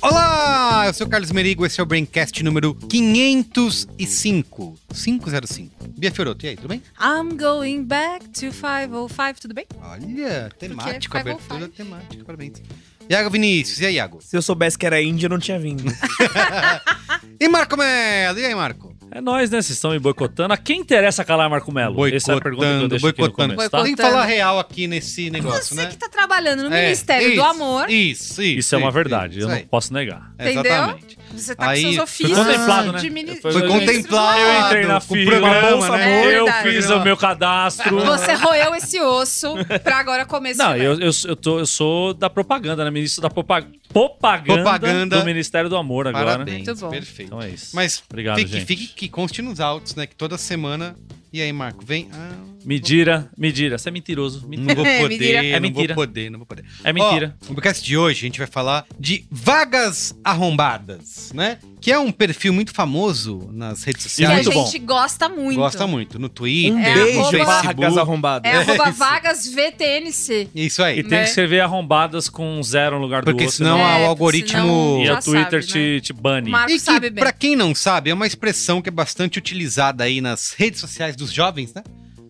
Olá, eu sou o Carlos Merigo, esse é o Braincast número 505. 505. Bia Fiorotto, e aí, tudo bem? I'm going back to 505, tudo bem? Olha, temático, 505. abertura temática, parabéns. Iago Vinícius, e aí, Iago? Se eu soubesse que era índia, eu não tinha vindo. E Marco Melo, e aí, Marco? É nós, né? Vocês estão me boicotando. A quem interessa calar Marco Melo? Essa é a pergunta que Boicotando, eu deixo aqui no boicotando. começo, Tem tá? que falar real aqui nesse negócio, Você né? que tá trabalhando no É, Ministério isso, do Amor, Isso, isso. Isso é uma isso, verdade, isso eu não aí. posso negar. Entendeu? Exatamente. você tá Aí, com seus foi ofícios contemplado, né? de mini... Foi Foi de contemplado. ministro. Eu entrei na com o fila, programa, bolsa, né? É eu verdade. fiz o meu cadastro. Você é né? roeu esse osso pra agora começar. Não, eu, eu, eu, tô, eu sou da propaganda, né? Ministro da propa- propaganda, Propaganda. do Ministério do Amor agora. né? Parabéns, Muito bom. perfeito. Então é isso. Mas Obrigado, fique, gente. fique que conste nos autos, né? Que toda semana. E aí, Marco, vem. Ah, Mentira, mentira. Você é mentiroso. não Mentira. vou É poder, não mentira. É mentira. vou poder, não vou poder. É mentira. Hum. Ó, no podcast de hoje a gente vai falar de vagas arrombadas, né? Que é um perfil muito famoso nas redes que sociais. a muito bom. gente gosta muito. Gosta muito. No Twitter, Um É, no beijo, arroba- Vargas Facebook. arrombado. É arroba isso. vagas VTNC. é Isso aí. E tem Né? que escrever arrombadas com zero no lugar do Porque outro. senão né? né? o É, algoritmo. senão- E Já a Twitter sabe, né? te, te bane. Mar- E sabe que, bem. pra quem não sabe, é uma expressão que é bastante utilizada aí nas redes sociais dos jovens, né?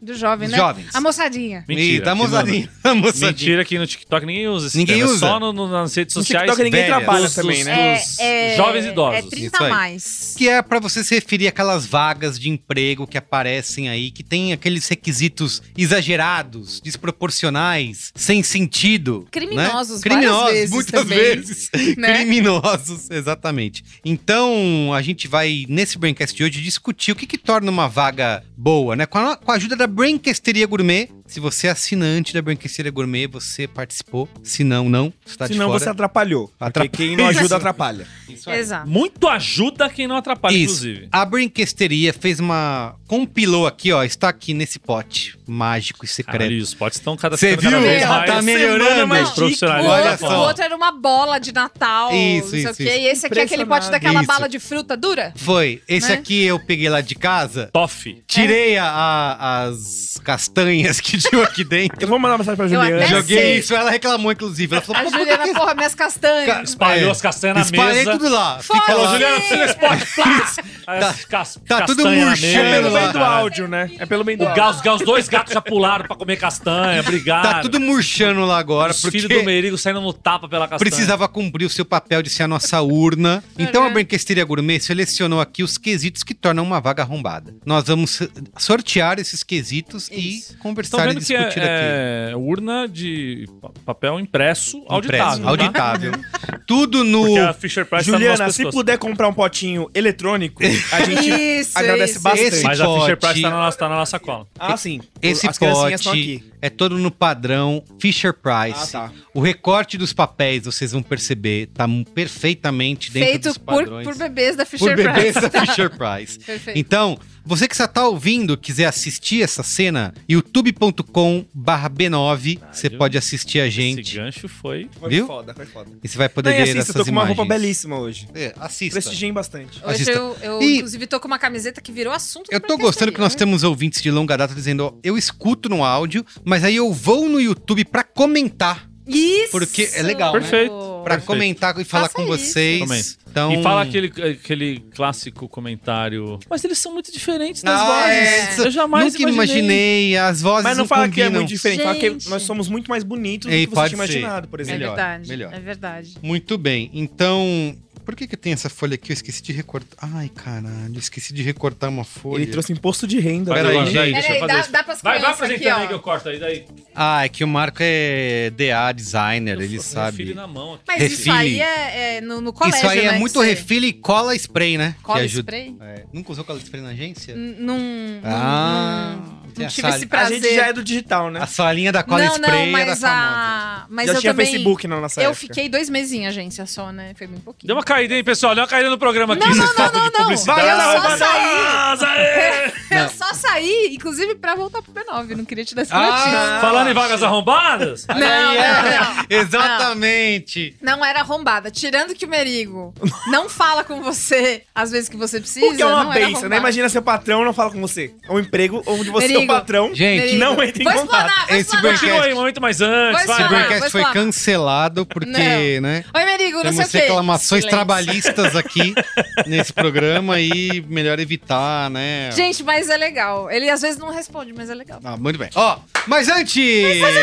Do jovem, Dos né? jovens. A moçadinha. Mentira, Ih, tá da que não- moçadinha. Da moçadinha. Mentira que no TikTok ninguém usa esse Ninguém termo, é usa. Só no- no- nas redes No sociais. TikTok ninguém velhas, trabalha dos- também, né? É, Os jovens idosos. É Isso 30 aí. a mais. Que é pra você se referir àquelas vagas de emprego que aparecem aí, que tem aqueles requisitos exagerados, desproporcionais, sem sentido. né? Criminosos, várias Criminosos, vezes muitas também, vezes. né? Criminosos, exatamente. Então, a gente vai, nesse Braincast de hoje, discutir o que, que torna uma vaga boa, né? Com a, com a ajuda da Braincasteria Gourmet. Se você é assinante da Branquesteria Gourmet, você participou. Se não, não. Você tá de Senão fora. você atrapalhou. Atrapa- Porque quem não ajuda, atrapalha. Isso aí. Exato. Muito ajuda quem não atrapalha, Isso. inclusive. A Brinquesteria fez uma. compilou aqui, ó. Está aqui nesse pote mágico e Caralho, secreto. os potes estão um cada, Cê ficando cada viu? vez Ela mais tá melhorando. mais O profissionais. Olha outro, só. o outro era uma bola de Natal, Isso, não sei isso, o quê. isso. E esse aqui é aquele pote daquela Isso. bala de fruta dura? Foi. Esse Né? aqui eu peguei lá de casa. Toff. Tirei a- a- as castanhas que tinham aqui dentro. Eu vou mandar uma mensagem pra Eu Juliana. até Joguei- Joguei sei. isso, ela reclamou, inclusive. Ela falou, A "Pô, por Juliana, que porra, minhas castanhas. Espalhou É. as castanhas na Espalhei mesa. tudo lá. Fica Falou, lá. Juliana, precisa desse pote. Plá! As cas- tá tudo castanha na murchando É mesa, pelo bem do caralho. áudio, né? É pelo bem do O áudio. ga- os ga- os dois gatos já pularam pra comer castanha, obrigado. Tá tudo murchando lá agora, Os filhos do porque Merigo saindo no tapa pela castanha. precisava cumprir o seu papel de ser a nossa urna. Então a Branquesteria Gourmet selecionou aqui os quesitos que tornam uma vaga arrombada. Nós vamos sortear esses quesitos Isso. e Estão conversar e vendo que é, discutir aqui. é urna de pa- papel impresso, auditável. Impresso, tá? auditável. Tudo no. Porque a Fisher Price tá no Juliana, nosso se pescoço. puder comprar um potinho eletrônico, a gente Isso, agradece isso. bastante. Esse- Mas a pote- Fisher Price tá na, nossa- tá na nossa cola. Ah, sim. Esse As criancinhas estão pote aqui. é todo no padrão Fisher Ah, Price. tá. O recorte dos papéis, vocês vão perceber, tá mu- perfeitamente dentro Feito dos por, padrões. por bebês da Por Fisher bebês Price. da Fisher Price. Perfeito. Então, você que só tá ouvindo, quiser assistir essa cena, youtube.com B9, você viu? pode assistir a gente. Esse gancho foi... Foi Viu? foda, foi foda. E você vai poder Não, e ver assim, eu essas tô com uma imagens. roupa belíssima hoje. É, assista. Prestigiem bastante. Hoje assista. eu, eu, tá- E- inclusive, tô com uma camiseta que virou assunto. né? Eu tô gostando que né? nós temos ouvintes de longa data dizendo, ó, eu escuto no áudio, mas aí eu vou no YouTube pra comentar, Isso! É Porque é legal, né? Perfeito. Pra Perfeito. comentar e falar Faça com isso. vocês. Comenta. Então, E fala aquele, aquele clássico comentário. Mas eles são muito diferentes das Ah, vozes. é. Eu jamais Nunca imaginei, as vozes Mas não, não fala combinam. que é muito diferente, fala que Gente. nós somos muito mais bonitos Ei, do que você pode tinha ser. imaginado, por É exemplo. Melhor, verdade, melhor. é verdade. Muito bem. Então, por que que tem essa folha aqui? Eu esqueci de recortar. Ai, caralho, esqueci de recortar uma folha. Ele trouxe imposto de renda. Peraí, né? gente. Deixa eu Peraí, fazer dá, isso. dá pras Vai, vai crianças aqui, apresentando aí que ó. eu corto aí. Daí. Ah, é que o Marco é DA, designer, ele Meu sabe. filho na mão aqui. Mas isso Refile. aí é, é no, no colégio, Isso aí é né, muito que você refil e cola spray, né? Cola que ajuda. spray? É. Nunca usou cola spray na agência? N- Num, ah, num- tem não a, tive sal- esse A prazer. gente já é do digital, né? a salinha da cola não, spray não, é da mas famosa. a... Mas já eu tinha também... Facebook na nossa Eu época. fiquei dois meses em agência só, né? Foi bem pouquinho. Deu uma caída, hein, pessoal? Deu uma caída no programa aqui. Não, vocês não, estavam não, de não, não. publicidade. Eu só Mas- saí. Mas aí- Eu só saí, inclusive, pra voltar pro B9. Não queria te dar essa notícia. Ah, Falando em vagas arrombadas? Não, não, não. é, Exatamente. Não era arrombada. Tirando que o Merigo não fala com você às vezes que você precisa. o que é não uma era benção, né? arrombada. Imagina seu patrão não fala com você. É um emprego onde você é o Perigo. patrão. Gente, não entra em vou contato. Explanar, vou Esse explanar. break- Continua aí, um momento mais antes. Pois Vai, Esse não, vai. não, broadcast foi falar. cancelado porque, né? Oi, Merigo, não sei o Temos quê. reclamações Silêncio. trabalhistas aqui nesse programa e melhor evitar, né? Gente, mas é legal. Ele às vezes não responde, mas é legal. Ah, muito bem. Ó, mas antes! Mas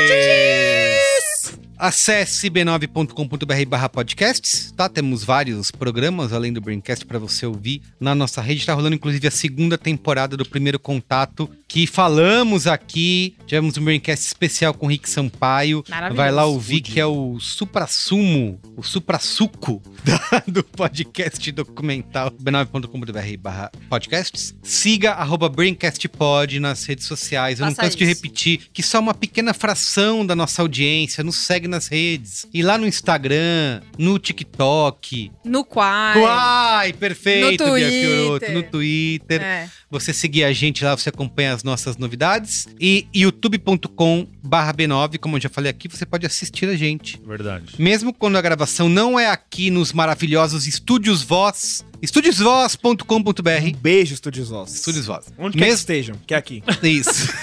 antes! Acesse b9.com.br barra podcasts, tá? Temos vários programas além do Braincast pra você ouvir na nossa rede. Tá rolando inclusive a segunda temporada do Primeiro Contato, que falamos aqui. Tivemos um Braincast especial com o Rick Sampaio. Maravilhoso. Vai lá ouvir que é o supra-sumo, o supra-suco da- do podcast documental b9.com.br barra podcasts. Siga arroba Braincastpod nas redes sociais. Eu não Faça canso de isso. repetir que só uma pequena fração da nossa audiência nos segue nas redes. E lá no Instagram, no TikTok. No quai. Uai, perfeito, No Bia Twitter. Fiorotto. No Twitter É. você seguir a gente lá, você acompanha as nossas novidades. E youtube.com B9, como eu já falei aqui, você pode assistir a gente. Verdade. Mesmo quando a gravação não é aqui nos maravilhosos Estúdios Voz, estúdiosvoz.com.br. Um beijo, Estúdios Voz. Estúdios Voz. Onde quer que é Mesmo, estejam, que é aqui. isso.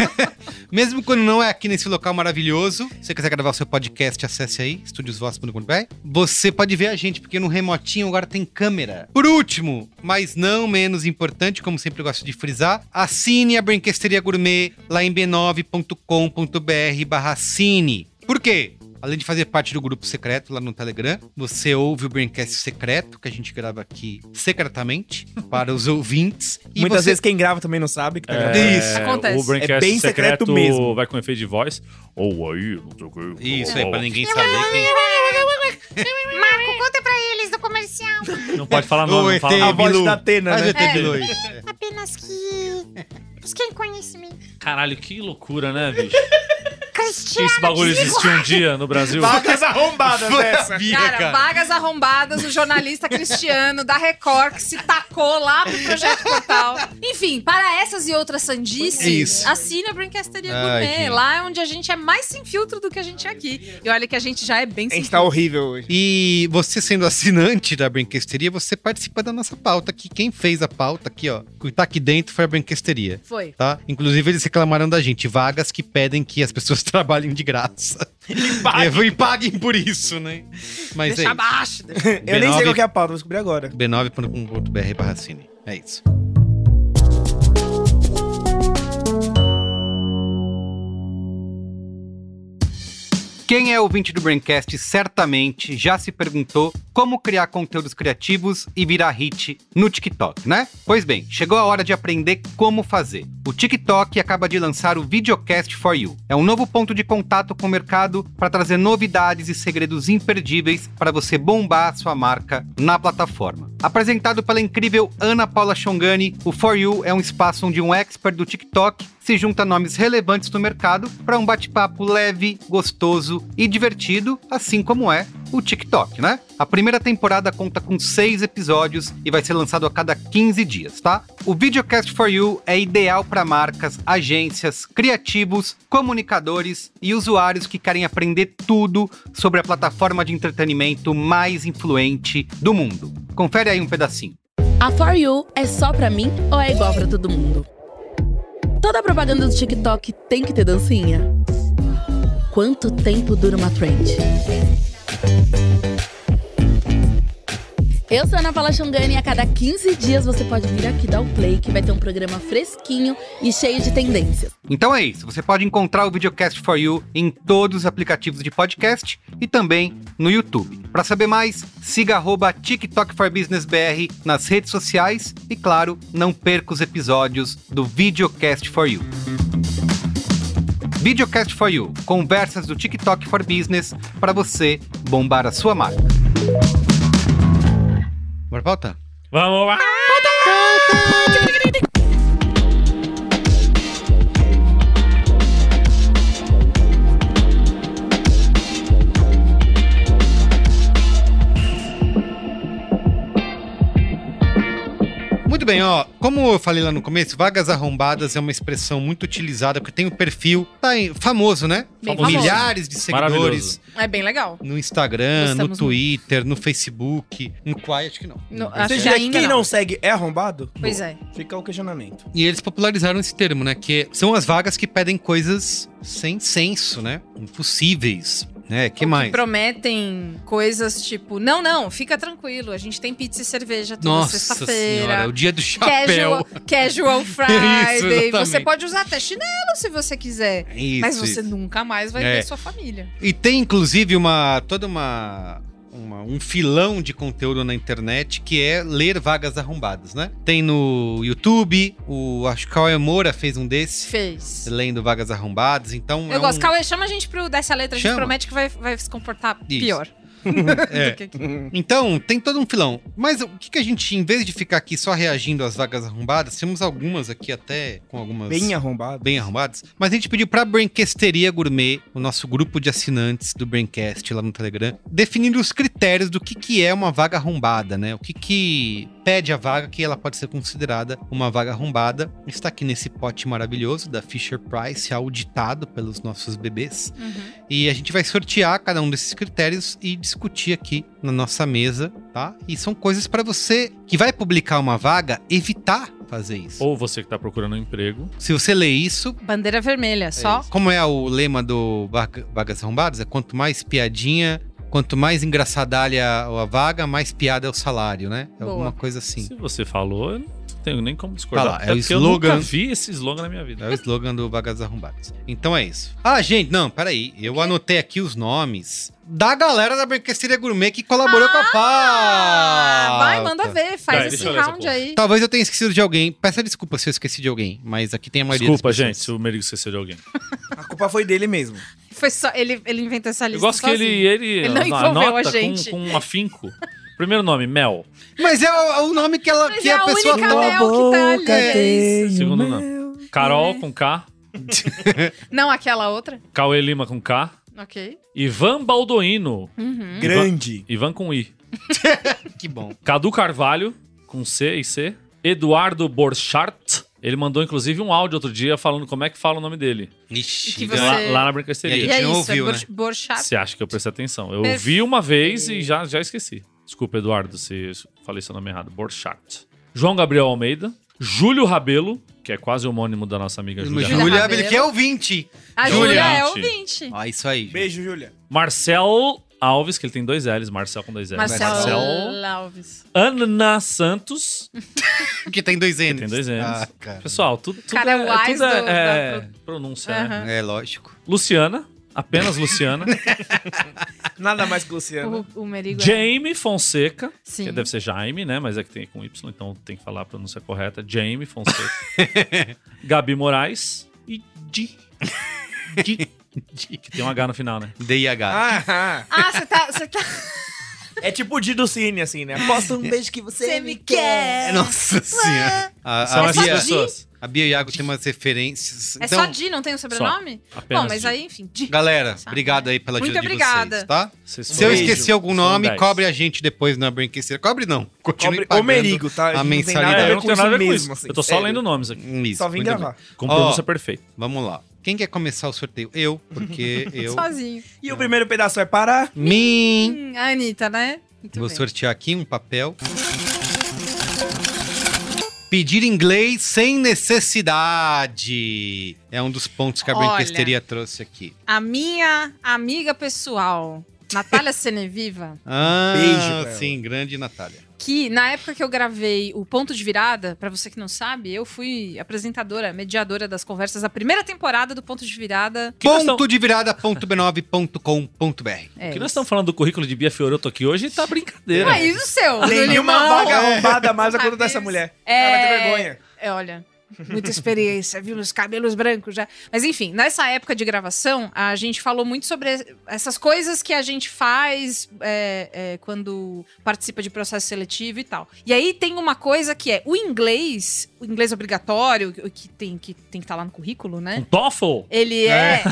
Mesmo quando não é aqui nesse local maravilhoso, se você quiser gravar o seu podcast, acesse aí, estúdiosvoz.com.br. Você pode ver a gente, porque no remotinho agora tem câmera. Por último, mas não menos importante, como sempre eu gosto de frisar, assine a Brinquesteria Gourmet lá em b9.com.br barra assine. Por quê? Além de fazer parte do grupo secreto lá no Telegram, você ouve o Braincast secreto, que a gente grava aqui secretamente, para os ouvintes. E Muitas você- vezes quem grava também não sabe que tá gravando. É, Isso. Acontece. O Braincast É bem secreto, secreto mesmo. vai com efeito de voz. Ou aí, não sei o que. Isso aí, aí, pra ninguém saber quem... Marco, conta pra eles do comercial. Não pode falar nome, Oi, não fala tem- A nome. voz Bilu. da Atena, Mas né? eu tenho É. dois. Apenas que. Busquem conhecimento. Caralho, que loucura, né, bicho? Que Cristiano. esse bagulho existiu um dia no Brasil. Vagas arrombadas dessa. Bia, Cara, vagas arrombadas, o jornalista Cristiano da Record que se tacou lá pro Projeto Portal. Enfim, para essas e outras sandices, Isso. assine a Brinquesteria Ai, Gourmet. gente. Lá é onde a gente é mais sem filtro do que a gente é aqui. E olha que a gente já é bem A sem gente tá filtro. horrível hoje. E você sendo assinante da Brinquesteria, você participa da nossa pauta aqui. Quem fez a pauta aqui, ó, que tá aqui dentro foi a Brinquesteria, Foi. tá? Inclusive, eles reclamaram da gente. Vagas que pedem que as pessoas trabalhem de graça. E paguem, por isso, né? Mas Deixa é isso. abaixo. deixa- Eu nem B9. sei qual que é a pauta, vou descobrir agora. b9.com.br barra cine. É isso. Quem é ouvinte do Braincast certamente já se perguntou como criar conteúdos criativos e virar hit no TikTok, né? Pois bem, chegou a hora de aprender como fazer. O TikTok acaba de lançar o Videocast for You. É um novo ponto de contato com o mercado para trazer novidades e segredos imperdíveis para você bombar a sua marca na plataforma. Apresentado pela incrível Ana Paula Chongani, o For You é um espaço onde um expert do TikTok se junta a nomes relevantes do mercado para um bate-papo leve, gostoso e divertido, assim como é o TikTok, né? A primeira temporada conta com seis episódios e vai ser lançado a cada 15 dias, tá? O Videocast for You é ideal para marcas, agências, criativos, comunicadores e usuários que querem aprender tudo sobre a plataforma de entretenimento mais influente do mundo. Confere aí um pedacinho. A For You é só pra mim ou é igual pra todo mundo? Toda propaganda do TikTok tem que ter dancinha? Quanto tempo dura uma trend? Eu sou a Ana Paula Xongani e a cada 15 dias você pode vir aqui dar o play que vai ter um programa fresquinho e cheio de tendências. Então é isso, você pode encontrar o Videocast for You em todos os aplicativos de podcast e também no YouTube. Para saber mais, siga arroba TikTok for Business BR nas redes sociais e, claro, não perca os episódios do Videocast for You. Videocast for You conversas do TikTok for Business para você bombar a sua marca. Bora pra pauta? Vamos lá! Muito bem, ó. Como eu falei lá no começo, vagas arrombadas é uma expressão muito utilizada porque tem o perfil, tá em- famoso, né? Bem Com famoso. Milhares de seguidores Maravilhoso. É bem legal. no Instagram, Estamos no Twitter, no Facebook, no Quai, acho que não. No- Não sei. acho Você que já, ainda quem não. não segue é arrombado? Pois Bom, é. Fica o questionamento. E eles popularizaram esse termo, né? Que são as vagas que pedem coisas sem senso, né? Impossíveis, né? Que Ou mais? prometem coisas tipo, não, não, fica tranquilo, a gente tem pizza e cerveja toda Nossa senhora, sexta-feira. o dia do chapéu. Casual, casual Friday. exatamente. você pode usar até chinelo se você quiser. É Isso, mas você isso. nunca mais vai É. ver sua família. E tem, inclusive, uma toda uma, uma- um filão de conteúdo na internet que é ler vagas arrombadas, né? Tem no YouTube, o acho que Cauê Moura fez um desse, Fez. lendo vagas arrombadas, então... é Eu gosto. um- Cauê, chama a gente pro dar essa letra, a Chama. gente promete que vai, vai se comportar Isso. pior. É. Do que aqui. Então, tem todo um filão. Mas o que, que a gente, em vez de ficar aqui só reagindo às vagas arrombadas, temos algumas aqui até com algumas. Bem arrombado. bem arrombadas. Mas a gente pediu pra Braincasteria Gourmet, o nosso grupo de assinantes do Braincast lá no Telegram, definindo os critérios do que, que é uma vaga arrombada, né? O que, que pede a vaga que ela pode ser considerada uma vaga arrombada. Está aqui nesse pote maravilhoso da Fisher Price, auditado pelos nossos bebês. Uhum. E a gente vai sortear cada um desses critérios e discutir aqui na nossa mesa, tá? E são coisas pra você que vai publicar uma vaga evitar fazer isso. Ou você que tá procurando um emprego. Se você lê isso, Bandeira vermelha, só. como é o lema do Vaga- Vagas Arrombadas, é quanto mais piadinha, quanto mais engraçadalha a vaga, mais piada é o salário, né? É Boa. alguma coisa assim. Se você falou, eu não tenho nem como discordar. Tá lá, é até o porque slogan. Eu nunca vi esse slogan na minha vida. É o slogan do Vagas Arrombadas. Então é isso. Ah, gente, não, peraí. Eu anotei aqui os nomes da galera da Branquesteria Gourmet que colaborou com a pauta. Ah, vai, manda ver. Faz Vai, esse deixa eu ler essa round porra. aí. Talvez eu tenha esquecido de alguém. Peça desculpa se eu esqueci de alguém, mas aqui tem a maioria Desculpa, das pessoas. gente, se o Merigo esqueceu de alguém. A culpa foi dele mesmo. Foi só, ele, ele inventou essa Eu lista. gosto que ele, sozinho. ele, Ele não anota envolveu a com- gente. Com, um afinco. Primeiro nome, Mel. Mas é o, é o nome que, ela, Mas que é a, a pessoa única toma. Mel que tá ali. Segundo nome. Carol É. com K. Não, aquela outra. Cauê Lima com K. Ok. Ivan Baldoino. Hum? Uhum. Grande. Ivan com I. Que bom. Cadu Carvalho, com C e C. Eduardo Borchardt. Ele mandou, inclusive, um áudio outro dia falando como é que fala o nome dele. Ixi, E que então- Você- Lá, lá na E E aí? brancasteria. gente é não isso, ouviu, é né? Bor- Borchardt. Você acha que eu prestei atenção? Eu Perfe- vi uma vez e já, já esqueci. Desculpa, Eduardo, se eu falei seu nome errado. Borchardt. João Gabriel Almeida. Júlio Rabelo, que é quase homônimo da nossa amiga Júlia. Júlia. Rabelo. Júlia, Rabelo. ele quer é ouvinte. A Júlia. Júlia é Gente. ouvinte. Ó, isso aí. gente. Beijo, Júlia. Marcel Alves, que ele tem dois L's. Marcel com dois L's. Marcel, Marcel. Alves. Ana Santos. Porque tem dois N's. tem dois N's. Ah, cara. Pessoal, tudo, tudo Cara, é, o Ys tudo é- do- é da pronúncia, né? Aham. É, lógico. Luciana, apenas Luciana. Nada mais que Luciano. O, o Merigo. é- Jamie Fonseca, Sim. que deve ser Jaime, né? Mas é que tem com Y, então tem que falar a pronúncia correta. Jamie Fonseca. Gabi Moraes e Di. Di. Que tem um H no final, né? DIH. Ah, Ah, você tá, você tá. é tipo o Dido Cine, assim, né? Posta um beijo que você, Você me quer. É, Nossa senhora. A, É São a, essas Bia, pessoas. a Bia e o Iago tem umas referências. É então, só Di, não tem o sobrenome? Apenas Bom, mas Di. aí, enfim, Di. galera, Sabe, obrigado aí pela Muito ajuda de obrigada. vocês, tá? Vocês Se eu Beijo. esqueci algum São nome, dez. cobre a gente depois na brinquesteira. Cobre não. Continue Cobre o pagando. Merigo, a tá? gente não tem mensalidade. nada a É, ver eu não com tenho nada a ver com mesmo, isso. assim, eu tô só sério. lendo nomes aqui. Hum, Isso, Só vim muito gravar. bem. Com Ó. pronúncia perfeita. Vamos lá. Quem quer começar o sorteio? Eu, porque eu... Sozinho. E o primeiro pedaço é para... Mim! Hum, a Anitta, né? Muito Vou bem. sortear aqui um papel. Pedir inglês sem necessidade. É um dos pontos que a Olha. Brinquesteria trouxe aqui. A minha amiga pessoal, Natália Seneviva, Ah, Beijo pra sim, grande Natália. que na época que eu gravei o Ponto de Virada, pra você que não sabe, eu fui apresentadora, mediadora das conversas da primeira temporada do Ponto de Virada. Que nós Ponto de virada.b9.com.br. É que nós isso. estamos falando do currículo de Bia Fiorotto aqui hoje tá brincadeira. Mas e o seu? do Nenhuma limão? vaga arrombada mais a conta Apenas- dessa mulher. É. Ela vai ter vergonha. É, olha. muita experiência, viu? Meus cabelos brancos já. Mas enfim, nessa época de gravação, a gente falou muito sobre essas coisas que a gente faz é, é, quando participa de processo seletivo e tal. E aí tem uma coisa que é o inglês, o inglês obrigatório, o que tem que tem que estar lá no currículo, né? Um TOEFL? Ele é,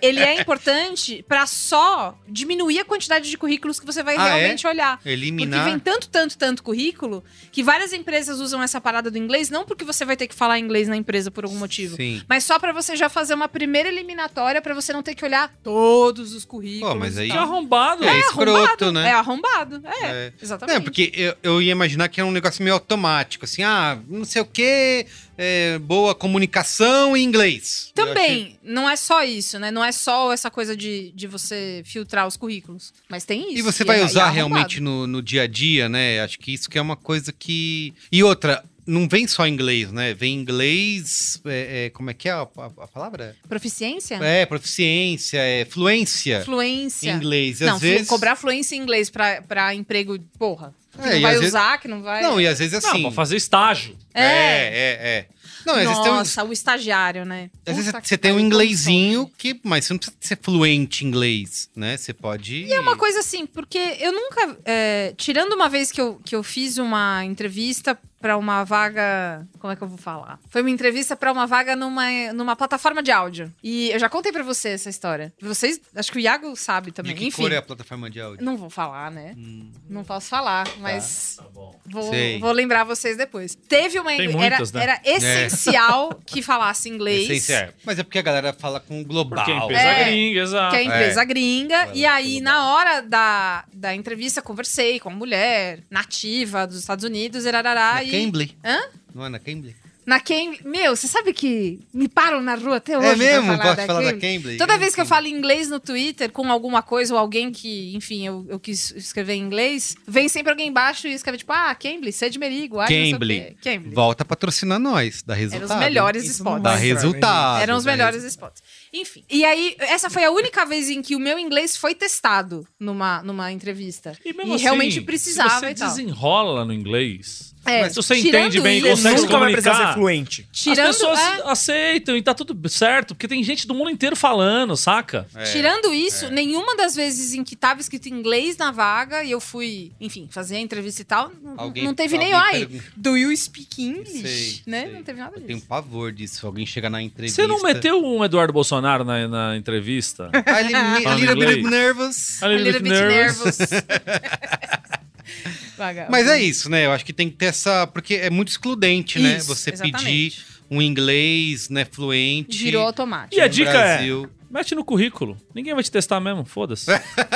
ele é importante pra só diminuir a quantidade de currículos que você vai Ah, é? realmente olhar. Porque Eliminar. vem tanto, tanto, tanto currículo que várias empresas usam essa parada do inglês não porque você vai ter que falar inglês na empresa por algum motivo, Sim. mas só pra você já fazer uma primeira eliminatória pra você não ter que olhar todos os currículos. Pô, mas e aí- Que tal. arrombado. É escroto, arrombado, né? É arrombado. É, É. exatamente. Não, porque eu, eu ia imaginar que era um negócio meio automático, assim, ah, não sei o quê, é, boa comunicação e inglês. Eu achei- Também, não é só isso, né? Não é só essa coisa de, de você filtrar os currículos. Mas tem isso. E você é- vai é usar arrombado. realmente no, no dia a dia, né? Acho que isso que é uma coisa que. E outra, não vem só inglês, né? Vem inglês. é, é, como é que é a, a- a palavra? Proficiência? É, proficiência, é, fluência em Ah. Fluência. inglês. E Não, às flu- vezes. cobrar fluência em inglês pra, pra emprego, porra. Que É, e não vai às vezes- usar, que não vai. Não, e às vezes Não, assim. pra fazer estágio. é, é, é. Não, às vezes tem um- Nossa, o estagiário, né? Às vezes Puta que você tem um pariu, como inglesinho sofre. que. Mas você não precisa ser fluente em inglês, né? Você pode. É uma coisa assim, porque eu nunca. é, tirando uma vez que eu, que eu fiz uma entrevista pra uma vaga. Como é que eu vou falar? Foi uma entrevista pra uma vaga numa, numa plataforma de áudio. E eu já contei pra você essa história. Vocês. Acho que o Iago sabe também. De que Enfim. cor é a Hum. plataforma de áudio? Não vou falar, né? Não posso falar, mas. Tá bom. Vou, Sei. vou lembrar vocês depois. Teve uma. Tem era, muitas, né? era É. essencial que falasse inglês. Essência é. Mas é porque a galera fala com global. Porque é empresa É. gringa, exato. que é a empresa É. gringa. E Ela aí, tudo na hora da, da entrevista, conversei com uma mulher nativa dos Estados Unidos, erarará, Na e... Cambly. Hã? Não é na Cambly? Na Cambly. Meu, você sabe que me param na rua até hoje É pra mesmo? falar Gosto da de falar da Cambly? Cambly. Toda vez que eu falo inglês no Twitter com alguma coisa ou alguém que, enfim, eu, eu quis escrever em inglês, vem sempre alguém embaixo e escreve tipo, ah, Cambly, sede merigo, ai, não sei o Cambly. quê. Cambly. Volta a patrocinar nós, dá resultado. melhores Isso spots. não Dá Vai entrar, resultado. Eram os dá melhores spots. Enfim. E aí, essa foi a única vez em que o meu inglês foi testado numa, numa entrevista. E, mesmo assim, realmente precisava se você e tal. desenrola no inglês, É, mas se você tirando entende bem e isso- consegue Você se nunca vai precisar comunicar, ser fluente. Tirando, as pessoas é, aceitam e tá tudo certo, porque tem gente do mundo inteiro falando, saca? resultado. É. tirando isso, nenhuma das vezes em que tava escrito inglês na vaga e eu fui, enfim, fazer a entrevista e tal, n- Alguém- não teve nem, alguém ai, pergunta- do you speak English? Sei, né? sei. Não teve nada Eu tenho disso. pavor disso. Alguém chegar na entrevista. Você não meteu um Eduardo Bolsonaro na, na entrevista? A li- a Fala little bit inglês. nervous. A A little little bit bit nervous. nervous. Vaga. Mas é isso, né? Eu acho que tem que ter essa. Porque é muito excludente, né? Isso, Você exatamente. pedir um inglês, né, fluente. Girou automático. E a dica Brasil. é, mete no currículo. Ninguém vai te testar mesmo, foda-se.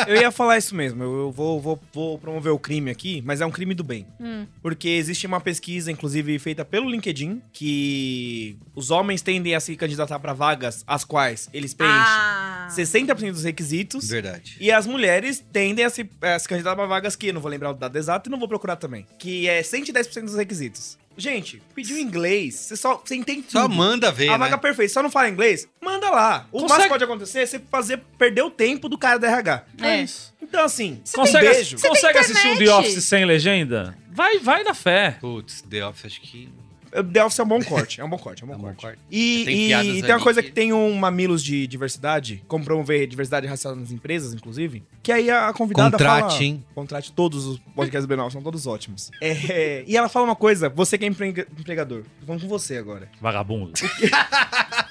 Eu ia falar isso mesmo. Eu vou, vou- vou promover o crime aqui, mas é um crime do bem. Hum. Porque existe uma pesquisa, inclusive, feita pelo LinkedIn, que os homens tendem a se candidatar pra vagas as quais eles preenchem Ah. 60% dos requisitos. Verdade. E as mulheres tendem a se, a se candidatar pra vagas que eu não vou lembrar o dado exato e não vou procurar também. Que é 110% dos requisitos. Gente, pediu inglês, você só você entende tudo. Só manda ver. A né? vaga perfeita, só não fala inglês, manda lá. O Consegue- máximo que pode acontecer é você fazer perder o tempo do cara da RH. É. isso. Então, assim, Consegue, um beijo. tem consegue assistir um The internet? Office sem legenda? Vai, vai na fé. Putz, The Office, acho que. The Office é um bom corte, é um bom corte, é um bom É um bom corte. corte. E e- e Tem tem, piadas uma ali coisa que- que tem um Mamilos de diversidade, como promover diversidade racial nas empresas, inclusive, que aí a convidada Contrate, fala... hein? Contrate todos os podcasts do Bienal, são todos ótimos. É, e ela fala uma coisa, você que é emprega- empregador, tô falando com você agora. Vagabundo.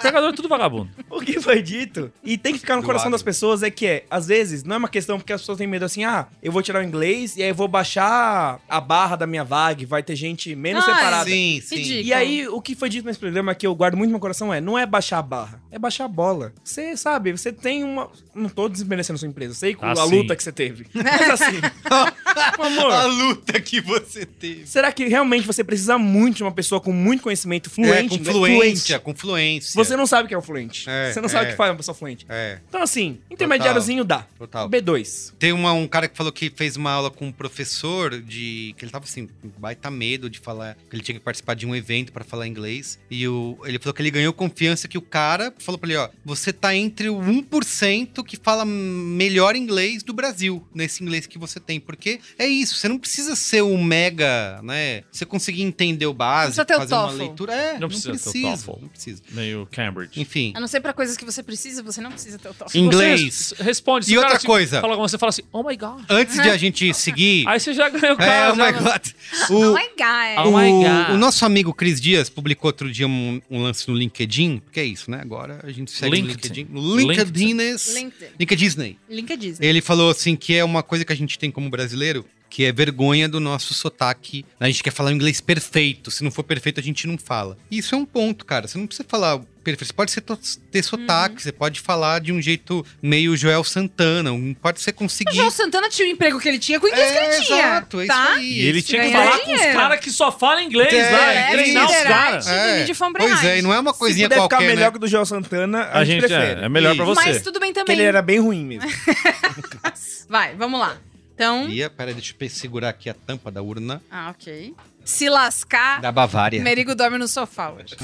Pegador é tudo vagabundo. O que foi dito, e tem que ficar no Do coração agro. das pessoas, é que é, às vezes, não é uma questão porque as pessoas têm medo assim, ah, eu vou tirar o inglês e aí eu vou baixar a barra da minha vaga e vai ter gente menos Ah, é. separada. Sim, sim. Ridículo. E aí, o que foi dito nesse programa que eu guardo muito no meu coração é: não é baixar a barra, é baixar a bola. Você sabe, você tem uma. Não tô desmerecendo a sua empresa, sei com Ah, a sim. luta que você teve. Mas assim, A amor, luta que você teve. será que realmente você precisa muito de uma pessoa com muito conhecimento É, fluente? com né? fluência, com fluência. Você não sabe o que é o fluente. É, você não sabe é. o que faz uma pessoa fluente. É. Então, assim, intermediáriozinho dá. Total. B2. Tem uma- um cara que falou que fez uma aula com um professor de. que ele tava assim, com baita medo de falar que ele tinha que participar de um evento pra falar inglês. E o, ele falou que ele ganhou confiança que o cara falou pra ele, ó, você tá entre o 1% que fala melhor inglês do Brasil, nesse inglês que você tem. Porque é isso, você não precisa ser um mega, né? Você conseguir entender o básico, precisa ter o fazer uma TOEFL. leitura. É, não, precisa precisa. ter o TOEFL. não precisa. Meio Cambridge. Enfim, A não ser pra coisas que você precisa, você não precisa ter o TOEFL. Você inglês. res- responde. se E o cara outra te coisa. Fala com você fala assim, oh my god. Antes de a gente seguir... Aí você já ganhou o É, cara. oh já- my God. O, Oh my God. Oh o, my God. o nosso amigo Cris Dias publicou outro dia um, um lance no LinkedIn, que é isso, né? Agora a gente segue no LinkedIn. LinkedIn. No LinkedIn. LinkedIn. LinkedIn Disney. Link é Disney. Ele falou assim que é uma coisa que a gente tem como brasileiro, que é vergonha do nosso sotaque. A gente quer falar o inglês perfeito. Se não for perfeito, a gente não fala. E Isso é um ponto, cara. Você não precisa falar perfeito. Você pode ser to- ter sotaque, você pode falar de um jeito meio Joel Santana. um- Pode ser O conseguir. João Santana tinha o emprego que ele tinha com o inglês que ele tinha. exato, é tá? isso aí. E ele tinha que Ganhar falar com os dinheiro. caras que só falam inglês, É, né? é, Treinar os isso. caras. É. Time de Fombreragem. Pois é, e não é uma coisinha Se puder qualquer, Tipo, ficar melhor né? que o do Joel Santana, a, A gente, gente prefere. é, é melhor pra Isso. você. Mas tudo bem Porque também. ele era bem ruim mesmo. Vai, vamos lá. Então. Ia, pera, deixa eu pe- segurar aqui a tampa da urna Ah, ok. Se lascar, da Bavária. Merigo dorme no sofá hoje.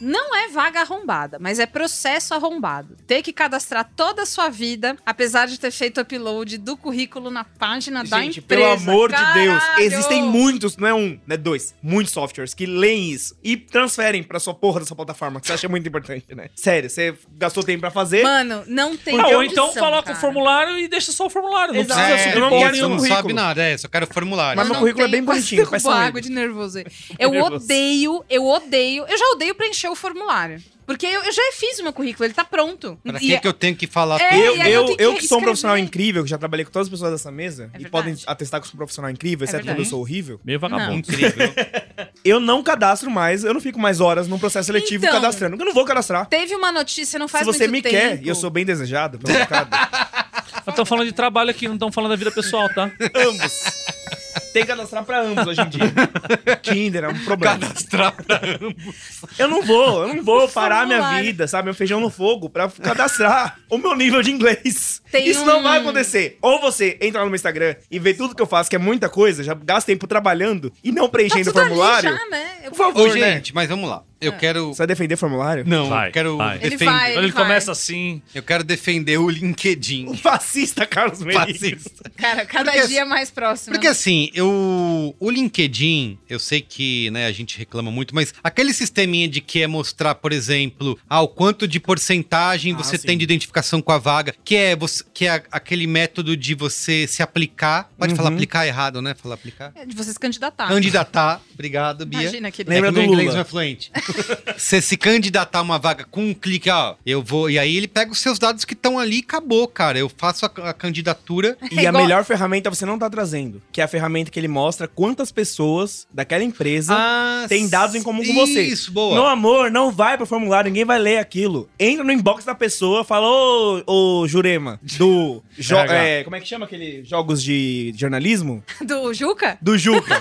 Não é vaga arrombada, mas é processo arrombado. Ter que cadastrar toda a sua vida, apesar de ter feito upload do currículo na página da Gente, empresa. pelo amor de Deus, Caralho! existem muitos, não é um, não é dois, muitos softwares que leem isso e transferem pra sua porra dessa plataforma, que você acha muito importante, né? Sério, você gastou tempo pra fazer. Mano, não tem Ah, ou condição, então coloca cara. o formulário e deixa só o formulário. Não Exato. precisa É, subir não uma quero pô, porra você nenhum não nenhuma. sabe currículo. nada, é, só quero formulário. Mas Eu meu não currículo é tenho- bem quase bonitinho, faz derrubo sentido. água de nervoso aí. Eu nervoso. odeio, eu odeio, eu já odeio preencher o formulário. Porque eu, eu já fiz o meu currículo, ele tá pronto. Pra E que, que eu tenho que falar É, tudo? Eu, e aí eu eu, tenho que eu que sou um profissional reescrever. incrível, que já trabalhei com todas as pessoas dessa mesa, É e podem verdade. É atestar que eu sou um profissional incrível, exceto quando eu verdade. sou horrível, Meio vagabundo. Incrível. eu não cadastro mais, eu não fico mais horas num processo seletivo Então. cadastrando, porque eu não vou cadastrar. Teve uma notícia, não faz Se você muito me tempo. quer, e eu sou bem desejado pelo mercado, Nós estamos falando de trabalho aqui, não estamos falando da vida pessoal, tá? ambos. Tem que cadastrar pra ambos hoje em dia. Tinder é um problema. Cadastrar pra Eu não vou, eu não vou parar minha Formulário. vida, sabe? Meu feijão no fogo pra cadastrar o meu nível de inglês. Tem Isso não um- vai acontecer. Ou você entra no meu Instagram e vê tudo que eu faço, que é muita coisa, já gasta tempo trabalhando e não Tá preenchendo tudo o formulário. ali já, né? Eu- Por favor, Ô, né? gente, mas vamos lá. Eu quero. Você vai defender formulário? Não, Vai, eu quero. vai. É. Ele defender- vai. Ele vai. começa assim. Eu quero defender o LinkedIn. O fascista Carlos Merigo. Fascista. Cara, cada Porque- dia mais próximo. Porque assim, eu. O LinkedIn, eu sei que né, a gente reclama muito, mas aquele sisteminha de que é mostrar, por exemplo, ah, o quanto de porcentagem Ah, você sim. tem de identificação com a vaga, que é, você, que é aquele método de você se aplicar. Pode falar Uhum. Ah. aplicar errado, né? Falar aplicar. É de você se candidatar. Candidatar. Obrigado, Bia. Imagina, querido. Lembra é que meu do inglês Lula. não é fluente. Você se candidatar a uma vaga com um clique, ó, eu vou. E aí ele pega os seus dados que estão ali e acabou, cara. Eu faço a, a candidatura. E a É Igual- melhor ferramenta você não tá trazendo, que é a ferramenta que ele mostra quantas pessoas daquela empresa Ah, tem dados em comum com você. Isso, boa. Meu amor, não vai pro formulário, ninguém vai ler aquilo. Entra no inbox da pessoa, fala, ô, ô Jurema, do... jo- RH. é, como é que chama aquele jogos de jornalismo? Do Juca? Do Juca.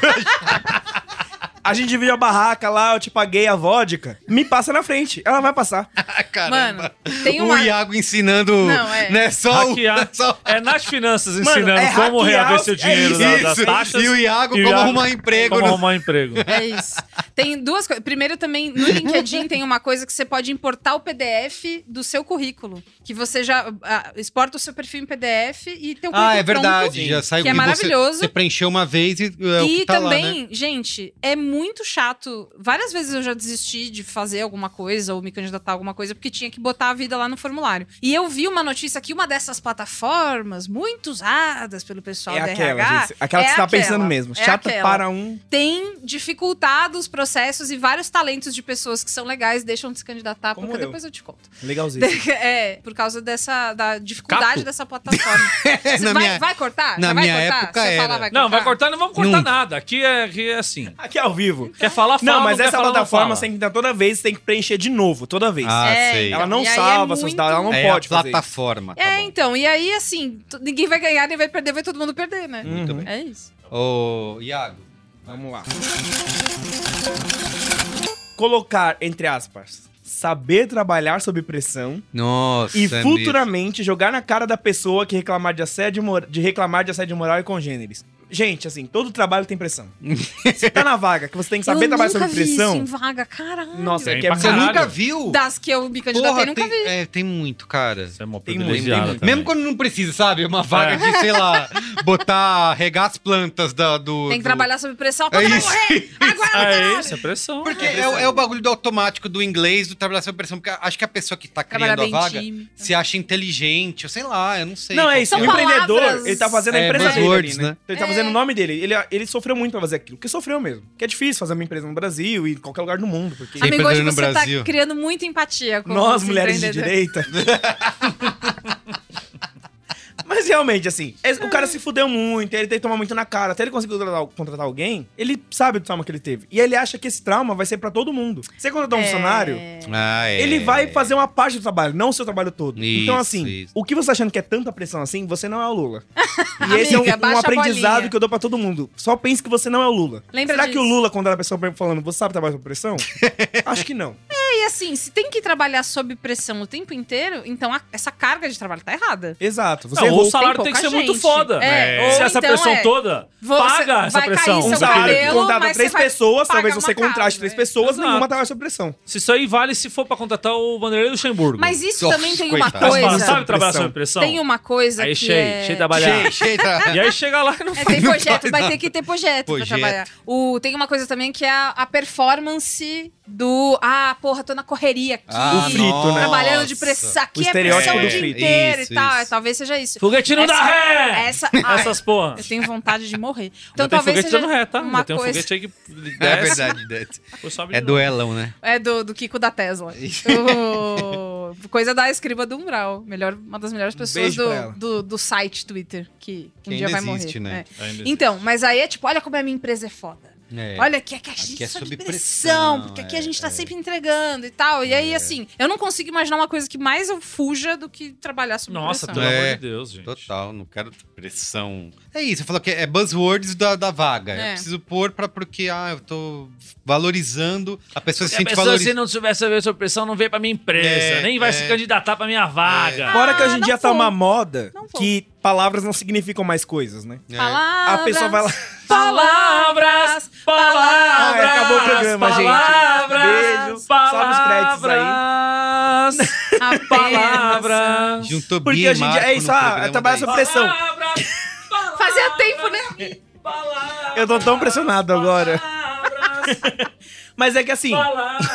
A gente dividiu a barraca lá, eu te paguei a vodka. Me passa na frente, ela vai passar. Ah, caramba. Mano, tem O uma... Iago ensinando. Não, é. Né, Então- só o- Hackear. só- É nas finanças Mano, ensinando é como hackear reaver os- seu é dinheiro isso. da- das taxas. E o Iago, E o como Iago- arrumar emprego. Como no- arrumar emprego. É isso. Tem duas coisas. Primeiro, também, no LinkedIn tem uma coisa que você pode importar o PDF do seu currículo. Que você já ah, exporta o seu perfil em PDF e tem o currículo Ah, é pronto. verdade. Já saiu que é você- maravilhoso. Você, preencheu uma vez e. É, o E que tá lá, também, né? gente, é muito chato. Várias vezes eu já desisti de fazer alguma coisa ou me candidatar a alguma coisa porque tinha que botar a vida lá no formulário. E eu vi uma notícia que uma dessas plataformas, muito usadas pelo pessoal é da aquela, RH, gente. Aquela que é você tá pensando aquela, mesmo. é Chata aquela. para um... tem dificultado os processos e vários talentos de pessoas que são legais deixam de se candidatar, Como porque eu. depois eu te conto. Legalzinho. É, por causa dessa da dificuldade Capo. dessa plataforma. Você É, Na vai, minha- vai cortar? na Já vai minha cortar? época Se eu falar, era. vai cortar? Não, vai cortar, não vamos cortar Nunca. nada. Aqui é, aqui é assim. Aqui ao vivo. Quer falar, fala. Não, mas quer essa falar, não plataforma fala. você tem que dar toda vez, você tem que preencher de novo, toda vez. Ah, É, sei. então, ela não e aí é salva seus muito- dados, ela não é pode a fazer isso. plataforma. tá É, bom. então, e aí assim, t- ninguém vai ganhar, nem vai perder, vai todo mundo perder, né? Uhum. Muito bem. É isso. Ô, Iago. Vamos lá. Colocar, entre aspas, saber trabalhar sob pressão Nossa. e é futuramente jogar na cara da pessoa que reclamar de assédio, mor- de reclamar de assédio moral e congêneres. Gente, assim, todo trabalho tem pressão. Você tá na vaga, que você tem que saber trabalhar sobre pressão. em vaga, caralho. Nossa, é Tem que é pra Você muito- Caralho. nunca viu? Das que eu me candidatei, Porra, nunca tem, vi. é, tem muito, cara. Isso é uma Tem Tem, privilegiada tem. também. Mesmo quando não precisa, sabe? É Uma vaga de, sei lá, botar, regar as plantas da, do. Tem que do- trabalhar sob pressão pra É é isso. morrer. Agora, Ah, é caralho. isso, é pressão. Porque é, o- é o bagulho do automático do inglês, do trabalhar sob pressão. Porque acho que a pessoa que tá Trabalhar criando a bem vaga time. se acha inteligente, ou sei lá, eu não sei. Não, qual é que isso. O São É. empreendedor, palavras- ele tá fazendo a É, empresa dele. buzzwords, ali, né? né? Ele tá fazendo o nome dele. Ele, ele sofreu muito pra fazer aquilo. Porque sofreu mesmo. Que é difícil fazer uma empresa no Brasil e em qualquer lugar do mundo. Porque Sim. Amigo, hoje no você Brasil. tá criando muita empatia com nós, os mulheres de empreendedores. direita. Mas realmente, assim, es- o cara se fudeu muito, ele tem que tomar muito na cara. Até ele conseguir contratar, contratar alguém, ele sabe do trauma que ele teve. E ele acha que esse trauma vai ser pra todo mundo. Você É. contratar um funcionário, Ah, é. ele vai fazer uma parte do trabalho, não o seu trabalho todo. Isso, então, assim, isso. o que você tá achando que é tanta pressão assim, você não é o Lula. E Amiga, esse é um, um baixa a bolinha. aprendizado que eu dou pra todo mundo. Só pense que você não é o Lula. Lembra Será que disso. o Lula, quando era a pessoa falando, você sabe trabalhar sob pressão? Acho que não. E assim, se tem que trabalhar sob pressão o tempo inteiro, então a- essa carga de trabalho tá errada. Exato. Você Não, errou. o salário Tem tem que ser pouca muito gente. foda. É, Se ou essa então pressão é, toda, você paga essa vai cair pressão. seu Um filho. salário que cabelo, contrata mas três você vai pessoas, pagar talvez você uma contrate casa, três é. pessoas, Exato. nenhuma tava sob pressão. Se isso aí vale se for pra contratar o Vanderlei Luxemburgo. Mas isso Nossa, também tem uma coitado. Mas fala, coisa. sabe trabalhar Pressão. sob pressão? Tem uma coisa Aí que cheio, é... cheio de trabalhar. Cheio, cheio, tá. E aí chega lá e não É, tem Não projeto, faz vai nada. ter que ter projeto, Projeto. pra trabalhar. O, tem uma coisa também que é a, a performance do. Ah, porra, tô na correria aqui. Ah, O frito, né? Trabalhando de nossa. pressão. Aqui O é estereótipo pressão o do dia frito. inteiro Isso, e tal. isso. é, Talvez seja isso. Foguetinho Essa- da ré! Essa, ai, Essas porra. Eu tenho vontade de morrer. Então Já tem talvez foguete seja. dando ré, tá? uma Já tem um coisa- foguete aí que É desce, verdade, Dante. depois sobe É de novo. duelão, né? É do, do Kiko da Tesla. O- coisa da escriba do Umbral. Melhor, uma das Um melhores pessoas beijo pra do, ela. do, do site Twitter, que um Que dia ainda vai existe, morrer. né? É. Ainda existe. Então, mas aí é tipo, olha como a minha empresa é foda. É. Olha aqui, é que a gente Aqui é é sob sob pressão, pressão, porque aqui é, a gente tá é. sempre entregando e tal. E aí, assim, eu não consigo imaginar uma coisa que mais eu fuja do que trabalhar sob Nossa, pressão. pelo É. amor de Deus, gente. Total, não quero pressão. É isso, você falou que é buzzwords da, da vaga. É. Eu preciso pôr pra porque, ah, eu tô valorizando. A pessoa se Se a sente pessoa, se valorizada. não tivesse a ver sobre pressão, não veio pra minha empresa. É, nem vai é. se candidatar pra minha É. vaga. Fora que hoje em Ah, não dia tá vou. uma moda Não vou. que palavras não significam mais coisas, né? É. Palavras, A pessoa vai lá. Palavras, palavras, Ah, acabou o programa, gente. palavras, Beijo. Sobe os créditos aí. Palavras, apenas. palavras. Juntou Porque Bia e hoje em dia Marco é isso, no ah, programa tá é trabalhar daí. sob pressão. Fazia tempo, né? Palavras, Eu tô tão pressionado agora. Palavras, Mas é que assim, palavras.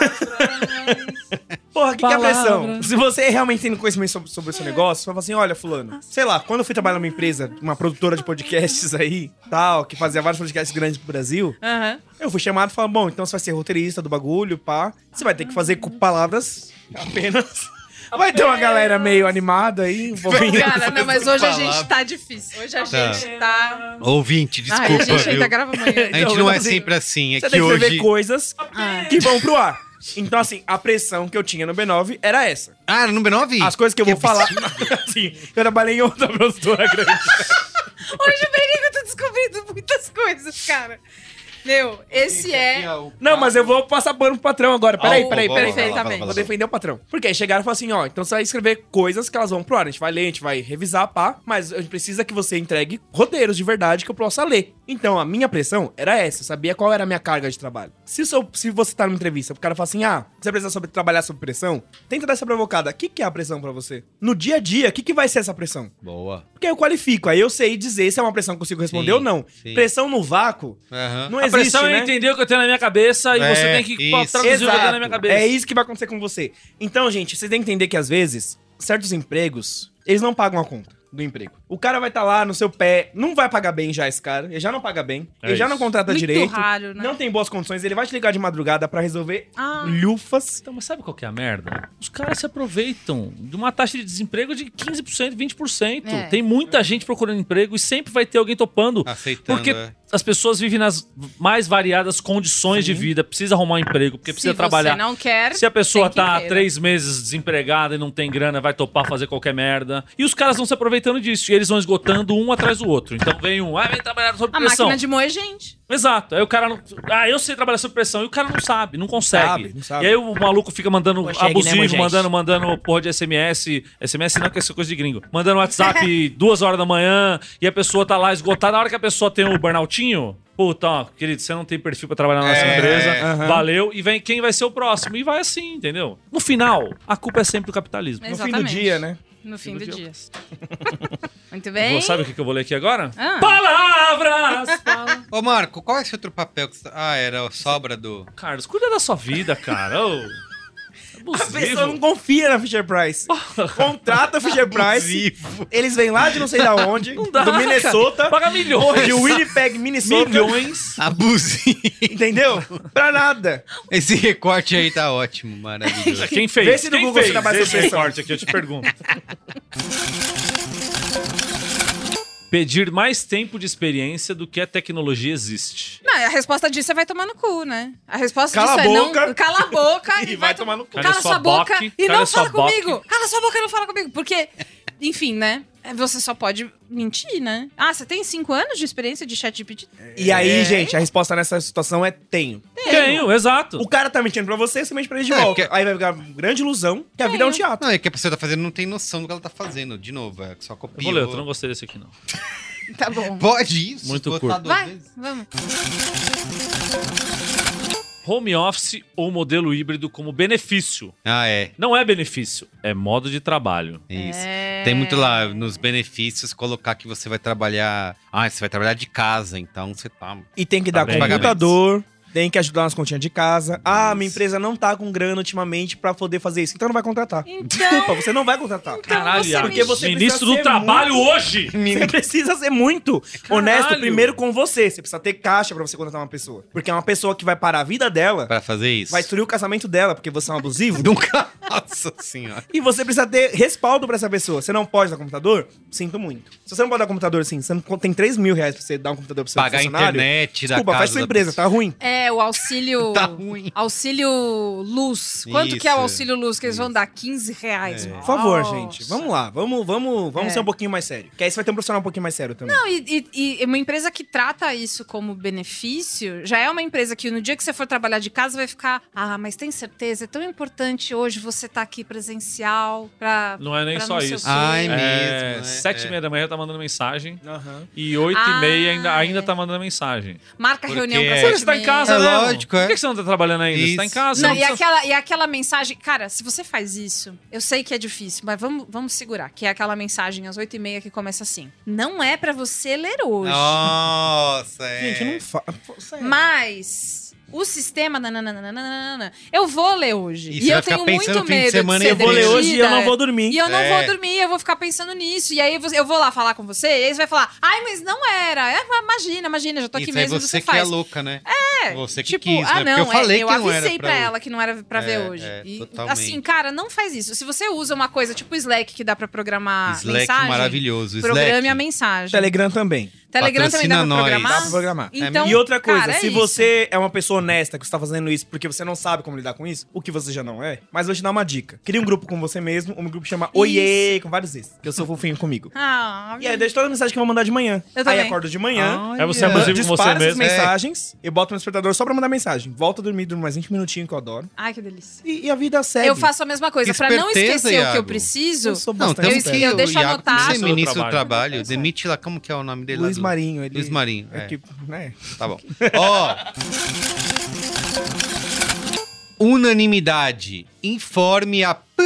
porra, o que, que é pressão? Palavras. Se você realmente tem conhecimento sobre, É. sobre o seu negócio, você fala assim: olha, Fulano, sei lá, quando eu fui trabalhar numa empresa, uma produtora de podcasts aí, tal, que fazia vários podcasts grandes pro Brasil, Aham. Eu fui chamado e falaram, bom, então você vai ser roteirista do bagulho, pá. Você vai ter que fazer com palavras apenas. Vai ter uma galera meio animada aí, um pouquinho. Cara, não, mas hoje a gente assim, Palavra. tá difícil. Hoje a Tá. gente tá. Ouvinte, desculpa. Ai, a gente viu? ainda grava amanhã. A gente Não, não é assim, sempre assim, é Você que tem que escrever hoje. coisas Ah. que vão pro ar. Então, assim, a pressão que eu tinha no B9 era essa. Ah, era número 9? As coisas que eu vou falar. assim, eu trabalhei em outra produtora grande. Hoje, Berico, eu tô descobrindo muitas coisas, cara. Meu, esse é. Não, mas eu vou passar pano pro patrão agora. Ah, Ah, Peraí, peraí, boa, peraí. boa, perfeitamente. Vou defender o patrão. Porque aí chegaram e falaram assim, ó, então você vai escrever coisas que elas vão pro ar. A gente vai ler, a gente vai revisar, pá. Mas a gente precisa que você entregue roteiros de verdade que eu possa ler. Então, a minha pressão era essa. Eu sabia qual era a minha carga de trabalho. Se, o seu- se você tá numa entrevista, o cara fala assim, ah, você precisa sobre, trabalhar sob pressão? Tenta dar essa provocada. O que, que é a pressão pra você? No dia a dia, o que, que vai ser essa pressão? Boa. Porque eu qualifico. Aí eu sei dizer se é uma pressão que eu consigo responder Sim, ou não. sim. Pressão no vácuo... Aham. Não A existe, pressão né? é entender o que eu tenho na minha cabeça e É, você tem que isso. traduzir o que eu tenho na minha cabeça. É isso que vai acontecer com você. Então, gente, vocês têm que entender que às vezes, certos empregos, eles não pagam a conta do emprego. O cara vai estar lá no seu pé, não vai pagar bem já esse cara, ele já não paga bem, É ele já isso. não contrata Muito direito, raro, né? não tem boas condições, ele vai te ligar de madrugada pra resolver Ah. lufas. Então, mas sabe qual que é a merda? Os caras se aproveitam de uma taxa de desemprego de 15%, 20%. É. Tem muita gente procurando emprego e sempre vai ter alguém topando. Aceitando. Porque é. as pessoas vivem nas mais variadas condições de vida, precisa arrumar um emprego, porque precisa Se trabalhar. Você não quer. Se a pessoa tem que né? tá há querer. três meses desempregada e não tem grana, vai topar fazer qualquer merda. E os caras vão se aproveitando disso. E eles vão esgotando um atrás do outro. Então vem um, ah, vem trabalhar sob A pressão. máquina de moer gente. Exato. Aí o cara não. Ah, eu sei trabalhar sob pressão. E o cara não sabe, não consegue. Sabe, não sabe. E aí o maluco fica mandando Consegue, né, abusivo, Moisés? mandando, mandando porra de SMS. SMS não, que é coisa de gringo. Mandando WhatsApp duas horas da manhã e a pessoa tá lá esgotada. Na hora que a pessoa tem o burnoutinho. Puta, ó, querido, você não tem perfil pra trabalhar na nossa É, empresa. aham. Valeu. E vem quem vai ser o próximo. E vai assim, entendeu? No final, a culpa é sempre do capitalismo. No fim do Exatamente. dia, né? No fim do Fim do dia. Muito bem. Vou- Sabe o que que eu vou ler aqui agora? é, Ah. Palavras! Ô, Marco, qual é esse outro papel que você... Ah, era a sobra do... Carlos, cuida da sua vida, cara. Ô, A pessoa não abusivo. confia na Fisher Price. Contrata a Fisher Price. Eles vêm lá de não sei da onde, Não dá, do Minnesota, cara. Paga milhões. de Winnipeg, Minnesota. milhões. Abusivo. Entendeu? Pra nada. Esse recorte aí tá ótimo, maravilhoso. Quem fez? Vê se no Quem Google você fez dá mais esse atenção. recorte aqui, eu te pergunto. Pedir mais tempo de experiência do que a tecnologia existe. Não, a resposta disso é vai tomar no cu, né? A resposta Cala disso a é boca. não. Cala a boca E e, vai vai tomar no cu. Cala Cala sua sua boca boca, e cala não sua fala boca. comigo. Cala sua boca e não fala comigo. Porque, enfim, né? Você só pode mentir, né? Ah, você tem cinco anos de experiência de chat GPT? E aí, gente, a resposta nessa situação é tenho. Tenho, exato. O cara tá mentindo pra você, você mente pra ele de É, volta. porque- Aí vai ficar uma grande ilusão que a vida é um teatro. Não, é que a pessoa tá fazendo não tem noção do que ela tá fazendo. De novo, é só copia. Eu vou ler, eu não gostei desse aqui, não. Tá bom. Pode isso? Muito botar curto. duas Vai, vezes? vamos. Home office ou modelo híbrido como benefício. Ah, é. Não é benefício, é modo de trabalho. é Isso. É. Tem muito lá nos benefícios colocar que você vai trabalhar. Ah, você vai trabalhar de casa, então você tá. E tem que dar Tá com o bem. computador, tem que ajudar nas continhas de casa. Ah, minha empresa não tá com grana ultimamente pra poder fazer isso, então não vai contratar. Então, Desculpa, Então você não vai contratar. Caralho, você Iago, porque você ministro precisa do ser trabalho hoje! Você precisa ser muito honesto Caralho. primeiro com você. Você precisa ter caixa pra você contratar uma pessoa. Porque é uma pessoa que vai parar a vida dela, Pra fazer isso. vai destruir o casamento dela, porque você é um abusivo. Nunca. Nossa senhora. E você precisa ter respaldo pra essa pessoa. Você não pode dar computador? Sinto muito. Se você não pode dar computador, sim, você não tem 3 mil reais pra você dar um computador pro seu Pagar a funcionário. internet, tirar Desculpa, a faz casa sua da empresa, pessoa. tá ruim. é o auxílio. Tá ruim. Auxílio luz. Quanto que é o Isso. auxílio luz que eles vão dar? 15 reais. É. Nossa. Por favor, gente. Vamos lá, vamos, vamos, vamos É. ser um pouquinho mais sério. Que aí você vai ter um profissional um pouquinho mais sério também. Não, e, e- e uma empresa que trata isso como benefício já é uma empresa que no dia que você for trabalhar de casa vai ficar, ah, mas tem certeza, é tão importante hoje você estar aqui presencial pra. Não é nem pra só sei o isso. quê." Ai, meu É, mesmo, né? é, sete e é. meia da manhã tá mandando mensagem. Aham. E oito e Ah, meia ainda, ainda é. tá mandando mensagem. Marca Porque reunião pra é- sete Você está e em meia. casa, É né? lógico, é. Por que que você não tá trabalhando ainda? Você tá em Isso. casa. Não, você e, aquela, e aquela mensagem, cara, se você faz isso, eu sei que é difícil, mas vamos, vamos segurar, que é aquela mensagem às oito e meia que começa assim. Não é pra você ler hoje. Nossa, é. Gente, não fala. Mas o sistema. nananana, eu vou ler hoje. E E, você vai eu ficar tenho pensando muito no fim de medo. semana de e ser Eu vou ler hoje e eu demitida. não vou dormir. E eu não É. vou dormir, eu vou ficar pensando nisso. E aí você- eu vou lá falar com você, e aí você vai falar, ai, mas não era. É, mas imagina, imagina, já tô aqui Isso aí mesmo, você que é faz. louca, né? É, Você que tipo, quis, ah, né? Porque não, eu falei é, que não era avisei pra pra, eu- ela que não era pra ver É, hoje. é, E, totalmente. assim, cara, não faz isso. Se você usa uma coisa tipo Slack que dá pra programar Slack mensagem, maravilhoso. programe Slack. a mensagem. Telegram também. Telegram também dá Patrocina pra nós. Dá programar? pra programar. Então, e outra coisa, cara, é se isso. você é uma pessoa honesta que está fazendo isso porque você não sabe como lidar com isso, o que você já não é, mas vou te dar uma dica. Cria um grupo com você mesmo, um grupo que chama Oiê, com vários ex, que eu sou fofinho comigo. Ah, E aí, deixa toda a mensagem que eu vou mandar de manhã. Eu aí também. acordo de Ah. manhã, É você é Olha. abusivo com você disparo essas mesmo. É. mensagens, eu boto no despertador só pra mandar mensagem. Volto a dormir, durmo mais 20 minutinhos que eu adoro. Ai, que delícia. E, e a vida segue. Eu faço a mesma coisa. Que Pra não esperteza, esquecer o que eu Iago. preciso, Eu sou Não, um bastante temos Eu- que esperto. eu deixo Iago anotado. precisa ser Ministro do é ministro do Trabalho. trabalho. Demite lá, como que é o nome dele? lá Luiz do- Marinho, ele... Luiz Marinho, É é. que, né? Tá bom. Ó. Unanimidade. Informe a p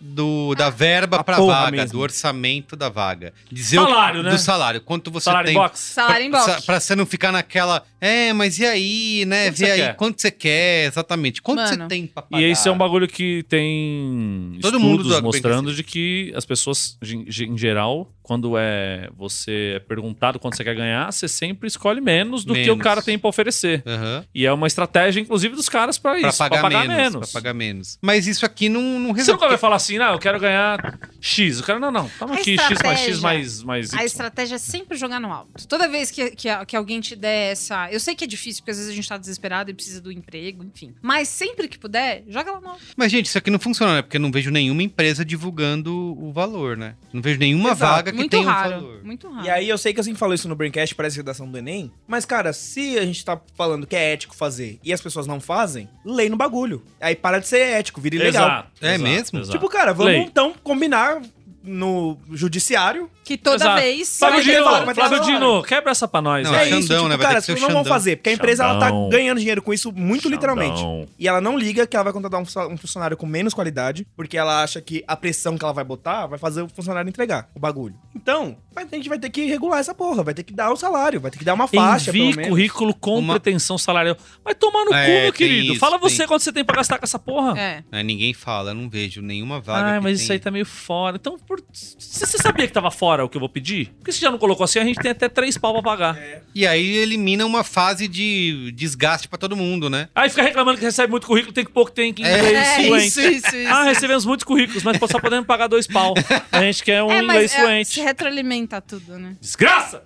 do, da verba A pra porra vaga, mesmo. do orçamento da vaga. Dizer Salário, o, né? Do salário. Quanto você Salário tem. em box. salário em pra, box. sa- pra você não ficar naquela. É, mas e aí, né? Quanto Vê você aí quer?" quanto você quer, É, exatamente. Quanto você Mano. tem pra pagar? E esse é um bagulho que tem Todo mundo estudos do- mostrando de que as pessoas, em em geral, quando é você é perguntado quanto você quer ganhar, você sempre escolhe menos do que o Menos. cara tem pra oferecer. Aham. E é uma estratégia, inclusive, dos caras pra Pra isso. pagar, pra pagar menos, menos. Pra pagar menos. Mas isso aqui não, não Você resolve. nunca vai falar assim, assim, não, eu quero ganhar X. O cara, não, não, toma A aqui, X mais X estratégia. mais, mais A tipo- Y. estratégia é sempre jogar no alto. Toda vez que, que, a- que alguém te der essa. Eu sei que é difícil, porque às vezes a gente tá desesperado e precisa do emprego, enfim. Mas sempre que puder, joga lá no alto. Mas, gente, isso aqui não funciona, né? Porque eu não vejo nenhuma empresa divulgando o valor, né? Não vejo nenhuma Exato. É vaga que Muito tenha um raro. valor. muito raro. E aí eu sei que eu sempre falo isso no Braincast, parece é redação do Enem, mas cara, se a gente tá falando que é ético fazer e as pessoas não fazem, lei no bagulho. Aí para de ser ético, vira ilegal. Exato, É exato, mesmo? exato. Tipo, cara, vamos Lei. então combinar no judiciário. que toda Exato. vez. um Flávio Mas vai ele Dino, fala, mas Flávio fala, Dino, quebra essa pra nós. Não, aí. é Xandão, né? Vai ter tipo, cara, que as ser o pessoas não vão Xandão. fazer, porque a empresa ela tá Xandão. ganhando dinheiro com isso muito literalmente. Xandão. E ela não liga que ela vai contratar um funcio- um funcionário com menos qualidade, porque ela acha que a pressão que ela vai botar vai fazer o funcionário entregar o bagulho. Então, vai- a gente vai ter que regular essa porra, vai ter que dar o salário, vai ter que dar uma faixa, pelo Envie menos. currículo com Uma- pretensão salarial. Vai tomar no É, cu, meu tem querido. isso, Fala você tem. quanto você tem pra gastar com essa porra. É. Né? Ninguém fala, eu não vejo nenhuma vaga. Ah, que mas isso tenha. aí tá meio fora. Então, por... se você sabia que tava fora o que eu vou pedir, por que você já não colocou assim? A gente tem até três pau pra pagar. E aí elimina uma fase de desgaste pra todo mundo, né? Aí fica reclamando que recebe muito currículo, tem que pouco, tem que inglês, É, fluente. isso, isso, isso. Ah, recebemos muitos currículos, mas só podemos pagar dois pau. A gente quer um é, inglês mas é, fluente. se retroalimenta tudo, né? Desgraça!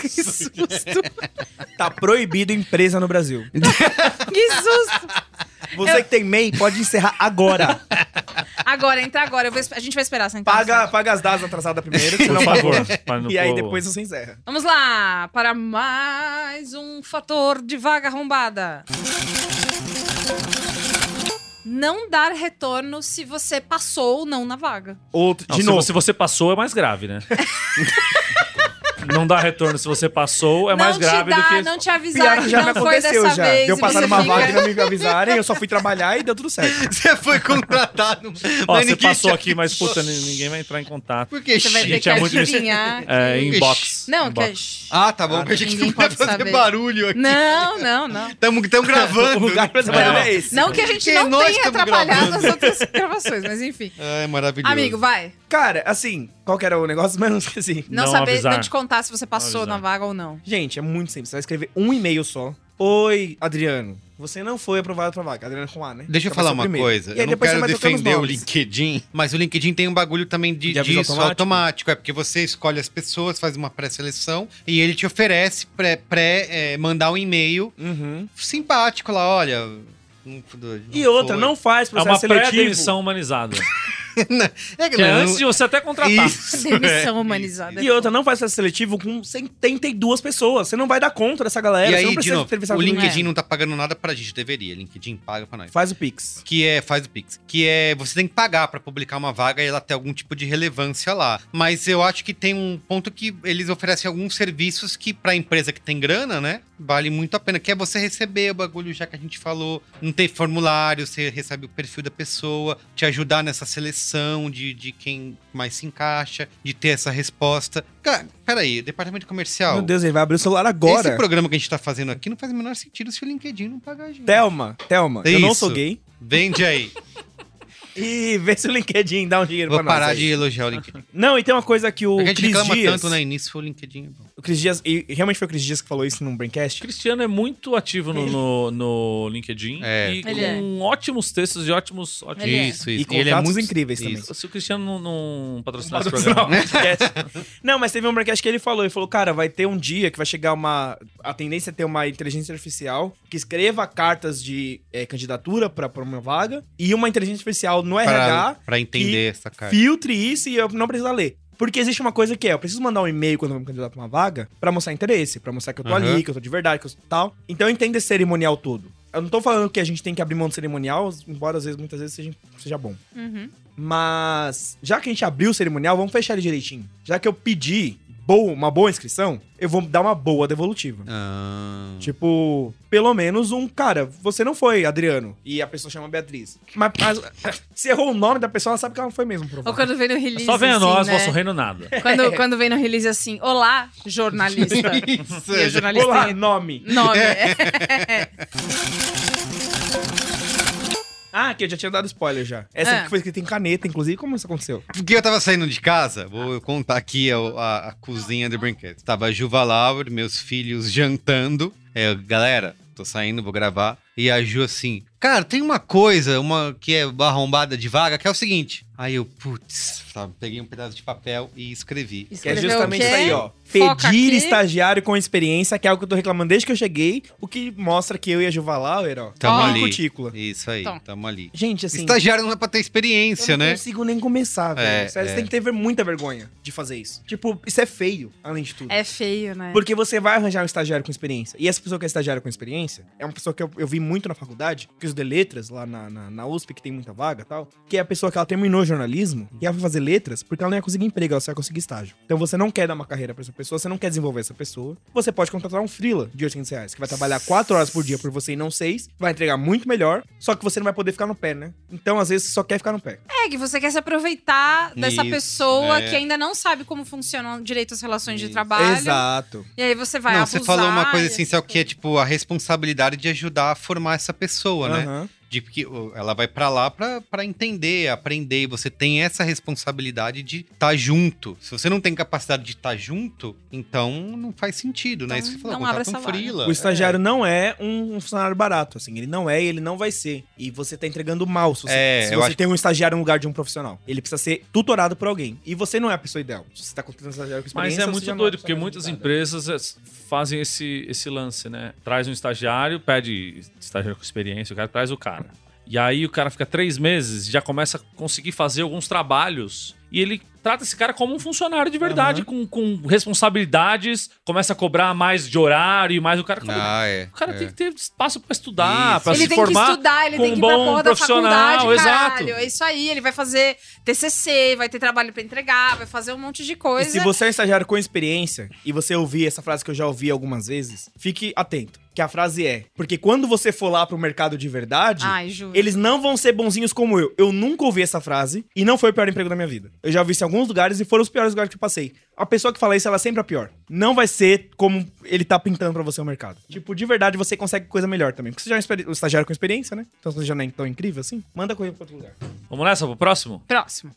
Que susto! Tá proibido empresa no Brasil. que susto! Você que tem MEI, pode encerrar agora. Agora, entra agora. Eu vou esp- a gente vai esperar sentar. assim. Paga, paga as datas atrasadas primeiro, que você não Por pagou. favor. pra não E aí pôr- depois você encerra. Vamos lá para mais um fator de vaga arrombada. Não dar retorno se você passou ou não na vaga. Outro, Não, de se, novo. se você passou, é mais grave, né? não dá retorno se você passou, é não mais te grave dá, do que. não te avisar Pior que, que já me não foi aconteceu dessa já. vez. Deu e passar você numa fica- vaga e não me avisarem, eu só fui trabalhar e deu tudo certo. Você foi contratado. Ó, mas você ninguém passou te aqui, mas avisou. puta, ni- ninguém vai entrar em contato. Por que Você vai ter Gente, que é muito difícil. adivinhar. É, Ixi. inbox. Não, que é... inbox. Ah, tá bom. Ah, porque a gente ninguém não vai pode fazer saber. barulho aqui. Não, não, não. Estamos gravando. O lugar pra trabalhar Não. é esse. Não que a gente Porque não nós tenha estamos atrapalhado gravando. as outras gravações, mas enfim. É maravilhoso. Amigo, vai. Cara, assim, qual que era o negócio? Mas eu não esqueci. Não, Não saber, avisar. não te contar se você passou avisar. na vaga ou não. Gente, é muito simples. Você vai escrever um e-mail só. Oi, Adriano. Você não foi aprovado pra vaga. Adriano com A, né? Deixa eu Então falar vai ser o uma primeiro. coisa. E aí Eu não depois quero você vai trocando os defender o nomes. LinkedIn, mas o LinkedIn tem um bagulho também de, De aviso disso automático. automático? É porque você escolhe as pessoas, faz uma pré-seleção e ele te oferece pré, pré, é, mandar um e-mail Uhum. simpático lá, olha. um, não- não E outra, foi. não faz É processo uma seletivo. pré-demissão humanizada. É que Que é não- antes de você até contratar. Isso, Demissão é. humanizada. E outra, não faz processo seletivo com 72 pessoas. Você não vai dar conta dessa galera. E É, você não aí, de precisa novo, entrevistar o todo mundo. LinkedIn não tá pagando nada pra gente. Deveria. LinkedIn paga pra nós. Faz o Pix. que é faz o Pix, que é você tem que pagar pra publicar uma vaga e ela ter algum tipo de relevância lá. Mas eu acho que tem um ponto que eles oferecem alguns serviços que pra empresa que tem grana, né, vale muito a pena, que é você receber o bagulho já que a gente falou, não tem formulário, você recebe o perfil da pessoa, te ajudar nessa seleção de, de quem mais se encaixa, de ter essa resposta. Cara, peraí, departamento comercial. Meu Deus, ele vai abrir o celular agora. Esse programa que a gente tá fazendo aqui não faz o menor sentido se o LinkedIn não pagar a gente. Thelma, Thelma, É eu não isso. sou gay. Vende aí. E vê se o LinkedIn dá um dinheiro Vou pra nós. parar aí. de elogiar o LinkedIn. Não, e tem uma coisa que o Porque É a gente Cris reclama Dias... tanto, né? Início foi o LinkedIn. é bom. O Cris Dias... E realmente foi o Cris Dias que falou isso num Braincast? Cristiano é muito ativo no, no, no LinkedIn É. e Ele com ótimos textos e ótimos. ótimos... Ele é. Isso, E isso. contratos incríveis também. Se o Cristiano não, não patrocinar esse Patrocinar programa. o podcast. Não, mas teve um broadcast que ele falou. Ele falou, cara, vai ter um dia que vai chegar uma... A tendência é ter uma inteligência artificial que escreva cartas de eh, candidatura pra, pra uma vaga e uma inteligência artificial no Pra, RH pra entender essa cara. filtre isso e eu não preciso ler. Porque existe uma coisa que é, eu preciso mandar um e-mail quando eu me candidato a uma vaga pra mostrar interesse, pra mostrar que eu tô Aham. ali, que eu tô de verdade, que eu sou tal. Então eu entendo esse cerimonial todo. Eu não tô falando que a gente tem que abrir mão do cerimonial, embora às vezes, muitas vezes seja, seja bom. Uhum. Mas já que a gente abriu o cerimonial, vamos fechar ele direitinho. Já que eu pedi boa, uma boa inscrição, eu vou dar uma boa devolutiva. Ah, Tipo, pelo menos um cara, você não foi, Adriano. E a pessoa chama Beatriz. Mas, mas, se errou o nome da pessoa, ela sabe que ela não foi mesmo, Ou provavelmente. quando vem no release. Só venha assim, nós, né? vosso reino nada. Quando, quando vem no release assim, olá, jornalista. Isso, e o já- jornalista Olá, tem nome. nome. Ah, que eu já tinha dado spoiler já. Essa Ah. que foi que tem caneta, inclusive. Como isso aconteceu? Porque eu tava saindo de casa, vou contar aqui a, a- a cozinha do brinquedo. Tava a Juva Lauer, meus filhos jantando. É, eu, galera, tô saindo, vou gravar. E a Ju assim, cara, tem uma coisa, uma que é arrombada de vaga, que é o seguinte. Aí eu, putz, sabe, peguei um pedaço de papel e escrevi. Que é Escreveu justamente o quê? isso aí, ó. Foca Pedir aqui. estagiário com experiência, que é algo que eu tô reclamando desde que eu cheguei, o que mostra que eu e a Juva Lauer, ó, Tamo uma ali. cutícula. Isso aí, Então. tamo ali. Gente, assim, Estagiário não é pra ter experiência, eu não né? consigo nem começar, velho. É, Sério, é. você tem que ter ver- muita vergonha de fazer isso. Tipo, isso é feio, além de tudo. É feio, né? Porque você vai arranjar um estagiário com experiência. E essa pessoa que é estagiário com experiência é uma pessoa que eu, eu vi muito na faculdade, que os de letras, lá na, na, na USP, que tem muita vaga e tal, que é a pessoa que ela terminou jornalismo e ela foi fazer letras porque ela não ia conseguir emprego, ela só ia conseguir estágio. Então você não quer dar uma carreira pra essa pessoa, você não quer desenvolver essa pessoa. Você pode contratar um freela de 800 reais, que vai trabalhar 4 horas por dia por você e não 6, vai entregar muito melhor, só que você não vai poder ficar no pé, né? Então às vezes você só quer ficar no pé. É que você quer se aproveitar dessa Isso, pessoa é. que ainda não sabe como funcionam direito as relações de trabalho. Exato. E aí você vai não, abusar. você falou uma coisa e essencial que é, tipo, a responsabilidade de ajudar a formar essa pessoa, né? Aham. De que ô, ela vai pra lá pra pra entender, aprender. E você tem essa responsabilidade de estar junto. Se você não tem capacidade de estar junto, então não faz sentido, né? Então, Isso que você falou, não abra contrata um essa vaga. freela. O estagiário não é um um funcionário barato, assim. Ele não é e ele não vai ser. E você tá entregando mal se você, É, se eu você acho- tem um estagiário no lugar de um profissional. Ele precisa ser tutorado por alguém. E você não é a pessoa ideal. Se você tá contratando um estagiário com Mas experiência... é você muito já não doido, a porque pessoa muitas resultada. empresas es- fazem esse, esse lance, né? Traz um estagiário, pede estagiário com experiência, o cara traz o cara. E aí o cara fica três meses, já começa a conseguir fazer alguns trabalhos. E ele trata esse cara como um funcionário de verdade, com, com responsabilidades, começa a cobrar mais de horário e mais o cara. Ah, é. O cara é. tem que ter espaço pra estudar, Isso. pra ele se tem formar. que estudar, ele com tem um que ir pra bom porra da faculdade, profissional, caralho. exato. É isso aí, ele vai fazer TCC, vai ter trabalho pra entregar, vai fazer um monte de E coisa. se você é um estagiário com experiência e você ouvir essa frase que eu já ouvi algumas vezes, fique atento. Que a frase é: Porque quando você for lá pro mercado de verdade, Ai, juro. Eles não vão ser bonzinhos como eu. Eu nunca ouvi essa frase e não foi o pior emprego da minha vida. Eu já ouvi isso em alguns lugares e foram os piores lugares que eu passei. A pessoa que fala isso, ela é sempre a pior. Não vai ser como ele tá pintando pra você o mercado. Tipo, de verdade, você consegue coisa melhor também. Porque você já é um experi- um estagiário com experiência, né? Então você já não é tão incrível assim. Manda correr pra outro lugar. Vamos nessa pro próximo? Próximo.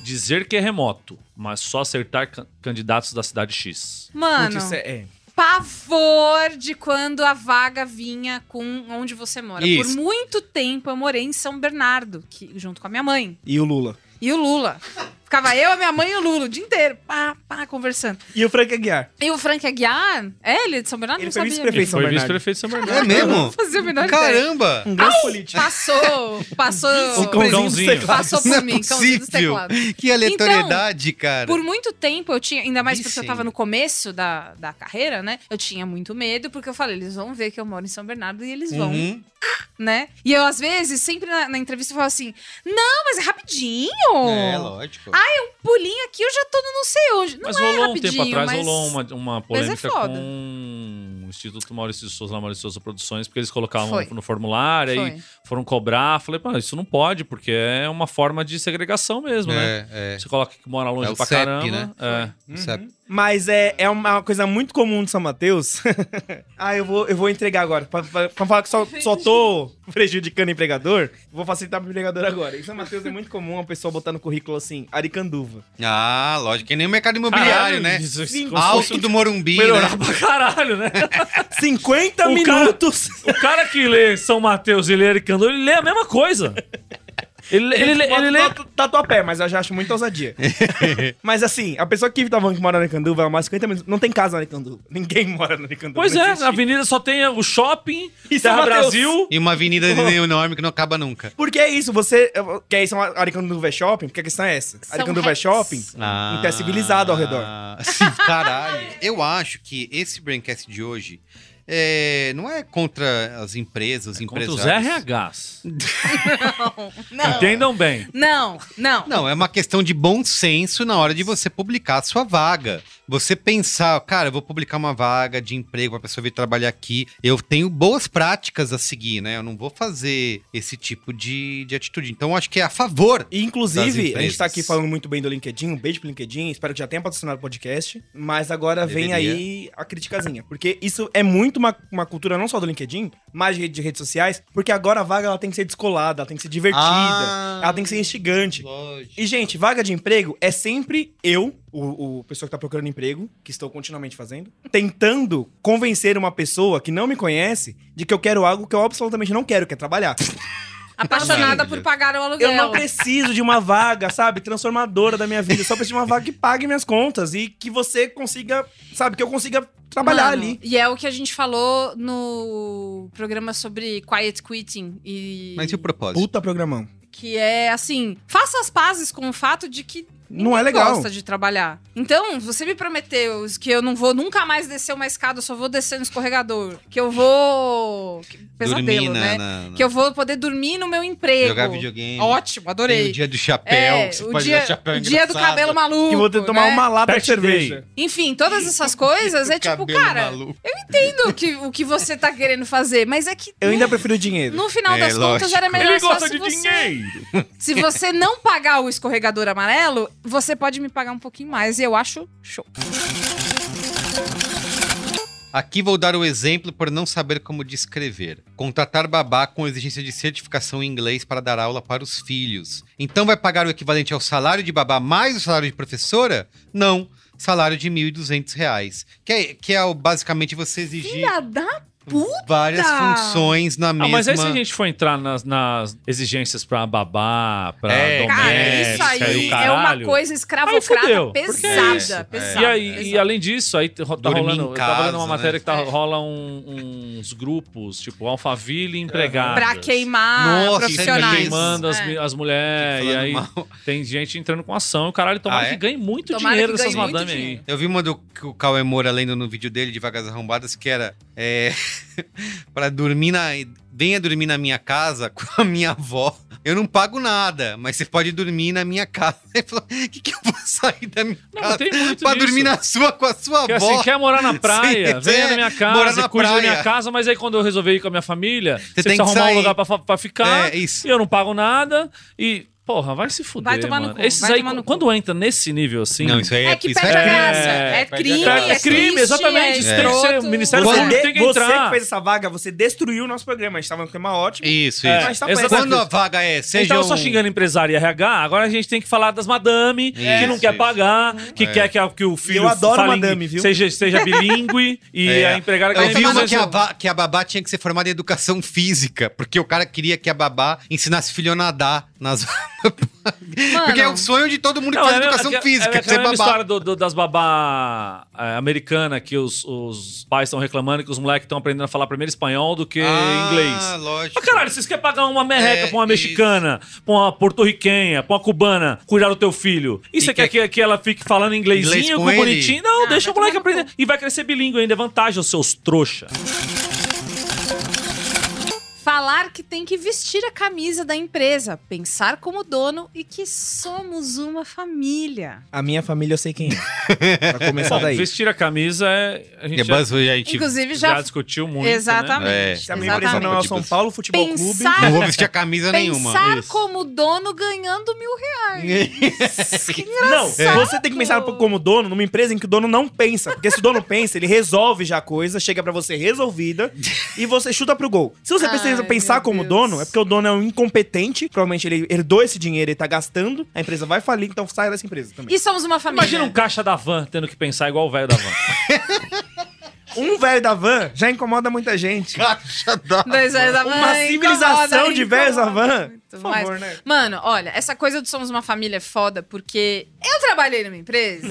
Dizer que é remoto, mas só acertar can- candidatos da cidade X. Mano, Putz, isso é- é. pavor de quando a vaga vinha com onde você mora. Isso. Por muito tempo eu morei em São Bernardo, que, junto com a minha mãe. E o Lula. E o Lula. Ficava eu, a minha mãe e o Lula o dia inteiro. Pá, pá, conversando. E o Frank Aguiar. E o Frank Aguiar, é ele de São Bernardo? Ele não foi sabia. vice-prefeito. Prefeito Ele São foi Bernardo. vice-prefeito de São Bernardo. É mesmo? Fazia a menor ideia. Caramba! Um grande político. Passou, passou, O cãozinho. passou por Não é mim, cãozinho dos possível. teclados. Que aleatoriedade, cara. Por muito tempo eu tinha, ainda mais porque eu Vixe. tava no começo da, da carreira, né? Eu tinha muito medo, porque eu falei, eles vão ver que eu moro em São Bernardo e eles vão, Uhum. né? E eu, às vezes, sempre na, na entrevista eu falo assim: não, mas é rapidinho. É, lógico. Pulinho aqui, eu já tô no não sei onde. Não mas é rolou um rapidinho, tempo atrás, mas... rolou uma, uma mas é polêmica foda. com o Instituto Maurício de Souza, lá Maurício de Souza Produções, porque eles colocavam Foi. no formulário, aí Foi. foram cobrar. Falei, mano, isso não pode, porque é uma forma de segregação mesmo, né? É, é. Você coloca que mora longe É o pra CEP, caramba. né? É. Sabe? Mas é, é uma coisa muito comum de São Mateus. ah, eu vou, eu vou entregar agora. Pra, pra- pra falar que só, só tô prejudicando o empregador, vou facilitar pro empregador agora. Em São Mateus é muito comum a pessoa botar no currículo assim, aricanduva. Ah, lógico. Que nem o mercado Caralho, imobiliário, né? isso- isso- Sim. como se fosse Alto do Morumbi, né? Melhorar pra caralho, né? 50 O cara- minutos! O cara que lê São Mateus e lê Ericandor, ele lê a mesma coisa. Ele, lê- ele, lê- ele é lê. Tá- Tá tua pé, mas eu já acho muita ousadia. mas assim, a pessoa que tá falando que mora na Aricanduva é mais 50 minutos. Não tem casa na Aricanduva. Ninguém mora na Aricanduva. Pois não é, existe. na avenida só tem o shopping, E São Terra Mateus. Brasil. E uma avenida enorme que não acaba nunca. Porque é isso, você. Que é isso, Aricanduva é shopping? Porque a questão é essa. São Aricanduva é hacks. shopping? Ah, Então é civilizado ao redor. Sim, caralho. Eu acho que esse Braincast de hoje é, não é contra as empresas, os É Contra empresários. os RHs. Não, Entendam bem. não, não. Não, é uma questão de bom senso na hora de você publicar a sua vaga. Você pensar, cara, eu vou publicar uma vaga de emprego pra pessoa vir trabalhar aqui. Eu tenho boas práticas a seguir, né? Eu não vou fazer esse tipo de, de atitude. Então, eu acho que é a favor. E, Das inclusive, a empresas. gente tá aqui falando muito bem do LinkedIn, um beijo pro LinkedIn, espero que já tenha patrocinado o podcast, mas agora vem Deveria. aí a criticazinha, porque isso é muito muito uma, uma cultura não só do LinkedIn, mas de, rede- de redes sociais, porque agora a vaga ela tem que ser descolada, ela tem que ser divertida, Ah. ela tem que ser instigante. Lógico. E, gente, vaga de emprego é sempre eu, o, o pessoa que tá procurando emprego, que estou continuamente fazendo, tentando convencer uma pessoa que não me conhece de que eu quero algo que eu absolutamente não quero, que é trabalhar. Apaixonada Maravilha. por pagar o aluguel. Eu não preciso de uma vaga, sabe, transformadora da minha vida. Eu só preciso de uma vaga que pague minhas contas e que você consiga, sabe, que eu consiga trabalhar Mano, ali. E é o que a gente falou no programa sobre quiet quitting é e Mas e o propósito? Puta programão. que é assim, faça as pazes com o fato de que Não é ninguém legal. gosta de trabalhar. Então, você me prometeu que eu não vou nunca mais descer uma escada, eu só vou descer no escorregador, que eu vou que- pesadelo, na- né? na- na- Que eu vou poder dormir no meu emprego. jogar videogame. Ótimo, Tem adorei. o dia do chapéu, É, que você o pode dia, dar chapéu o dia do engraçado. cabelo maluco. Que vou ter que tomar né? uma lata de Pet day. cerveja. Enfim, todas essas coisas é Do tipo, cabelo cara, maluco. entendo o que, o que você tá querendo fazer, mas é que Eu ainda prefiro dinheiro. no final É, das contas lógico. era melhor Ele só gosta se de você... dinheiro. Se você não pagar o escorregador amarelo, você pode me pagar um pouquinho mais e eu acho show. Aqui vou dar o exemplo por não saber como descrever. Contratar babá com exigência de certificação em inglês para dar aula para os filhos. Então vai pagar o equivalente ao salário de babá mais o salário de professora? Não. Salário de R$ 1.200. Que é, que é o- basicamente você exigir Filha da puta! várias funções na Ah, mesma... mas aí se a gente for entrar nas, nas exigências pra babá, pra É, doméstica Cara, isso e o aí é uma caralho... coisa Aí fudeu, escravocrata porque é pesada, isso, pesada. E, aí, pesada. e além disso, aí tá ro- tá Dormir rolando. em eu tava casa, lendo uma matéria né? que tá, É. rola um- uns grupos, tipo Alphaville e empregadas. Pra queimar Nossa, Fica isso. é profissionais. queimando as, É. mi- as Falando mulheres, e aí mal. tem gente entrando com ação. E o caralho, tomara Ah, é? que ganhe muito Tomara dinheiro que ganhe dessas muito madames aí. dinheiro. Eu vi uma do que o Cauê Moura lendo no vídeo dele de Vagas Arrombadas que era é, para dormir na venha dormir na minha casa com a minha avó. Eu não pago nada, mas você pode dormir na minha casa. Ele falou: "Que que eu vou sair da minha Não, casa tem muito pra disso. dormir na sua com a sua Porque avó?" assim, quer morar na praia, Sim, venha é, na minha morar casa, na cuida da minha praia. casa, mas aí quando eu resolver ir com a minha família, você, tem precisa que arrumar sair. um lugar pra, fa- pra ficar. É, isso. E eu não pago nada. E, porra, vai se fuder. Vai tomar no mano. cu, Esses vai aí, tomar no cu. quando entra nesse nível assim. Não, isso aí é, É que isso perde a graça. É crime, É, é crime, triste, exatamente. é Isso tem que ser, escroto. o Ministério Você- Público tem que você entrar. que fez essa vaga, você destruiu o nosso programa. A gente tava num tema ótimo. Isso, isso. É, mas tá exatamente. péssimo. Quando a vaga é, Ele seja tava um... só então, xingando empresário e RH, agora a gente tem que falar das madame que Isso, não quer isso. pagar, que É. quer que, a- que o filho eu adoro fale madame, ing- viu? Seja, seja bilíngue e É. a empregada Eu ganhe vi uma mais que um- a, ba- que a babá tinha que ser formada em educação física, porque o cara queria que a babá ensinasse filho a nadar nas. porque é o sonho de todo mundo que Não, faz é educação aquela- física, É ser aquela mesma babá. história do- do- das babá é, americana que os, os pais estão reclamando que os moleques estão aprendendo a falar primeiro espanhol do que Ah, inglês. lógico. Ah, caralho, vocês querem pagar uma merreca É, pra uma mexicana, pra uma porto-riquenha, pra uma cubana cuidar do teu filho? E, você quer quer- que, que ela fique falando é Inglês inglesinho, com com ele? bonitinho? Não, Ah, deixa o vai moleque tomar no aprender. E vai crescer bilíngue ainda, é vantagem, os seus trouxa. Falar que tem que vestir a camisa da empresa, pensar como dono e que somos uma família. A minha família eu sei quem é. Pra começar Bom, daí. vestir a camisa é... A gente É já, buzzword, a gente Inclusive já já. discutiu muito, né? Exatamente. É. Se a minha empresa não é o exatamente. São Paulo Futebol Clube. não Pensar, vou vestir a camisa nenhuma. pensar Isso. como dono ganhando mil reais. Que Não, engraçado. Você tem que pensar como dono numa empresa em que o dono não pensa. Porque se o dono pensa, ele resolve já a coisa, chega pra você resolvida e você chuta pro gol. Se você Ai, precisa pensar meu como Deus. dono, é porque o dono é um incompetente. Provavelmente ele herdou esse dinheiro e tá gastando. A empresa vai falir, então sai dessa empresa também. E somos uma família. Imagina um caixa da van tendo que pensar igual o velho da van. Um velho da van já incomoda muita gente. Caixa da... Dois velhos da van, Uma civilização incomoda, de velhos da incomoda. van. Muito Por mais. favor, né? Mano, olha, essa coisa de somos uma família é foda porque eu trabalhei numa empresa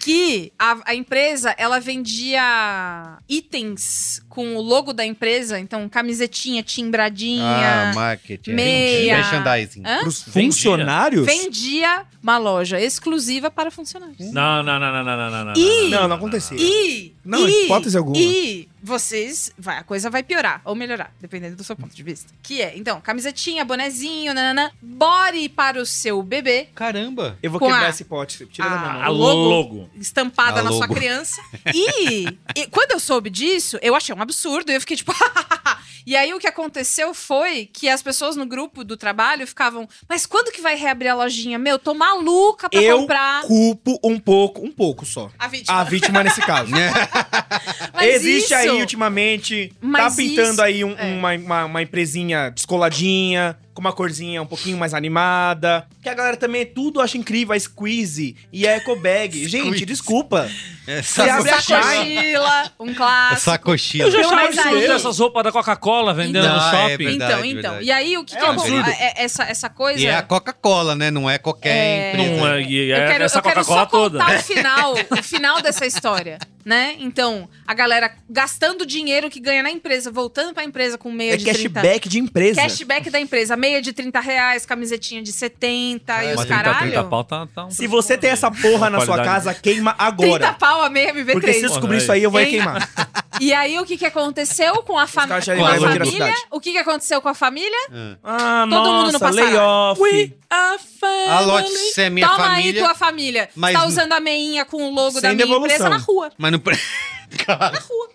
que a, a empresa ela vendia itens com o logo da empresa, então camisetinha timbradinha. Ah, marketing. Meia. Ah. Merchandising. Hã? Pros funcionários? vendia uma loja exclusiva para funcionários. Não, não, não, não, não, não, não, não. E- Não, não acontecia. E, Não, e, hipótese alguma. E vocês, vai, a coisa vai piorar ou melhorar, dependendo do seu ponto de vista. Que é, então, camisetinha, bonezinho, nananã, bore para o seu bebê, Caramba. Eu vou Com quebrar a- Ah. esse pote. Tira da minha a- mão. A Logo. logo. estampada Ah, na sua lobo. criança. E, e quando eu soube disso, eu achei um absurdo. Eu fiquei tipo. e aí o que aconteceu foi que as pessoas no grupo do trabalho ficavam. Mas quando que vai reabrir a lojinha? Meu, tô maluca pra Eu comprar. culpo um pouco, um pouco só. A vítima. A vítima nesse caso. Mas né? Existe isso- aí tipo ultimamente, Mas tá pintando isso- aí um- é. uma, uma, uma empresinha descoladinha, com uma corzinha um pouquinho mais animada. Que a galera também é tudo acha incrível, a squeeze e a eco bag. Gente, Squeeze. desculpa. É, Se abre a chave. Sacochila, um É clássico. Essa coxinha. Eu já Então, achava mas aí- um absurdo essas roupas da Coca-Cola vendendo Então, no Ah, é shopping. verdade. então, então. verdade. E aí, o que, É que um acon- absurdo. é- é- essa, essa coisa. E é a Coca-Cola, né? Não é qualquer É. empresa. Não é, e Eu é quero, essa eu quero Coca-Cola só contar toda. o final, o final dessa história, né? Então, a galera gastando dinheiro que ganha na empresa, voltando pra empresa com meia É de 30... cashback de empresa. Cashback da empresa, meia de 30 reais, camisetinha de 70 e os Ah, Mas 30, caralho. 30 pau tá, tá um Se você tem essa porra na sua Qualidade. casa, queima 30 é agora. pau a meia MV3. Porque se eu descobrir isso aí, eu vou Hein? queimar. E aí, o que, que aconteceu com a, fam... caras já com a levaram aqui na família? cidade. O que, que aconteceu com a família? Ah, Todo nossa, mundo no passará. layoff. a family. A Lotte, você é minha Toma família. aí tua família. Mas- tá usando a meinha com o logo Sem da minha devolução. empresa na rua. Mas não. pre- Cara, Na rua.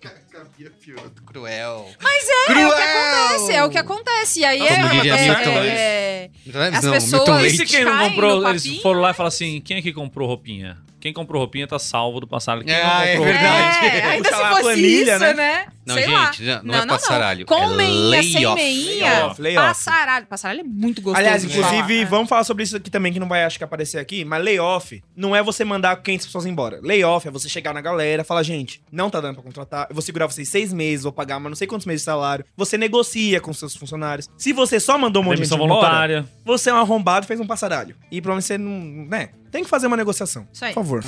cruel. Mas é, é o que Cruel! acontece. É o que acontece. E aí Como é, diria é- Milton é- Leite. é- Não, As Então, não, pessoas- Milton E Leite. se quem não Cai no comprou, eles papinho, foram lá e falaram assim: quem é que comprou roupinha? Quem comprou roupinha tá salvo do passado. Quem não Ah, é comprou verdade. É, ainda Puxa se lá a fosse planilha, isso, né? né? Não, Sei lá. gente, não- não é passaralho, Com é meinha, sem layoff. meinha. Layoff, layoff. Passaralho. Passaralho é muito gostoso. Aliás, de inclusive, falar. vamos falar sobre isso aqui também, que não vai acho que aparecer aqui, mas layoff não é você mandar 500 pessoas embora. Layoff é você chegar na galera, falar, gente, não tá dando pra contratar, eu vou segurar vocês seis meses, vou pagar mas não sei quantos meses de salário. Você negocia com seus funcionários. Se você só mandou um monte de gente Demissão embora, voluntária. você é um arrombado e fez um passaralho. E provavelmente você não, né, tem que fazer uma negociação. Isso aí. Por favor.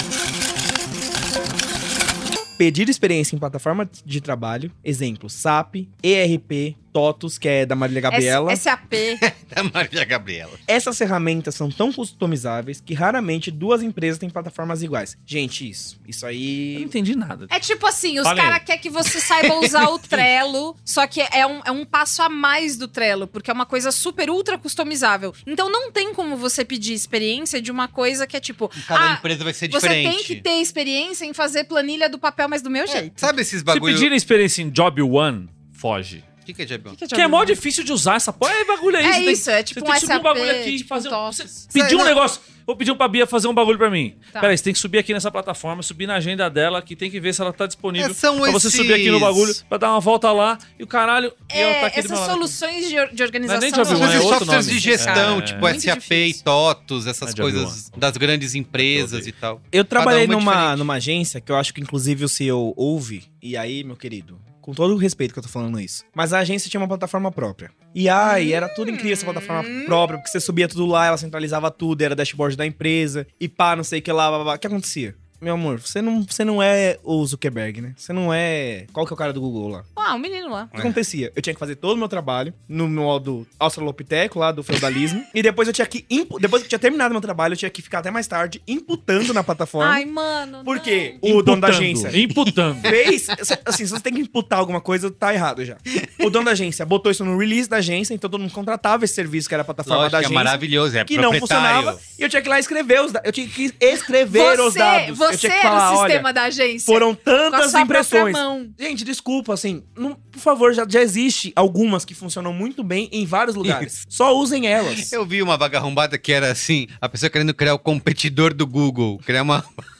Pedir experiência em plataforma de trabalho, exemplo, SAP, ERP, TOTUS, que é da Marília Gabriela. S- SAP. Da é Maria Gabriela. Essas ferramentas são tão customizáveis que raramente duas empresas têm plataformas iguais. Gente, isso. Isso Eu não aí. entendi nada. É tipo assim, os Falei. caras querem que você saiba usar o Trello, só que é um, é um passo a mais do Trello, porque é uma coisa super ultra customizável. Então não tem como você pedir experiência de uma coisa que é tipo, Cada Ah, empresa vai É ser você diferente. tem que ter experiência em fazer planilha do papel, mas do É, meu jeito. Sabe esses Se bagulho... pedirem experiência em Job One, foge. O que, que é Jabão? Que que Que é Jobim? mó difícil de usar essa porra. É bagulho aí. É você tem- isso, é tipo você um tem que subir SAP, um bagulho aqui, tipo fazer um um, TOTUS. você pedir um Não. negócio. Vou pedir pra Bia fazer um bagulho pra mim. Tá. Peraí, você tem que subir aqui nessa plataforma, subir na agenda dela, que tem que ver se ela tá disponível. É, são pra você esses- subir aqui no bagulho, pra dar uma volta lá. E o caralho... e ela É, tá aqui do essas meu lado. soluções de, or- de organização. nem Jobim, Às Jabão, vezes é outro softwares nome. de gestão, É, tipo é. Muito SAP, difícil. TOTUS, essas É Jabão. coisas das grandes empresas e tal. Eu trabalhei uma é numa, diferente. numa agência que eu acho que inclusive o CEO ouve. E aí, meu querido, com todo o respeito que eu tô falando isso. Mas a agência tinha uma plataforma própria. E ai, era tudo incrível essa plataforma Hum. própria, porque você subia tudo lá, ela centralizava tudo, era dashboard da empresa, e pá, não sei o que lá, blá, blá, blá. O que acontecia? Meu amor, você não, você não é o Zuckerberg, né? Você não é. Qual que é o cara do Google lá? Ah, um menino lá. O que acontecia? Eu tinha que fazer todo o meu trabalho no modo australopiteco lá do feudalismo. e depois eu tinha que. impu- Depois que eu tinha terminado meu trabalho, eu tinha que ficar até mais tarde imputando na plataforma. Ai, mano. não. porque o dono da Imputando, é agência Imputando. fez. Assim, se você tem que imputar alguma coisa, tá errado já. O dono da agência botou isso no release da agência, então todo mundo contratava esse serviço que era a plataforma Lógico da que é agência. maravilhoso, é que não proprietário. funcionava. E eu tinha que ir lá escrever os dados. Eu tinha que escrever os Você, dados. eu você tinha que era falar, o olha, sistema da agência. foram com a tantas sua impressões. própria mão. Gente, desculpa, assim, não- por favor, já, já existe algumas que funcionam muito bem em vários lugares. Só usem elas. Eu vi uma vaga arrombada que era assim, a pessoa querendo criar o competidor do Google, criar uma...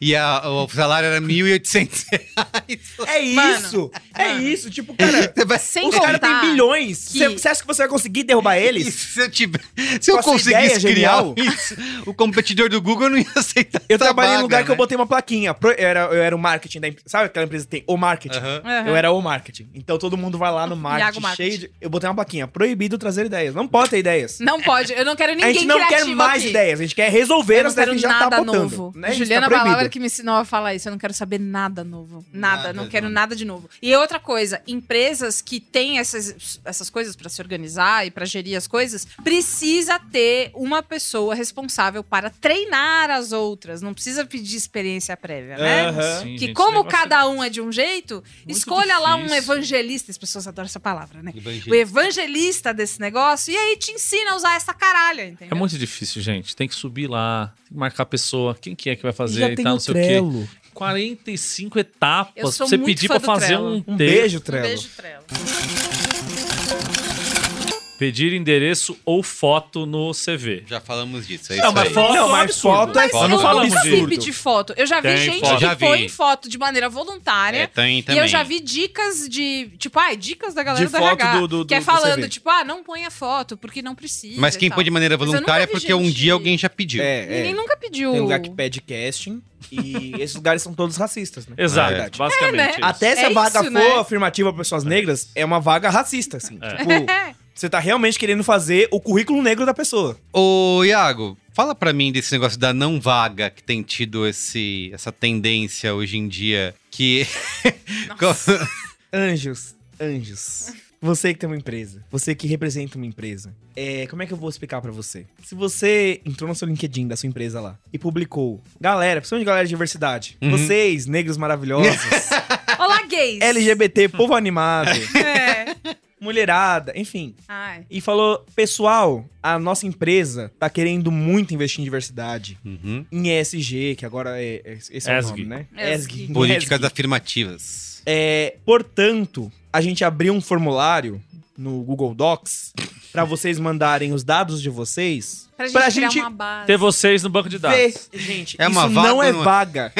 e a- o salário era 1.800 reais. É Mano, isso! é mano. isso! Tipo, cara, Você vai- Sem os contar caras têm bilhões. que- Você você acha que você vai conseguir derrubar E eles? Se eu, tiver, se eu Com essa conseguisse ideia criar um genial. isso, o competidor do Google eu não ia aceitar. Eu essa trabalhei em vaga, lugar que eu né? botei uma plaquinha. Pro- Eu era, eu era o marketing da empresa. Sabe aquela empresa que tem o marketing? Aham. Aham. Eu era o marketing. Então todo mundo vai lá no marketing, marketing. cheio de. Eu botei uma plaquinha. Proibido trazer ideias. Não pode ter ideias. Não pode, eu não quero ninguém a gente não quer criativo mais aqui. ideias. A gente quer resolver Eu não as ideias quero que já nada tá botando. novo. né? Isso tá Juliana proibido. Palavra que me ensinou a falar isso. Eu não quero saber nada novo. Nada, Nada, não quero não. nada de novo. E outra coisa, empresas que têm essas, essas coisas pra se organizar e pra gerir as coisas, precisa ter uma pessoa responsável para treinar as outras. Não precisa pedir experiência prévia, né? Aham. Sim, Que gente, como esse negócio cada um é de um jeito, muito escolha lá um difícil. evangelista. As pessoas adoram essa palavra, né? Evangelista. O evangelista desse negócio, e aí te ensina a usar essa caralha, É entendeu? muito difícil, gente. Tem que subir lá, tem que marcar a pessoa, quem que é que vai fazer Já e tem tal, o não sei o quê. Trello. 45 Eu etapas pra sou você muito pedir fã pra do fazer Trello. um, Um texto. beijo, Um Trello. beijo, Trello. Pedir endereço ou foto no CV. Já falamos disso. É Não, isso mas aí. foto é um mas absurdo. foto é- Foto Nós não é um falamos nunca vi disso. pedir foto. Eu já vi Tem gente foto. que Já vi. põe foto de maneira voluntária. É, tem né? E também. eu já vi dicas de, tipo, ah, dicas da galera De do foto RH, do- do- que é do falando, CV. tipo, ah, não ponha foto, porque não precisa Mas e quem tal. põe de maneira Mas eu nunca voluntária é vi porque gente- um dia alguém já pediu. É, Ninguém é. nunca pediu. Tem lugar que pede casting e esses lugares são todos racistas, né? Exato, Na verdade. basicamente. É, né? isso. Até se É a vaga isso, for né? afirmativa para pessoas negras, é uma vaga racista, assim. É. Tipo, você tá realmente querendo fazer o currículo negro da pessoa. Ô, Iago, fala pra mim desse negócio da não vaga que tem tido esse, essa tendência hoje em dia que. Anjos, anjos. Você que tem uma empresa, você que representa uma empresa, é, como é que eu vou explicar pra você? Se você entrou no seu LinkedIn da sua empresa lá e publicou, galera, precisamos de galera de diversidade, Uhum. vocês, negros maravilhosos, Olá, gays. LGBT, povo animado, É. mulherada, enfim, Ai. e falou: pessoal, a nossa empresa tá querendo muito investir em diversidade, Uhum. em ESG, que agora é, é- esse é o ESG. nome, né? ESG. ESG. Políticas afirmativas. É, portanto, a gente abriu um formulário no Google Docs pra vocês mandarem os dados de vocês Pra gente pra criar gente uma base. Ter vocês no banco de dados. ver. Gente, É uma isso vaga não é ou não é? vaga.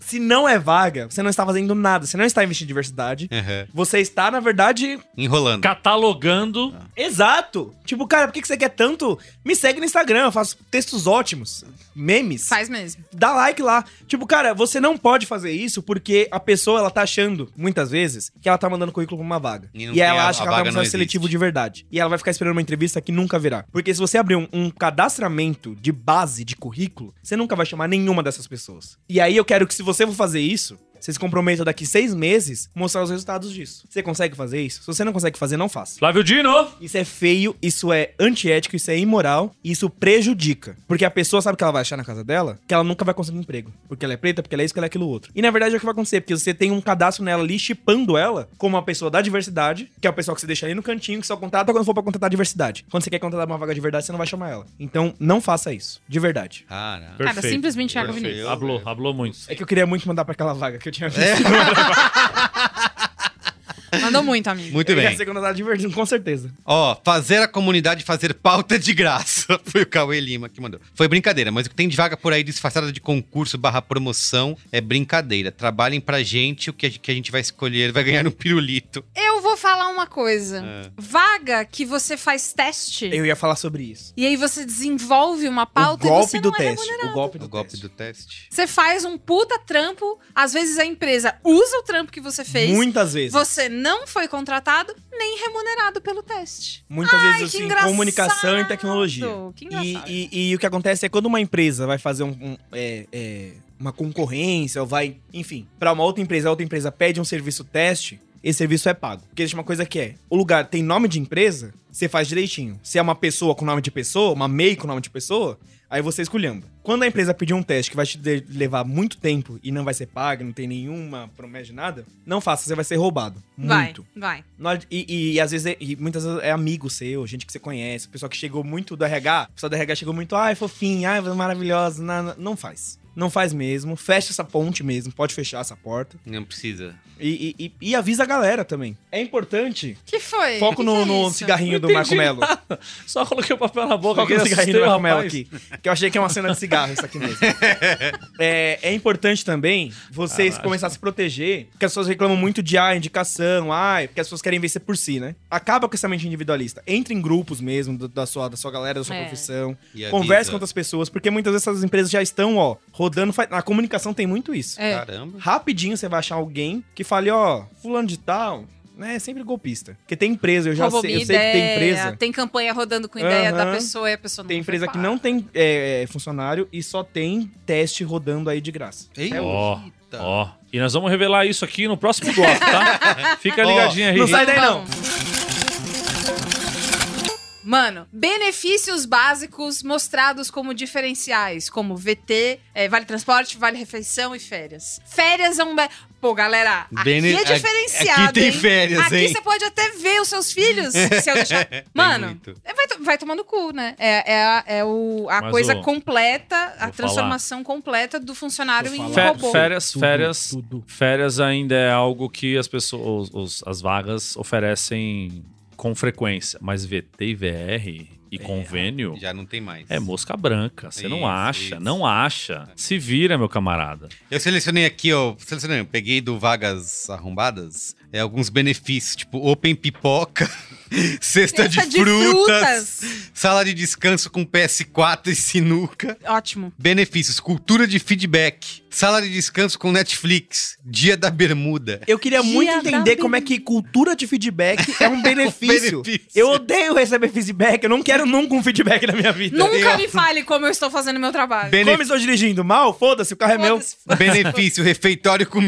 Se não é vaga, você não está fazendo nada, você não está investindo em diversidade. Uhum. Você está, na verdade, Enrolando. Catalogando. Exato! Tipo, cara, por que que você quer tanto? Me segue no Instagram, eu faço textos ótimos, memes. Faz mesmo. Dá like lá. Tipo, cara, você não pode fazer isso porque a pessoa, ela tá achando, muitas vezes, que ela tá mandando currículo pra uma vaga. E E, não aí tem ela a- acha a que ela tá vaga não precisando seletivo existe. de verdade. E ela vai ficar esperando uma entrevista que nunca virá. Porque se você abrir um, um cadastramento de base de currículo, você nunca vai chamar nenhuma dessas pessoas. E aí eu quero que se você for fazer isso... Você se comprometa daqui seis meses mostrar os resultados disso. Você consegue fazer isso? Se você não consegue fazer, não faça. Flávio Dino! Isso é feio, isso é antiético, isso é imoral e isso prejudica. Porque a pessoa sabe o que ela vai achar na casa dela, que ela nunca vai conseguir um emprego. Porque ela é preta, porque ela é isso, porque ela é aquilo outro. E na verdade é o que vai acontecer, porque você tem um cadastro nela ali, chipando ela como uma pessoa da diversidade, que é o pessoal que você deixa ali no cantinho, que só contrata quando for pra contratar a diversidade. Quando você quer contratar uma vaga de verdade, você não vai chamar ela. Então não faça isso, de verdade. Caramba. Perfeito. simplesmente Thiago Perfeito. Vinícius. Hablou, hablou muito. É que eu queria muito mandar pra aquela vaga que eu tinha visto. É, Mandou muito, amigo. Muito Eu ia bem. ser contratado de verdade, com certeza. Ó, fazer a comunidade fazer pauta de graça. Foi o Cauê Lima que mandou. Foi brincadeira, mas o que tem de vaga por aí disfarçada de concurso barra promoção é brincadeira. Trabalhem pra gente, o que a que a gente vai escolher vai ganhar um pirulito. É, Eu vou falar uma coisa. Vaga que você faz teste Eu ia falar sobre isso. e aí você desenvolve uma pauta o e golpe você do não é teste. o golpe do O golpe teste. do teste. Você faz um puta trampo, às vezes a empresa usa o trampo que você fez. Muitas vezes. Você não foi contratado nem remunerado pelo teste. Muitas que vezes, assim, engraçado. comunicação e tecnologia. Que E, engraçado. e- e o que acontece é quando uma empresa vai fazer um, um- é, é, uma concorrência, ou vai, enfim, pra uma outra empresa, a outra empresa pede um serviço teste, esse serviço é pago. Porque existe uma coisa que é: o lugar tem nome de empresa, você faz direitinho. Se é uma pessoa com nome de pessoa, uma MEI com nome de pessoa, aí você escolhendo. Quando a empresa pedir um teste que vai te de- levar muito tempo e não vai ser pago, não tem nenhuma promessa de nada, não faça, você vai ser roubado. Vai, Muito. vai. Não ad- E, e- e às vezes é, e muitas vezes é amigo seu, gente que você conhece, pessoa que chegou muito do RH, pessoa do RH chegou muito, ai, fofinha, ai, é maravilhosa. na- na-". Não, faz. Não faz mesmo. Fecha essa ponte mesmo, pode fechar essa porta. Não precisa. E, e- e- e avisa a galera também. É importante. Que foi? Foco Que no, que é no isso? cigarrinho do Entendi Marco Melo. nada. Só coloquei o papel na boca. Foco aqui, no um cigarrinho assustei do o Marco Melo rapaz. aqui. Que eu achei que é uma cena de cigarro isso aqui mesmo. É, é importante também vocês Caralho. começarem a se proteger, porque as pessoas reclamam muito de ah, indicação, ah, porque as pessoas querem vencer por si, né? Acaba com essa mente individualista. Entre em grupos mesmo, do- da, sua, da sua galera, da sua É. profissão. E avisa. Converse com outras pessoas, porque muitas vezes essas empresas já estão, ó, rodando. faz- A comunicação tem muito isso. É. Caramba. Rapidinho você vai achar alguém que fale, ó, fulano de tal, né? É sempre golpista. Porque tem empresa, eu já Roubou sei, minha eu sei que tem ideia, empresa. Tem campanha rodando com ideia da Aham. pessoa e a pessoa não Tem empresa foi que paga. não tem é, funcionário e só tem teste rodando aí de graça. Eita. Ó, ó. E nós vamos revelar isso aqui no próximo bloco, tá? Fica Ó, ligadinho aí. Não sai daí, não. Mano, benefícios básicos mostrados como diferenciais, como VT, eh, vale transporte, vale refeição e férias. Férias é um. be- Pô, galera, aqui Bene- é a- diferenciado. aqui tem hein? férias, Aqui hein? você pode até ver os seus filhos. se eu deixar... Mano, muito. é, vai, to- vai tomar no cu, né? É, é a, é o- a Mas, coisa ô, completa, a vou transformação completa do funcionário em Vou Fé- falar. robô. férias, Tudo, férias. tudo. Férias ainda é algo que as pessoas, os- os- as vagas oferecem com frequência. Mas VT e VR e convênio Já não tem mais. é mosca branca. Você não Isso, acha, isso. não acha. Se vira, meu camarada. Eu selecionei aqui, ó. Selecionei, eu peguei do Vagas Arrombadas é, alguns benefícios, tipo open pipoca, cesta, de, frutas, sala de descanso com PS4 e sinuca. Ótimo. Benefícios, cultura de feedback, sala de descanso com Netflix, dia da bermuda. Eu queria Dia muito da entender ben- como é que cultura de feedback é um benefício. Benefício. Eu odeio receber feedback, eu não quero nunca um feedback na minha vida. Nunca me fale como eu estou fazendo meu trabalho. Bene- Como estou dirigindo mal? Foda-se, o carro é meu. Foda-se. Benefício, refeitório com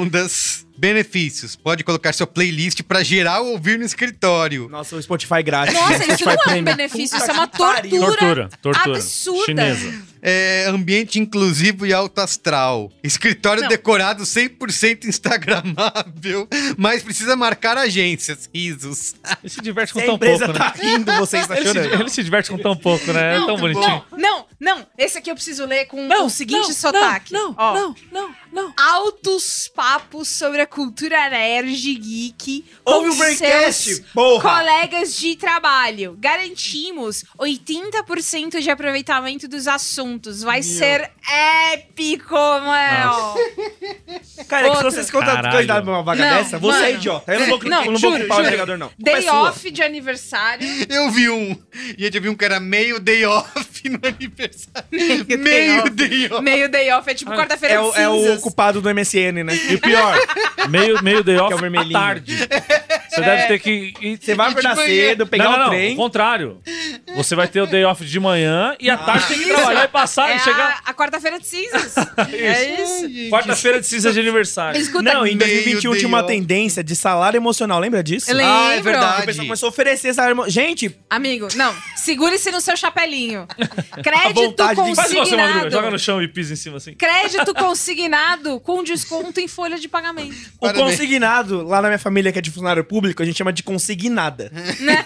micro-ondas. Benefícios, pode colocar sua playlist pra geral ouvir no escritório. Nossa, o Spotify grátis. Nossa, isso não Spotify é um Premium. benefício, isso é uma que pariu. tortura. Tortura, tortura. absurda. Chinesa. É, ambiente inclusivo e alto astral. Escritório Não. decorado 100% instagramável, mas precisa marcar agências. Risos. Ele se diverte Se com a tão pouco, empresa né? tá rindo, você está Ele se, chorando. ele se diverte com tão pouco, né? é tão bonitinho. não, não, não. Esse aqui eu preciso ler com o seguinte não, sotaque. Não, Ó, não, não, não. Altos papos sobre a cultura nerd geek Houve com um breakcast, seus porra! colegas de trabalho. Garantimos 80% de aproveitamento dos assuntos. Vai ser épico, mano. Cara, é que se Outro. vocês contam Caralho. coisas da uma vaga Não, dessa, você mano. é idiota. Eu não vou, clicar- Não, eu não vou juro, culpar o juro. entregador, não. Culpa é Day sua. off de aniversário. Eu vi um. E eu vi um que era meio day off no aniversário. Meio day meio off. day off. Meio day off é tipo quarta-feira É, de o- é o cinzas. ocupado do MSN, né? E o pior, Meio, meio day off Que é o à vermelhinho. tarde. Você É. deve ter que... ir- você vai acordar manhã. cedo, pegar não, não, o não, trem. o contrário. Você vai ter o day off de manhã e à tarde tem que Isso. trabalhar e passar É e chegar... a, a quarta-feira de cinzas. é isso. Quarta-feira de cinza de aniversário. Escuta, Não, em meio 2021 tinha uma day off. tendência de salário emocional, lembra disso? Eu lembro. Ah, é O verdade. pessoal começou a oferecer salário emocional. Gente, amigo, não. Segure-se no seu chapelinho. A Crédito vontade de- Faz igual você, Madruga. Joga no consignado. chão e pisa em cima assim. Crédito consignado com desconto em folha de pagamento. o Parabéns. consignado, lá na minha família que é de funcionário público, a gente chama de consignada. Hum. Né?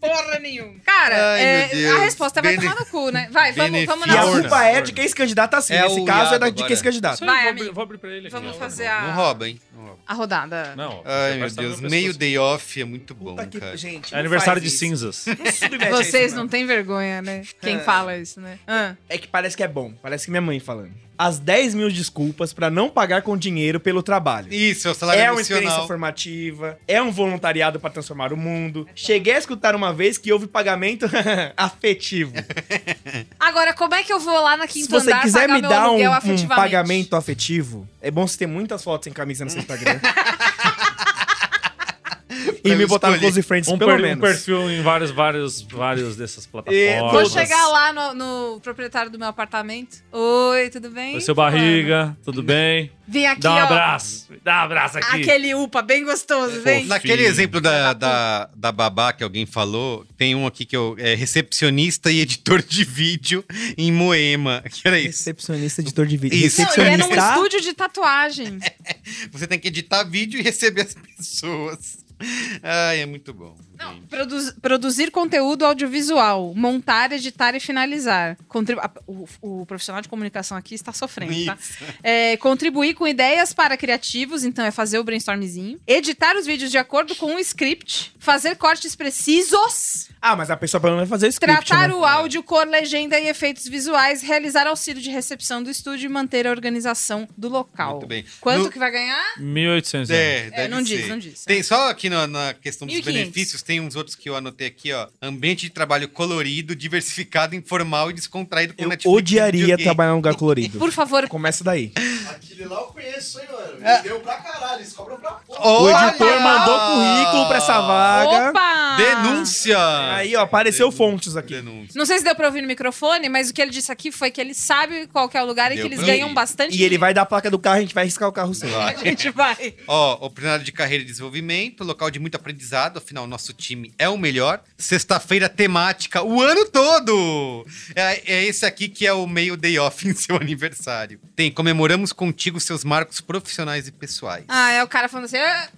Porra nenhuma. Cara, Ai, é, meu Deus. a resposta vai Bene- tomar no cu, né? Vai, vamos, vamos E a Orna, na. Beneficio. culpa é orna. de quem esse candidato assim. É Nesse o caso é Iago da, de agora. quem esse candidato. Isso aí, Vai, vou abrir- amigo. Vou abrir pra ele aqui. Vamos ó. fazer a, Não rouba, hein? Não rouba. a rodada. Não. Ai, meu parece que tá no Deus. pescoço. Meio day off é muito bom, Puta que- cara. gente, É não aniversário de faz isso. cinzas. Não submete a isso, É Vocês mano. não têm vergonha, né? Quem É. fala isso, né? Ah. É que parece que é bom. Parece que minha mãe falando. As 10 mil desculpas pra não pagar com dinheiro pelo trabalho. Isso, é o salário É uma experiência emocional. formativa, é um voluntariado pra transformar o mundo. Cheguei a escutar uma vez que houve pagamento afetivo. Agora, como é que eu vou lá na Se quinta você É, andar quiser pagar me meu dar um, aluguel um afetivamente? pagamento afetivo, é bom você ter muitas fotos sem camisa no seu Instagram. e eu me botar no escolher. Close Friends, Um, pelo per- um menos. perfil em vários, vários, vários dessas plataformas. Vou Todas. chegar lá no, no proprietário do meu apartamento. Oi, tudo bem? Oi, seu fulano? barriga, tudo bem? Vem aqui, Dá um ó. abraço. Dá um abraço aqui. Aquele UPA bem gostoso, vem. Naquele Sim. exemplo da, da, da babá que alguém falou, tem um aqui que eu, é recepcionista e editor de vídeo em Moema. Que era isso. Recepcionista, editor de vídeo. Isso. Não, e era um Recepcionista. estúdio de tatuagem. É. Você tem que editar vídeo e receber as pessoas. Ai, é muito bom. gente. Produz- produzir conteúdo audiovisual, montar, editar e finalizar. Contribu- a- o, o profissional de comunicação aqui está sofrendo, tá? Isso. É, contribuir com ideias para criativos, então é fazer o brainstormzinho. Editar os vídeos de acordo com um script. Fazer cortes precisos. Ah, mas a pessoa pelo menos vai fazer o script, tratar né? o áudio, cor, legenda e efeitos visuais. Realizar auxílio de recepção do estúdio e manter a organização do local. Muito bem. Quanto No- que vai ganhar? 1.800 euros. É, É, deve não diz, ser. não diz. Tem só aqui na, na questão dos 1.500. benefícios, tem uns outros que eu anotei aqui, ó. Ambiente de trabalho colorido, diversificado, informal e descontraído com Eu Netflix e odiaria videogame. trabalhar em um lugar colorido. É. Por favor, Começa daí. Aquele lá eu conheço, hein, mano. Vendeu pra caralho, eles cobram pra porra. O Olha! editor mandou currículo pra essa vaga. opa! Denúncia! Aí, ó, apareceu fontes aqui. Denúncia. Não sei se deu pra ouvir no microfone, mas o que ele disse aqui foi que ele sabe qual que é o lugar e Deu que eles pra ganham ouvir. bastante. E ele vai dar a placa do carro, a gente vai riscar o carro seu. Vai. A gente vai. Ó, oportunidade de carreira e desenvolvimento, local de muito aprendizado, afinal, nosso time é o melhor. Sexta-feira temática, o ano todo! É, é esse aqui que é o meio day off em seu aniversário. Tem, comemoramos contigo seus marcos profissionais e pessoais. Ah, é o cara falando assim. "Ah,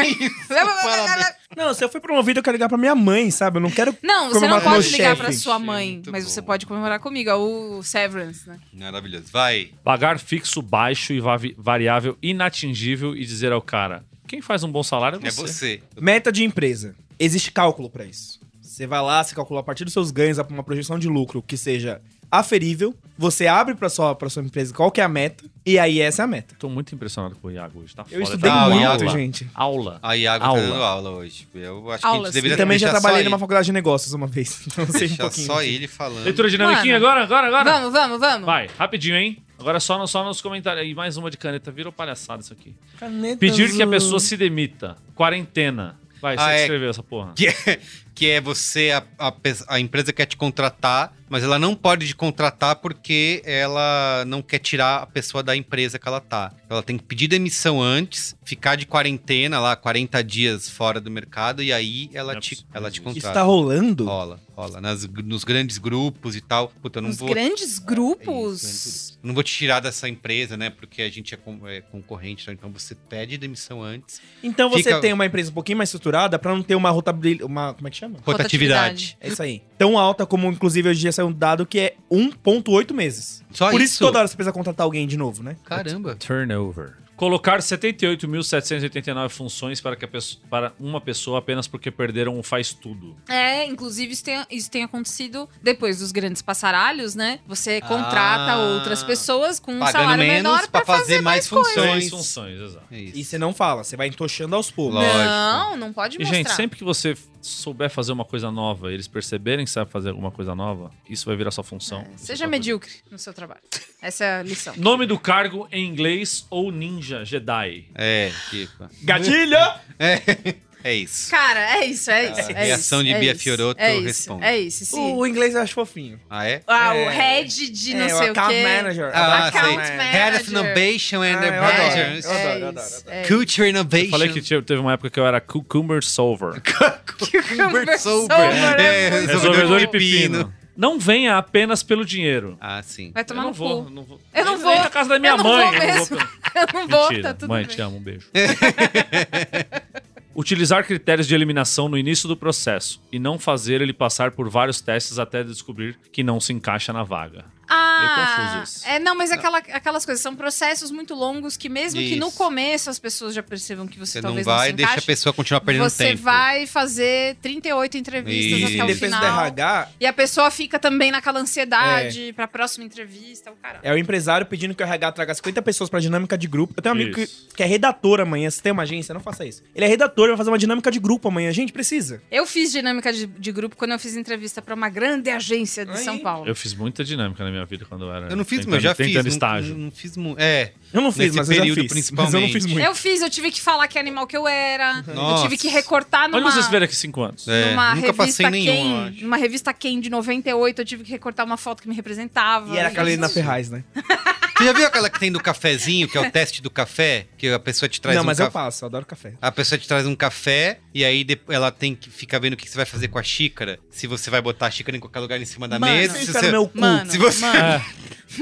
É isso, parabéns. Não, se eu for promovido, eu quero ligar pra minha mãe, sabe? Eu não quero. Não, você não Comemorar com pode o ligar chefe. pra sua mãe, Muito mas bom. você pode comemorar comigo. É o Severance, né? Maravilhoso. Vai. Pagar fixo, baixo e vavi- variável inatingível e dizer ao cara: quem faz um bom salário É você. Meta de empresa. existe cálculo pra isso. Você vai lá, você calcula a partir dos seus ganhos uma projeção de lucro que seja aferível, você abre pra sua, pra sua empresa qual que é a meta, e aí essa é a meta. Tô muito impressionado com o Iago hoje. Tá Eu foda, estudei tá Ah, o muito, Iago lá. gente. Aula. A Iago Aula. tá dando aula hoje. Eu acho que Aulas. a gente deveria E também já deixar só trabalhei numa ele- faculdade de negócios uma vez. Então eu sei um Deixar pouquinho. só ele falando. Leitura dinamiquinha agora, agora, agora. Vamos, vamos, vamos. Vai, rapidinho, hein? Agora só, no- só nos comentários. E mais uma de caneta. Virou palhaçada isso aqui. Canetas Pedir que a azul. pessoa se demita. Quarentena. Vai, você Ah, que é. escreveu essa porra. Que é, que é você, a, a pe- a empresa quer te contratar, mas ela não pode te contratar porque ela não quer tirar a pessoa da empresa que ela tá. Ela tem que pedir demissão antes, ficar de quarentena lá, 40 dias fora do mercado, e aí ela, Não é te, possível. ela te Isso contrata. tá rolando? Rola, rola. Nas- nos grandes grupos e tal. Puta, eu não Os vou. É grandes grupos. Isso, Não vou te tirar dessa empresa, né? Porque a gente é, con- é concorrente, né? então você pede demissão antes. Então você Fica- tem uma empresa um pouquinho mais estruturada pra não ter uma rotabilidade. Uma, como é que chama? Rotatividade. É isso aí. Tão alta como, inclusive, hoje já saiu um dado que é 1,8 meses. Só Por isso? isso? toda hora você precisa contratar alguém de novo, né? Caramba. Turnover. Colocar 78.789 funções para, que a pesso- para uma pessoa apenas porque perderam o faz tudo. É, inclusive isso tem, isso tem acontecido depois dos grandes passaralhos, né? Você contrata Ah. outras pessoas com um Pagando salário menos menor pra pra fazer, mais funções. Três é funções, exato. É E isso. você não fala, você vai entochando aos poucos. Lógico. Não, não pode E, mostrar. gente, sempre que você souber fazer uma coisa nova e eles perceberem que sabe fazer alguma coisa nova, isso vai virar sua função. Isso Seja é outra medíocre no seu trabalho. Essa é a lição. coisa. Nome do cargo em inglês ou ninja Jedi. É, tipo. Né? Gatilha! É isso. Cara, é isso, é isso. é reação isso, de é Bia isso, Fiorotto é isso, responde. É isso, sim. O inglês eu acho fofinho. Ah, é? Ah, é. o head de não é, sei o account quê. manager. Ah, Account sei. manager. manager. Head of Innovation and Ah, eu adoro, É, Managers. eu adoro, eu adoro, eu isso, adoro. é Culture Innovation. Eu falei que tinha- teve uma época que eu era Cucumber Solver. Cucumber Sober. É, Sober é É, muito Resolvedor de pepino. Não venha apenas pelo dinheiro. Ah, sim. Vai tomar eu não no vou, cu. não vou. Eu não Nem- vou. Nem na casa da minha Eu não vou mãe. eu não mesmo. vou pelo- Eu não vou, tá Mentira. tudo Mãe, bem. te amo, um beijo. Utilizar critérios de eliminação no início do processo e não fazer ele passar por vários testes até descobrir que não se encaixa na vaga. Meio Ah, confuso isso. é, não, mas aquela- aquelas coisas são processos muito longos que mesmo que no Isso. começo as pessoas já percebam que você, Você não talvez vai não se deixa a encaixe, pessoa continuar perdendo você tempo. vai fazer 38 entrevistas Isso. até o Em defesa do final. RH, E a pessoa fica também naquela ansiedade pra próxima entrevista, o caralho. é o empresário pedindo que o RH traga 50 pessoas pra dinâmica de grupo. Eu tenho um amigo que, Isso. que é redator amanhã. Se tem uma agência, não faça isso. Ele é redator, vai fazer uma dinâmica de grupo amanhã. Gente, precisa. Eu fiz dinâmica de, de grupo quando eu fiz entrevista pra uma grande agência de Aí. São Paulo. Eu fiz muita dinâmica na minha vida quando eu era. Eu não fiz, tentando- mas eu já fiz. tentando Não, estágio. não fiz muito. É. Eu não fiz, Nesse mas eu já período, fiz. Mas eu não fiz principalmente. muito. Eu fiz, eu tive que falar que animal que eu era. Eu Nossa. tive que recortar Olha numa, vocês verem aqui cinco anos. É, numa nunca passei revista em Ken. nenhum, eu acho. numa revista Ken de 98, eu tive que recortar uma foto que me representava. E era a Carolina Isso. Ferraz, né? Você já viu aquela que tem do cafezinho, que é o teste do café? Que a pessoa te traz não, um mas eu café. passo, eu adoro café. A pessoa te traz um café e aí de- ela tem que ficar vendo o que você vai fazer com a xícara. Se você vai botar a xícara em qualquer lugar em cima da Mano, mesa. Você Se enfiar você... no é meu cu. Mano, Se você- É. mano,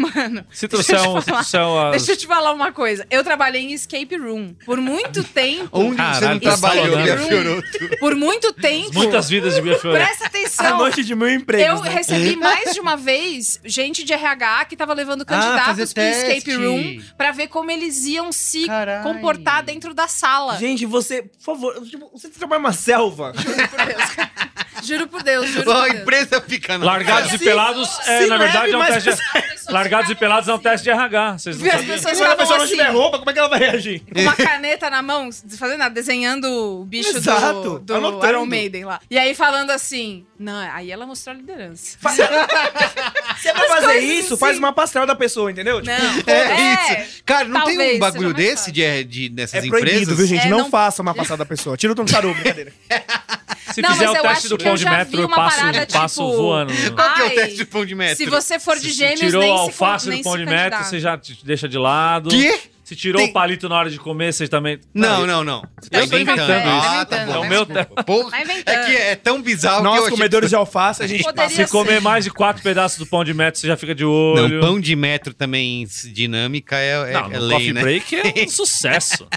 mano. Se trouxer Deixa eu um. Se falar. trouxer umas- Deixa eu te falar uma coisa. Eu trabalhei em escape room por muito tempo. Onde você não Caralho, trabalhou, tá Bia falando. Fiorotto? Por muito tempo. Muitas vidas de Bia Fiorelli. Presta A atenção. noite de meu emprego. Eu recebi mais de uma vez gente de RH que tava Ah, levando candidatos fazer pro teste. escape room pra ver como eles iam se Caralho. comportar dentro da sala. Gente, você, por favor, tipo, você trabalha numa selva. Juro por Deus. juro por Deus, juro Ó, por A Deus. empresa fica na. Largados e Se- pelados, é, se na verdade, leve, é um mas teste. você- De... Largados e pelados é um teste de RH. Vocês não assim. As sabiam. pessoas Se a pessoa ficavam não assim, tiver roupa, como é que ela vai reagir? com uma caneta na mão, fazendo nada, desenhando o bicho Exato, do, do anotando. Iron Maiden lá. E aí falando assim, não, aí ela mostrou a liderança. Fa- Você vai fazer coisas isso, assim. Né? faz uma pastel da pessoa, entendeu? Tipo, Não, É, isso. Cara, não tem Talvez um bagulho seja mais desse fácil. de, de, nessas é proibido, empresas? viu, gente? É, não, não- faça uma passada da pessoa. Tira o tom de tarô, brincadeira. Se Não, fizer mas o eu teste acho do que eu pão de já metro, vi eu uma passo, parada, passo tipo, voando. Qual que é o Ai, teste de pão de metro? Se você for de Se gêmeos, tirou nem o se con- alface nem do se pão de metro, candidata. você já te deixa de lado. Quê? Se tirou Tem- o palito na hora de comer, você também. Não, não, não. tá é inventando isso. Ah, tá Inventando, bom. É o meu desculpa. Porra, Tá inventando. é que é tão bizarro que eu Nós, achei comedores de alface, a gente Poderia Se ser. comer mais de quatro pedaços do pão de metro, você já fica de Não, olho. pão de metro também dinâmica é, é, Não, é no lei, coffee né? break é um sucesso.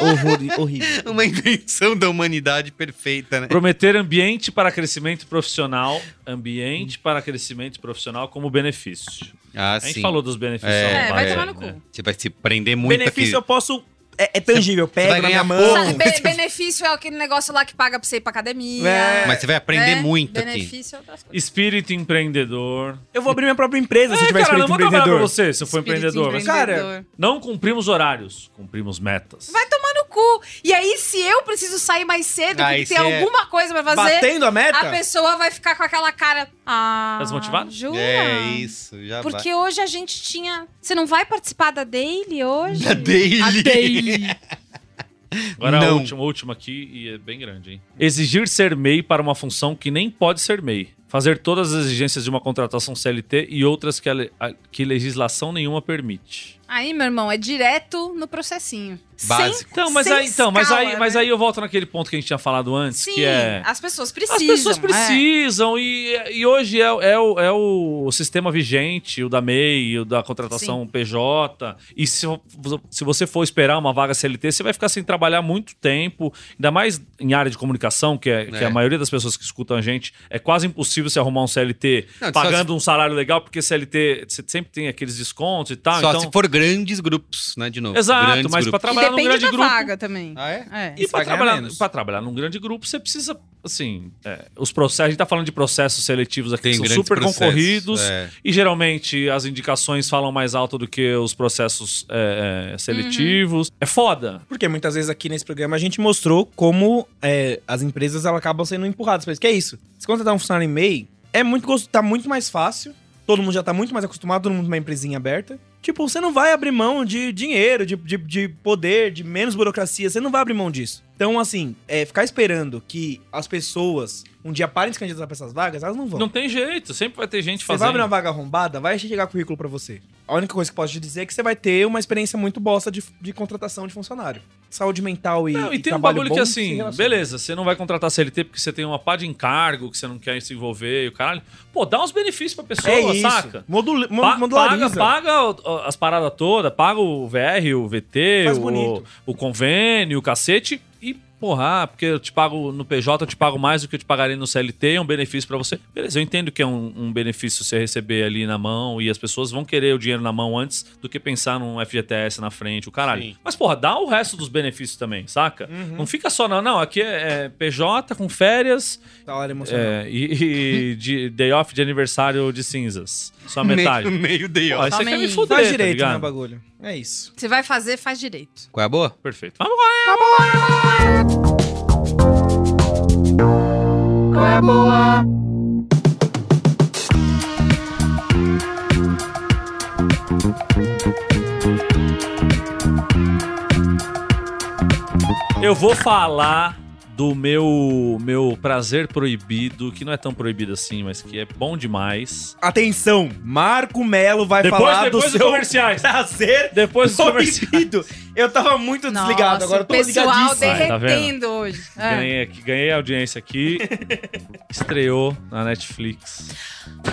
Horror, horrível. Uma invenção da humanidade perfeita, né? Prometer ambiente para crescimento profissional, ambiente para crescimento profissional como benefício. Ah, A gente falou dos benefícios. É, ao É, vai trabalho, tomar no né? cu. Você vai se prender muito Benefício eu aqui. posso é, é tangível. Pega vai na minha ganhar mão. Sabe, be- benefício é aquele negócio lá que paga pra você ir pra academia. É. Mas você vai aprender né? muito aqui. Benefício é outras coisas. Espírito empreendedor. Eu vou abrir minha própria empresa se É, eu tiver cara, eu espírito não vou trabalhar pra empreendedor. você se eu for Espírito empreendedor. Mas cara, empreendedor. não cumprimos horários, cumprimos metas. Vai tomar no cu. E aí, se eu preciso sair mais cedo, Aí porque tem você é- alguma coisa pra fazer, Batendo a meta? a pessoa vai ficar com aquela cara. Ah. Tá desmotivado? Jura? É isso, tá já vai. Porque hoje a gente tinha. Você não vai participar da Daily hoje? Da Daily. A Daily. Agora a Não. última, a última aqui, e é bem grande, hein? Exigir ser MEI para uma função que nem pode ser MEI. Fazer todas as exigências de uma contratação CLT e outras que, a le- a- que legislação nenhuma permite. Aí, meu irmão, é direto no processinho. Básico. Então, mas, sem aí, então, mas, escala, aí, mas né? aí eu volto naquele ponto que a gente tinha falado antes, Sim, que é... as pessoas precisam. As pessoas é. precisam e, e hoje é, é o, é o sistema vigente, o da MEI, o da contratação PJ. E se, se você for esperar uma vaga CLT, você vai ficar sem trabalhar muito tempo, ainda mais em área de comunicação, que, é, que É. a maioria das pessoas que escutam a gente, é quase impossível se arrumar um CLT Não, só pagando um salário legal, porque CLT você sempre tem aqueles descontos e tal. Só então... se for grandes grupos, né? De novo. Exato, grandes mas para grupos. E trabalhar num depende grande da grupo. vaga também. Ah, é? É. E Você vai pra ganhar trabalhar, menos. pra trabalhar num grande grupo, você precisa, assim, é, os processos, a gente tá falando de processos seletivos aqui Tem que grandes são super processos, concorridos é. e geralmente as indicações falam mais alto do que os processos é, é, seletivos. Uhum. É foda. Porque muitas vezes aqui nesse programa a gente mostrou como é, as empresas elas acabam sendo empurradas pra isso. Que é isso. Se contratar um funcionário em MEI, é muito gosto, tá muito mais fácil. Todo mundo já tá muito mais acostumado, todo mundo tem uma empresinha aberta. Tipo, você não vai abrir mão de dinheiro, de, de, de poder, de menos burocracia, você não vai abrir mão disso. Então, assim, é, ficar esperando que as pessoas um dia parem de se candidatar pra essas vagas, elas não vão. Não tem jeito, sempre vai ter gente Você vai fazendo. abrir uma vaga arrombada, vai chegar currículo pra você. A única coisa que eu posso te dizer é que você vai ter uma experiência muito bosta de, de contratação de funcionário. Saúde mental e, Não, e tem um trabalho bagulho bom que se assim, relaciona. beleza, você não vai contratar CLT porque você tem uma pá de encargo que você não quer se envolver e o caralho. Pô, dá uns benefícios pra pessoa, É isso. saca? Modula, mo- Pa- modulariza. paga, paga o- o- as paradas todas, paga o VR, o VT, Faz o, bonito. o convênio, o cacete e porra, ah, porque eu te pago no PJ, eu te pago mais do que eu te pagaria no CLT, é um benefício pra você. Beleza, eu entendo que é um, um benefício você receber ali na mão e as pessoas vão querer o dinheiro na mão antes do que pensar num FGTS na frente, o caralho. Sim. Mas porra, dá o resto dos benefícios também, saca? Não fica só não, não, aqui é, é PJ com férias Salário Tá, emocional. é, e, e de, day off de aniversário de cinzas. Só a metade. Meio, meio day Ó, off. isso aqui é Também. me fuder, Faz tá direito, ligado? né, bagulho? É isso. Você vai fazer, faz direito. Qual é a boa? Perfeito. Vamos lá. é Eu vou falar do meu meu prazer proibido, que não é tão proibido assim, mas que é bom demais. Atenção, Marco Melo vai Depois- falar depois do dos seu comerciais. prazer Depois dos comerciais. proibido. Eu tava muito desligado, Nossa, agora eu tô o pessoal ligadíssimo. Ai, tá vendo? derretendo hoje. É. Ganhei, aqui, ganhei a audiência aqui. Estreou na Netflix.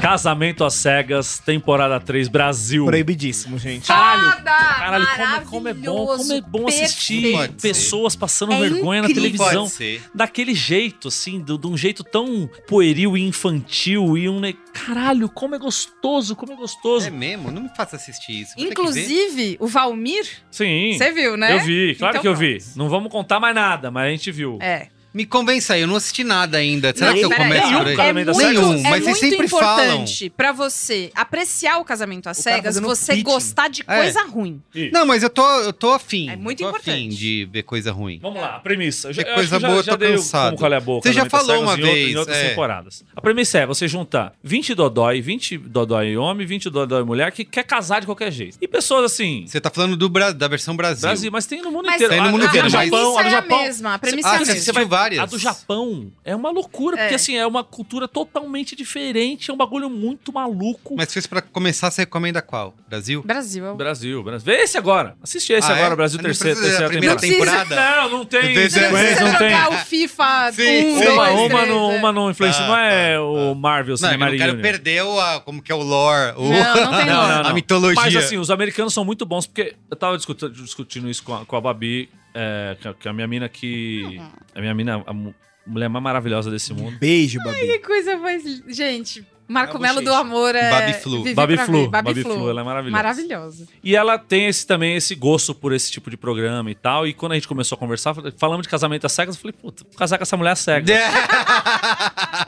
Casamento às Cegas, temporada 3, Brasil. Proibidíssimo, gente. Caralho, É. Foda! Caralho, como, como é bom, como é bom Ah, maravilhoso, assistir perfeito. pessoas passando É vergonha na incrível. televisão. Pode ser. daquele jeito, assim, do- de um jeito tão pueril e infantil e um. ne- Caralho, como é gostoso, como é gostoso. É mesmo? Não me faça assistir isso. Vou ter que ver. Inclusive, o Valmir, Sim. você viu, né? Eu vi, claro Então que eu pronto. vi. Não vamos contar mais nada, mas a gente viu. É. Me convença aí, eu não assisti nada ainda. Será Não, que eu peraí. começo Nenhum por aí? cara É Casamento muito, às Nenhum, é mas vocês muito sempre falam. importante pra você apreciar o casamento às O cara cegas, fazendo você pitching. gostar de um É. coisa ruim. Não, mas eu tô, eu tô afim. É muito eu tô importante. afim de ver coisa ruim. É. Vamos lá, a premissa. Eu já- Que eu coisa acho que boa, já, já tô dei o- cansado. Como qual é a boa, Você já Casamento às falou Cegas uma em outra- vez, em outras é. temporadas. A premissa é você juntar 20 dodói, 20 dodói homem, 20 dodói mulher que quer casar de qualquer jeito. E pessoas assim, Você tá falando do Bra- da versão Brasil. Brasil, mas tem no mundo Mas inteiro. Tem Tá no A- mundo a- inteiro, a do mas- Japão, a do premissa é a Japão. mesma, a premissa Ah, é a você mesma. assistiu várias? A do Japão é uma loucura, É. porque assim, é uma cultura totalmente diferente, é um bagulho muito maluco. Mas se fosse pra começar, você recomenda qual? Brasil? Brasil é o... Brasil, Brasil. Vê esse agora. Assiste esse Ah, agora, é? Brasil Não terceira, precisa da terceira primeira temporada. temporada? Não, não tem. Não precisa- sequência, Você Não tem. jogar o FIFA Sim, um, sim. dois, Uma, uma, três, não, é. uma não influencia. Tá, não é tá, tá. o Marvel Não, eu Cinematic não quero Universe. perder o, a- como que é o lore. o- Não, não tem Não, lore. não, não. A mitologia. Mas assim, os americanos são muito bons, porque eu tava discuti- discutindo isso com a, com a Babi, é, que, a- que a minha mina que... A minha mina, a mu- mulher mais maravilhosa desse mundo. Beijo, Babi. Que coisa mais... Gente, Marco Ah, Babu Melo do Xixi. Amor é. Babi Flu. Viver Babi pra Flu, ver. Babi Flu, ela é maravilhosa. Maravilhosa. Ah, E ela tem esse também esse gosto por esse tipo de programa e tal. E quando a gente começou a conversar, fal- falamos de casamento às cegas, eu falei, puta, vou casar com essa mulher às cegas.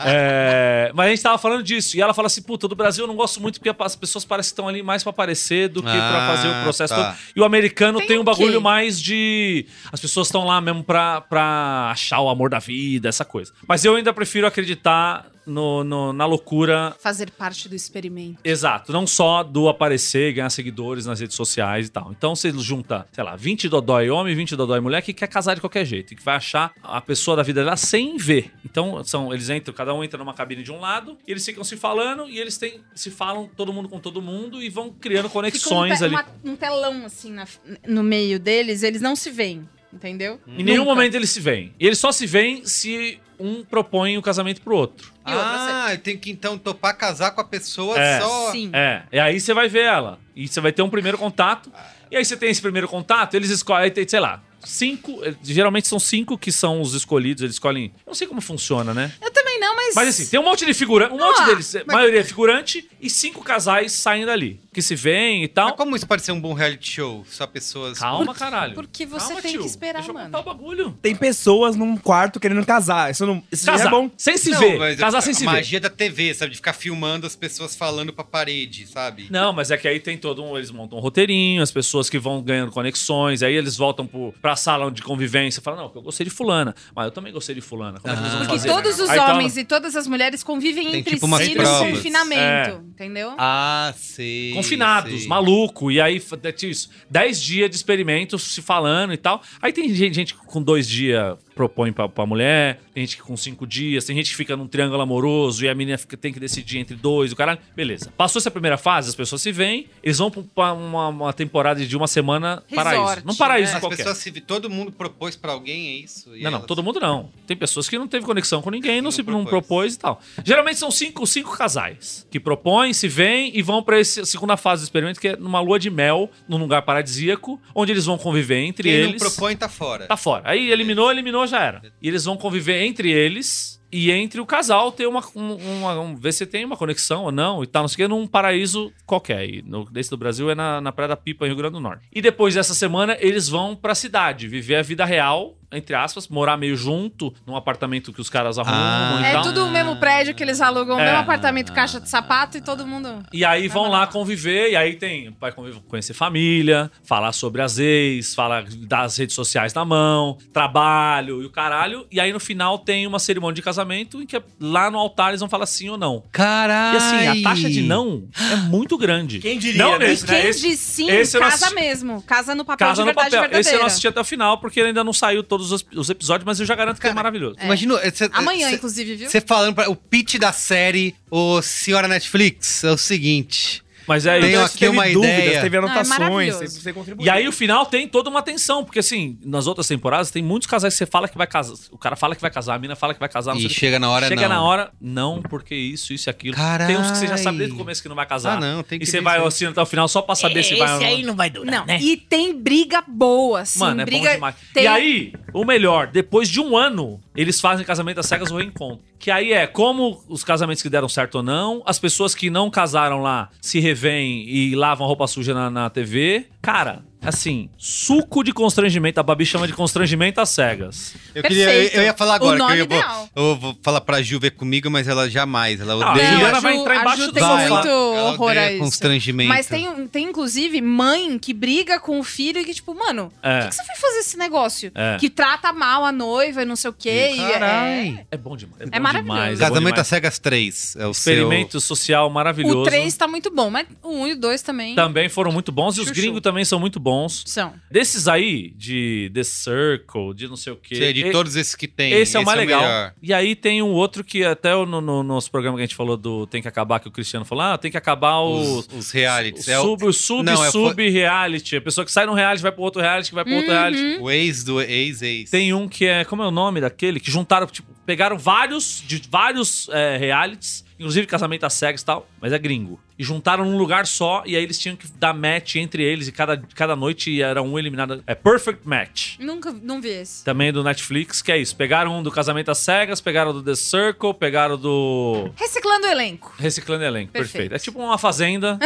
É, mas a gente tava falando disso. E ela fala assim, puta, do Brasil eu não gosto muito porque as pessoas parecem que estão ali mais pra aparecer do que pra Ah, fazer o processo tá. todo. E o americano tem, Tem um o quê? bagulho mais de... As pessoas estão lá mesmo pra, pra achar o amor da vida, essa coisa. Mas eu ainda prefiro acreditar no- no, na loucura Fazer parte do experimento. Exato, não só do aparecer e ganhar seguidores nas redes sociais e tal. Então você junta, sei lá, 20 dodói homem, 20 dodói mulher que quer casar de qualquer jeito e que vai achar a pessoa da vida dela sem ver. Então são, eles entram, cada um entra numa cabine de um lado, e eles ficam se falando e eles têm, se falam todo mundo com todo mundo e vão criando conexões Fica um, ali. te- uma- um telão, assim, na- no meio deles, eles não se veem, entendeu? Em nenhum Nunca. momento eles se veem. E eles só se veem se um propõe o casamento pro outro. E outra, Ah, eu tenho que então topar casar com a pessoa É. só. Sim. É, e aí você vai ver ela. E você vai ter um primeiro contato. E aí você tem esse primeiro contato, eles escolhem, aí tem, sei lá, cinco. eh, Geralmente são cinco que são os escolhidos, eles escolhem. eu Não sei como funciona, né? Eu também não, mas. Ah, Mas assim, tem um monte de figurante, um monte deles, a maioria é figurante, e cinco casais saem dali. Que se veem e Mas tal. como isso pode ser um bom reality show? Só pessoas. Calma, caralho. Porque você Calma, tem tio. que esperar, Deixa eu mano. contar o bagulho. Tem pessoas num quarto querendo casar. Isso, não, isso já Casar, é bom. sem se Não, ver. mas Casar a- sem se a ver. magia da TV, sabe? De ficar filmando as pessoas falando pra parede, sabe? Não, mas é que aí tem todo um. Eles montam um roteirinho, as pessoas que vão ganhando conexões, aí eles voltam pro, pra sala de convivência e falam: não, eu gostei de Fulana, mas eu também gostei de Fulana. Como é que eles vão Porque fazer? todos os Aí tá- homens e todas as mulheres convivem Tem entre tipo umas si no provas. confinamento, É. entendeu? Ah, sei. Confinados, sei. maluco, e aí f- é isso, 10 dias de experimentos se falando e tal. Aí tem gente, gente que com dois dias propõe pra, pra mulher, tem gente que com cinco dias, tem gente que fica num triângulo amoroso e a menina fica- tem que decidir entre dois, o caralho. Beleza. Passou essa primeira fase, as pessoas se veem, eles vão pra um- pra uma, uma temporada de uma semana Resort, paraíso. Num paraíso As qualquer. pessoas se. Todo mundo propôs pra alguém, é isso? E Não, não, elas- todo mundo não. Tem pessoas que não teve conexão com ninguém, não, não se não propôs. propôs e tal. Geralmente são cinco, cinco casais que propõem, se veem e vão pra essa segunda fase do experimento, que é numa lua de mel, num lugar paradisíaco, onde eles vão conviver entre Quem eles. não propõe tá fora. Tá fora. Aí eliminou, eliminou, já era. E eles vão conviver entre eles e entre o casal ter uma. um- uma- um- ver se tem uma conexão ou não e tal, não sei o que, num paraíso qualquer. E no, desse do Brasil é na, na Praia da Pipa, em Rio Grande do Norte. E depois dessa semana, eles vão pra cidade, viver a vida real, entre aspas, morar meio junto, num apartamento que os caras arrumam Ah. e É tal. tudo o mesmo prédio que eles alugam, o É. mesmo apartamento, caixa de sapato e todo mundo. E aí Vai vão morar lá lá. conviver, e aí tem. Vai conviver, conhecer família, falar sobre as ex, falar das redes sociais na mão, trabalho e o caralho. E aí no final tem uma cerimônia de casamento em que é lá no altar eles vão falar sim ou não. Caralho! E assim, a taxa de não é muito grande. Quem diria, Não né? nesse, e quem né? Esse- diz sim, esse eu não casa assisti. mesmo. Casa no papel de Casa no verdade papel. verdadeira. Esse eu não assisti até o final porque ele ainda não saiu todos os, os episódios, mas eu já garanto que é maravilhoso. Imagina. eh, cê- Amanhã, cê- inclusive, viu? Você falando pra. O pitch da série, ô senhora Netflix, é o seguinte. Mas é Tem isso. Tenho aqui uma ideia. teve é anotações, maravilhoso. você, você contribuiu. E aí o final tem toda uma tensão, porque assim, nas outras temporadas tem muitos casais que você fala que vai casar, o cara fala que vai casar, a mina fala que vai casar, não sei E o quê. chega na hora, Chega não. na hora, não, porque isso, isso e aquilo. Carai. Tem uns que você já sabe desde o começo que não vai casar. Ah, não, tem que E você ver vai isso aí. assim até o final só pra saber se vai ou não. vai durar, Não, e tem briga boa, assim. Mano, é briga... bom demais. tem- E aí, o melhor, depois de um ano, eles fazem casamento às cegas ou reencontro. Que aí é como os casamentos que deram certo ou não, as pessoas que não casaram lá se revêm e lavam roupa suja na, na TV. Cara, assim, suco de constrangimento. A Babi chama de constrangimento às cegas. Eu, Perfeito. queria, eu, eu ia falar O agora, que eu, nome é ia- vou, ideal. eu vou falar pra Ju ver comigo, mas ela jamais. Ela odeia. Ah, a Não, Juliana a vai Ju- entrar embaixo a Ju do tem sofá. muito ela horror a odeia isso. constrangimento. Mas tem, um, tem, inclusive, mãe que briga com o filho e que, tipo, mano, É. por que, que você foi fazer esse negócio? É. Que trata mal a noiva e não sei o quê. E é... Carai. É bom demais. É, bom maravilhoso. Demais, é bom Casamento às demais. cegas 3. É o Experimento social maravilhoso. Tá. O 3 tá muito bom, mas o 1 e o 2 também Também foram muito bons. E os Chuchu. gringos também são muito bons. são. Desses aí, de The Circle, de não sei o quê. seu. Sei, de e- todos esses que tem. Esse é o mais legal. melhor. e aí tem um outro que até o- no, no nosso programa que a gente falou do Tem que acabar, que o Cristiano falou, ah, tem que acabar Os, o. os realities. É o, sub, o sub, Não, é o fo- sub reality. A pessoa que sai num reality, vai pro outro reality, que vai pro outro reality. o ex do ex-ex. Tem um que é. Como é o nome daquele? Que juntaram, tipo, pegaram vários, de vários é, realities inclusive casamento às cegas e tal, mas é gringo. E juntaram num lugar só, e aí eles tinham que dar match entre eles, e cada, cada noite era um eliminado. É Perfect Match. Nunca não vi esse. Também do Netflix, que é isso. Pegaram um do Casamento às Cegas, pegaram do The Circle, pegaram do. Reciclando o elenco. Reciclando elenco, perfeito. Perfeito. É tipo uma fazenda.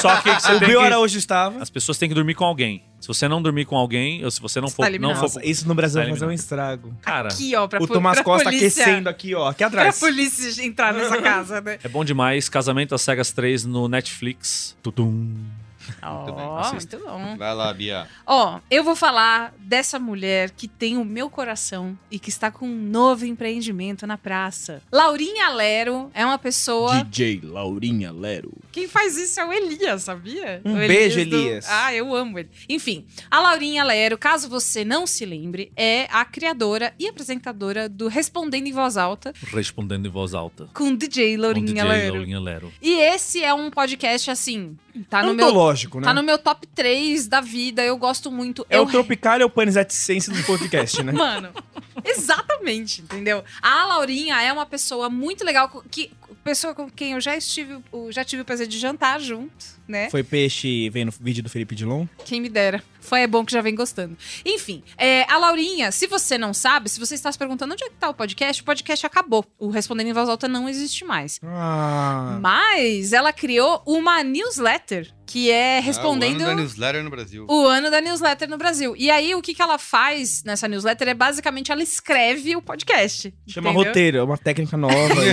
só que você O tem Bill que- Araújo estava. As pessoas têm que dormir com alguém. Se você não dormir com alguém, ou se você não Você for. tá não eliminado. for Nossa, isso no Brasil Tá vai fazer um eliminado. estrago. Cara, Aqui, ó, pra o po- Tomás pra Costa polícia, aquecendo aqui, ó, aqui Pra atrás. polícia entrar nessa casa, né? é bom demais. Casamento às Cegas 3 no Netflix. Tudum. Ah, Ó, muito bom. Vai lá, Bia. Ó, eu vou falar dessa mulher que tem o meu coração e que está com um novo empreendimento na praça. Laurinha Lero é uma pessoa. DJ Laurinha Lero. Quem faz isso é o Elias, sabia? Um O beijo, do- Elias. Ah, eu amo ele. Enfim, a Laurinha Lero, caso você não se lembre, é a criadora e apresentadora do Respondendo em Voz Alta Respondendo em voz alta. com DJ Com Laurinha DJ Lero. Laurinha Lero. E esse é um podcast assim, tá no meu Antológico, tá né? no meu top 3 da vida, eu gosto muito. É eu o Tropical e o Panisette Sense do podcast, né? Mano, exatamente, entendeu? A Laurinha é uma pessoa muito legal, co- que pessoa com quem eu já estive, eu já tive o prazer de jantar junto, né? Foi peixe vendo o vídeo do Felipe Dilon? Quem me dera. Foi é bom que já vem gostando. Enfim, é, a Laurinha, se você não sabe, se você está se perguntando onde é que tá o podcast, o podcast acabou. O Respondendo em Voz Alta não existe mais. Ah. Mas ela criou uma newsletter que é respondendo. Ah, o ano da newsletter no Brasil. O ano da newsletter no Brasil. E aí, o que, que ela faz nessa newsletter é basicamente ela escreve o podcast. Chama entendeu? roteiro, é uma técnica nova. né?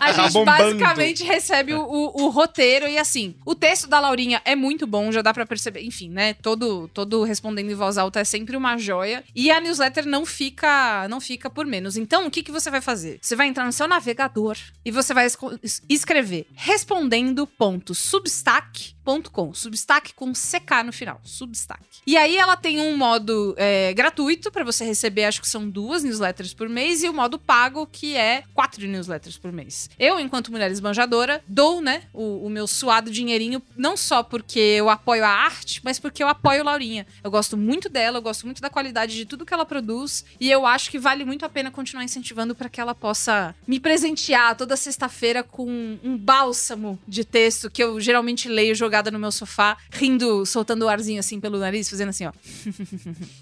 A Tá gente bombando. basicamente recebe o, o- o roteiro e assim, o texto da Laurinha é muito bom, já dá pra perceber. Enfim, né? Todo, todo respondendo em voz alta é sempre uma joia. E a newsletter não fica, não fica por menos. Então, o que, que você vai fazer? Você vai entrar no seu navegador e você vai esco- es- escrever respondendo.substack.com. Substack com CK no final. Substack. E aí ela tem um modo é, gratuito pra você receber, acho que são duas newsletters por mês, e o modo pago, que é quatro newsletters por mês. Eu, enquanto mulher esbanjadora, dou, né, o, o meu suado dinheirinho, não só porque eu apoio a arte, mas porque eu apoio Laurinha. Eu gosto muito dela, eu gosto muito da qualidade de tudo que ela produz, e eu acho que vale muito a pena continuar incentivando pra que ela possa me presentear toda sexta-feira com um bálsamo de texto que eu geralmente leio jogada no meu sofá, rindo, soltando o arzinho assim pelo nariz, fazendo assim, ó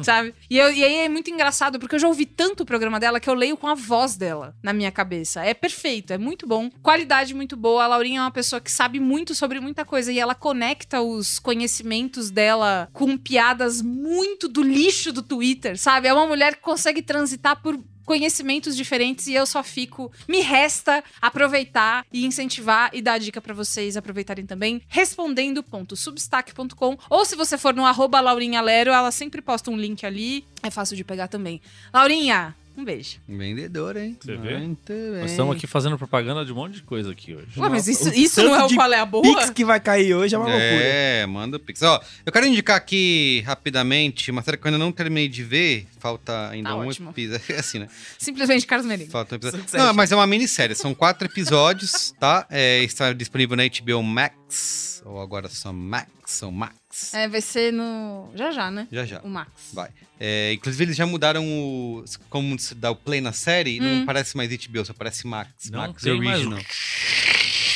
sabe? E, eu- e aí é muito engraçado, porque eu já ouvi tanto o programa dela que eu leio com a voz dela na minha cabeça. É perfeito, é muito bom. Qualidade muito boa. A Laurinha é uma pessoa que sabe muito sobre muita coisa e ela conecta os conhecimentos dela com piadas muito do lixo do Twitter, sabe? É uma mulher que consegue transitar por conhecimentos diferentes e eu só fico. Me resta aproveitar e incentivar e dar a dica pra vocês aproveitarem também. Respondendo.substack.com ou se você for no arroba Laurinha Lero, ela sempre posta um link ali. É fácil de pegar também. Laurinha, um beijo. Vendedor, hein? Você vê? Muito bem. Nós estamos aqui fazendo propaganda de um monte de coisa aqui hoje. Ué, mas isso, o isso não é tanto o de qual é a boa? Pix que vai cair hoje é uma loucura. É, manda o Pix. Ó, eu quero indicar aqui rapidamente uma série que eu ainda não terminei de ver. Falta ainda Tá um ótimo. episódio. É assim, né? Simplesmente Carlos Merino. Falta um episódio. Succession. Não, mas é uma minissérie. São quatro episódios, tá? É, está disponível na HBO Max. Ou agora só Max ou Max. É, vai ser no. Já já, né? Já já. O Max. Vai. É, inclusive, eles já mudaram o. Como se dá o play na série, Hum. não parece mais HBO, só parece Max. Não Max tem mais Original.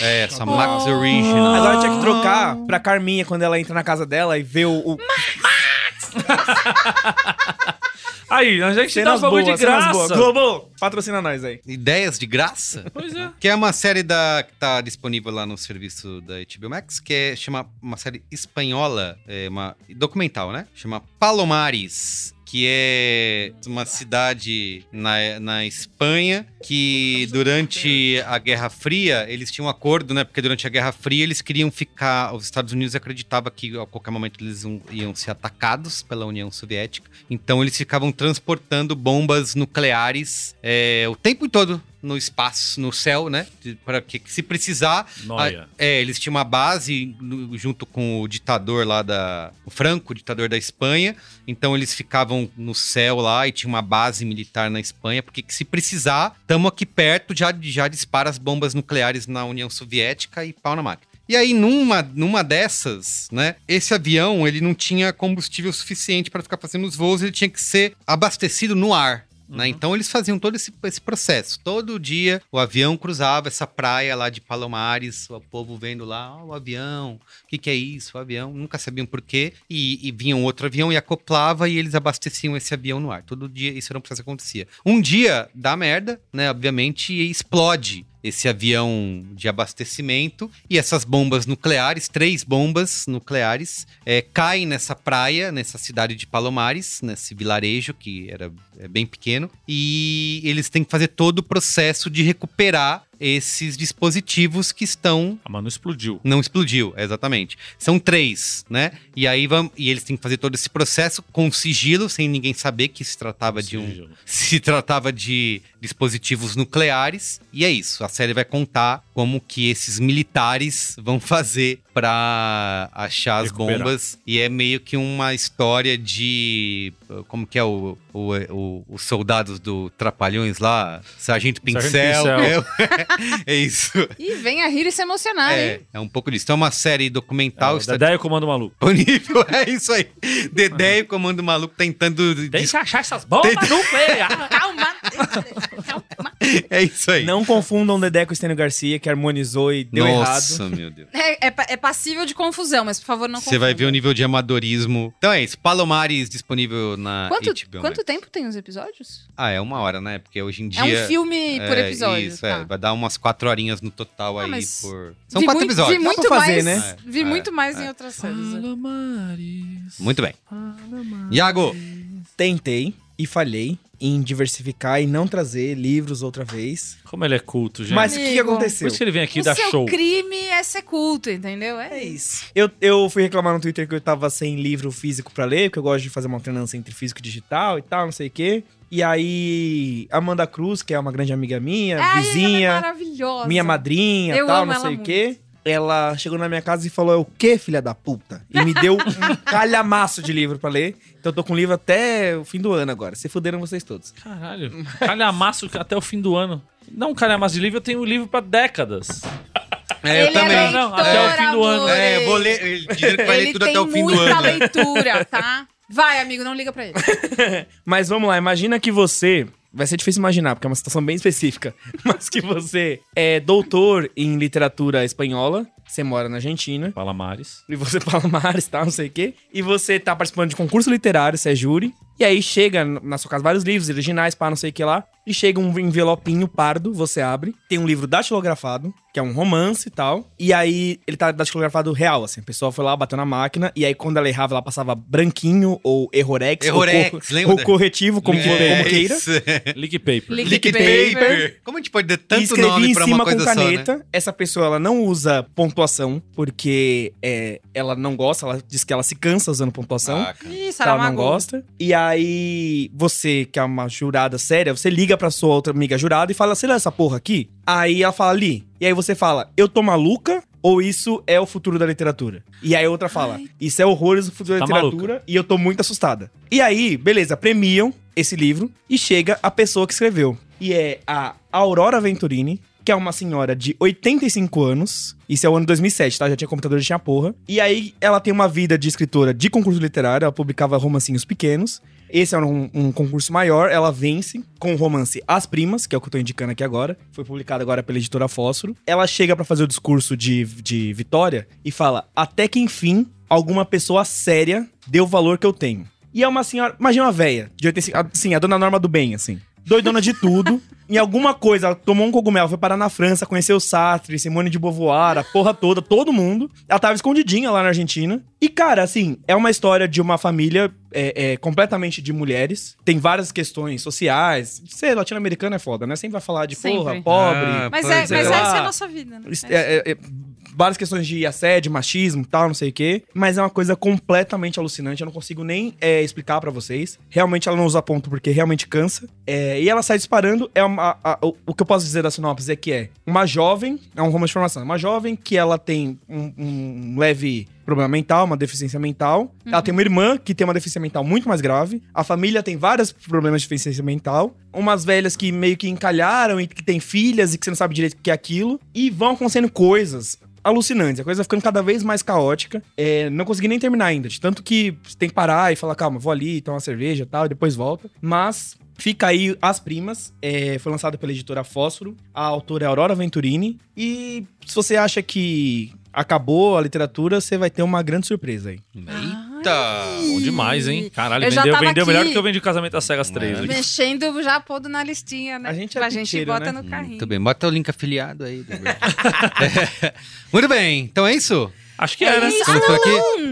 É, só Max Oh. Original. Agora tinha que trocar pra Carminha quando ela entra na casa dela e vê o. o- Aí, a gente dá um cenas bagulho de boas, cenas graça. boas. Globo, patrocina nós aí. Ideias de graça? Pois é. Que é uma série da, que tá disponível lá no serviço da HBO Max, que é, chama uma série espanhola, é uma documental, né? Chama Palomares, que é uma cidade na, na Espanha que durante a Guerra Fria eles tinham um acordo, né? Porque durante a Guerra Fria eles queriam ficar. Os Estados Unidos acreditavam que a qualquer momento eles iam- iam ser atacados pela União Soviética. Então eles ficavam transportando bombas nucleares é, o tempo todo no espaço, no céu, né? Para que, que se precisar. Noia. a- é, eles tinham uma base no- junto com o ditador lá da. O Franco, o ditador da Espanha. Então eles ficavam no céu lá e tinha uma base militar na Espanha, porque que se precisar, estamos aqui perto, já, já dispara as bombas nucleares na União Soviética e pau na máquina. E aí, numa, numa dessas, né, esse avião, ele não tinha combustível suficiente para ficar fazendo os voos, ele tinha que ser abastecido no ar. né? Então eles faziam todo esse, esse processo. Todo dia o avião cruzava essa praia lá de Palomares, o povo vendo lá, ó, o avião, o que, que é isso, o avião, nunca sabiam por quê. E, e vinha um outro avião e acoplava e eles abasteciam esse avião no ar. Todo dia isso era um processo que acontecia. Um dia dá merda, né? Obviamente, e explode esse avião de abastecimento e essas bombas nucleares, três bombas nucleares, é, caem nessa praia, nessa cidade de Palomares, nesse vilarejo que era é, bem pequeno, e eles têm que fazer todo o processo de recuperar esses dispositivos que estão Ah, mas não explodiu. não explodiu, é exatamente. São três, né? E aí vão, e eles têm que fazer todo esse processo com sigilo, sem ninguém saber que se tratava de um Sigilo. se tratava de dispositivos nucleares. E é isso. A série vai contar como que esses militares vão fazer pra achar as Recuperar. bombas. E é meio que uma história de. Como que é o, o- o- os soldados do Trapalhões lá? Sargento Pincel. Sargento Pincel. É, é isso. E venha rir e se emocionar, É, hein? é um pouco disso. Então é uma série documental. É, Tal, está Dedé e o Comando Maluco. disponível. É isso aí. Dedé e o Comando Maluco tentando. Tem que achar essas bombas nucleares. Calma! É isso aí. Não confundam Dedé com o Estênio Garcia, que harmonizou e deu Nossa, errado. meu Deus. É, é, pa- é passível de confusão, mas por favor não Você vai ver o confunda. nível de amadorismo. Então é isso. Palomares disponível na Quanto, HBO. quanto Max. tempo tem os episódios? Ah, é uma hora, né? Porque hoje em dia. é um filme por É, episódio. Isso, tá. é. Vai dar umas quatro horinhas no total Ah, aí mas por. São Vi quatro muito- episódios. Vi Dá muito pra fazer, mais, né? Vi É, muito mais é. em outras séries. né? Muito bem. Iago, Tentei e falhei em diversificar e não trazer livros outra vez. Como ele é culto, gente. Mas o que que Amigo. Por aconteceu? isso que ele vem aqui o dar seu show. crime é ser culto, entendeu? É, isso. Eu, eu fui reclamar no Twitter que eu tava sem livro físico pra ler, porque eu gosto de fazer uma alternância entre físico e digital e tal, não sei o quê. E aí, Amanda Cruz, que é uma grande amiga minha, Ai, vizinha, ela é maravilhosa. minha madrinha Eu tal, amo não sei ela o quê. Ela chegou na minha casa e falou: "É o quê, filha da puta? E me deu um calhamaço de livro pra ler. Então eu tô com livro até o fim do ano agora. Se fuderam vocês todos. Caralho. Calhamaço até o fim do ano. Não, calhamaço de livro, eu tenho livro pra décadas. é, eu Ele também. É Não, não, até o fim do ano. leitor, É, eu vou amores. ler. Ele diz que vai Ele ler tudo tem até o fim do muita ano. né? leitura, tá? Vai, amigo, não liga pra ele. Mas vamos lá, imagina que você. Vai ser difícil imaginar, porque é uma situação bem específica. Mas que você é doutor em literatura espanhola, você mora na Argentina, Palamares. e você fala Mares, tá, não sei o quê. E você tá participando de concurso literário, você é júri. E aí chega n- na sua casa vários livros originais, pá, não sei o que lá. E chega um envelopinho pardo, você abre. Tem um livro datilografado, que é um romance e tal. E aí ele tá datilografado real, assim. A pessoa foi lá, bateu na máquina. E aí quando ela errava, ela passava branquinho ou errorex. ou Errorex, cor- lembra? Ou corretivo, como, for- É, como queira. isso. Leak Paper. Liquid Liquid paper. Como a gente pode dar e tanto escrevi nome em pra uma cima com coisa só, né? caneta. Essa pessoa ela não usa pontuação porque é, ela não gosta, ela diz que ela se cansa usando pontuação. Ah, cara. Ih, que ela não Saramago. gosta. E aí, você, que é uma jurada séria, você liga pra sua outra amiga jurada e fala: Você lê essa porra aqui? Aí ela fala: Li. E aí você fala: Eu tô maluca ou isso é o futuro da literatura? E aí a outra fala: Isso é horrores do futuro da Tá literatura e eu tô muito assustada. E aí, beleza, premiam esse livro e chega a pessoa que escreveu. E é a Aurora Venturini, que é uma senhora de 85 anos. Isso é o ano 2007, tá? Já tinha computador, já tinha porra. E aí, ela tem uma vida de escritora de concurso literário. Ela publicava romancinhos pequenos. Esse era um, um concurso maior. Ela vence com o romance As Primas, que é o que eu tô indicando aqui agora. Foi publicado agora pela editora Fósforo. Ela chega pra fazer o discurso de, de Vitória e fala: Até que enfim, alguma pessoa séria deu o valor que eu tenho. E é uma senhora, imagina uma véia, de 85, assim, a dona Norma do bem, assim. Doidona de tudo. em alguma coisa, ela tomou um cogumelo, foi parar na França, conheceu Sartre, Simone de Beauvoir, a porra toda, todo mundo. Ela tava escondidinha lá na Argentina. E, cara, assim, é uma história de uma família é, é, completamente de mulheres. Tem várias questões sociais. Ser latino-americano é foda, né? Sempre vai falar de Sempre. porra, pobre. Ah, Mas, pois é, Sei mas lá. essa é a nossa vida, né? Isso, É. é, é, é, várias questões de assédio, machismo tal, não sei o quê. Mas é uma coisa completamente alucinante. Eu não consigo nem é, explicar pra vocês. Realmente ela não usa ponto porque realmente cansa. É, e ela sai disparando. É uma- a- a- o, o que eu posso dizer da sinopse é que é uma jovem, é um romance de formação, uma jovem que ela tem um, um leve problema mental, uma deficiência mental. Ela tem uma irmã que tem uma deficiência mental muito mais grave. A família tem vários problemas de deficiência mental. Umas velhas que meio que encalharam e que tem filhas e que você não sabe direito o que é aquilo. E vão acontecendo coisas alucinantes. A coisa vai ficando cada vez mais caótica. É, não consegui nem terminar ainda. De tanto que você tem que parar e falar, calma, vou ali, tomar uma cerveja e tal, e depois volta. Mas Fica aí As Primas, é, foi lançado pela editora Fósforo, a autora é Aurora Venturini. E se você acha que acabou a literatura, você vai ter uma grande surpresa aí. Ah, Eita! Bom demais, hein? Caralho, Eu já vendeu, tava vendeu aqui- melhor do que eu vendi o Casamento às Cegas É. 3. aqui. Mexendo já pondo na listinha, né? A gente é Pra gente pincheiro, bota no né? carrinho. Muito Hum, bem, bota o link afiliado aí. Gabriel. É. Muito bem, então é isso? Acho que era. né? Então eu tô aqui. é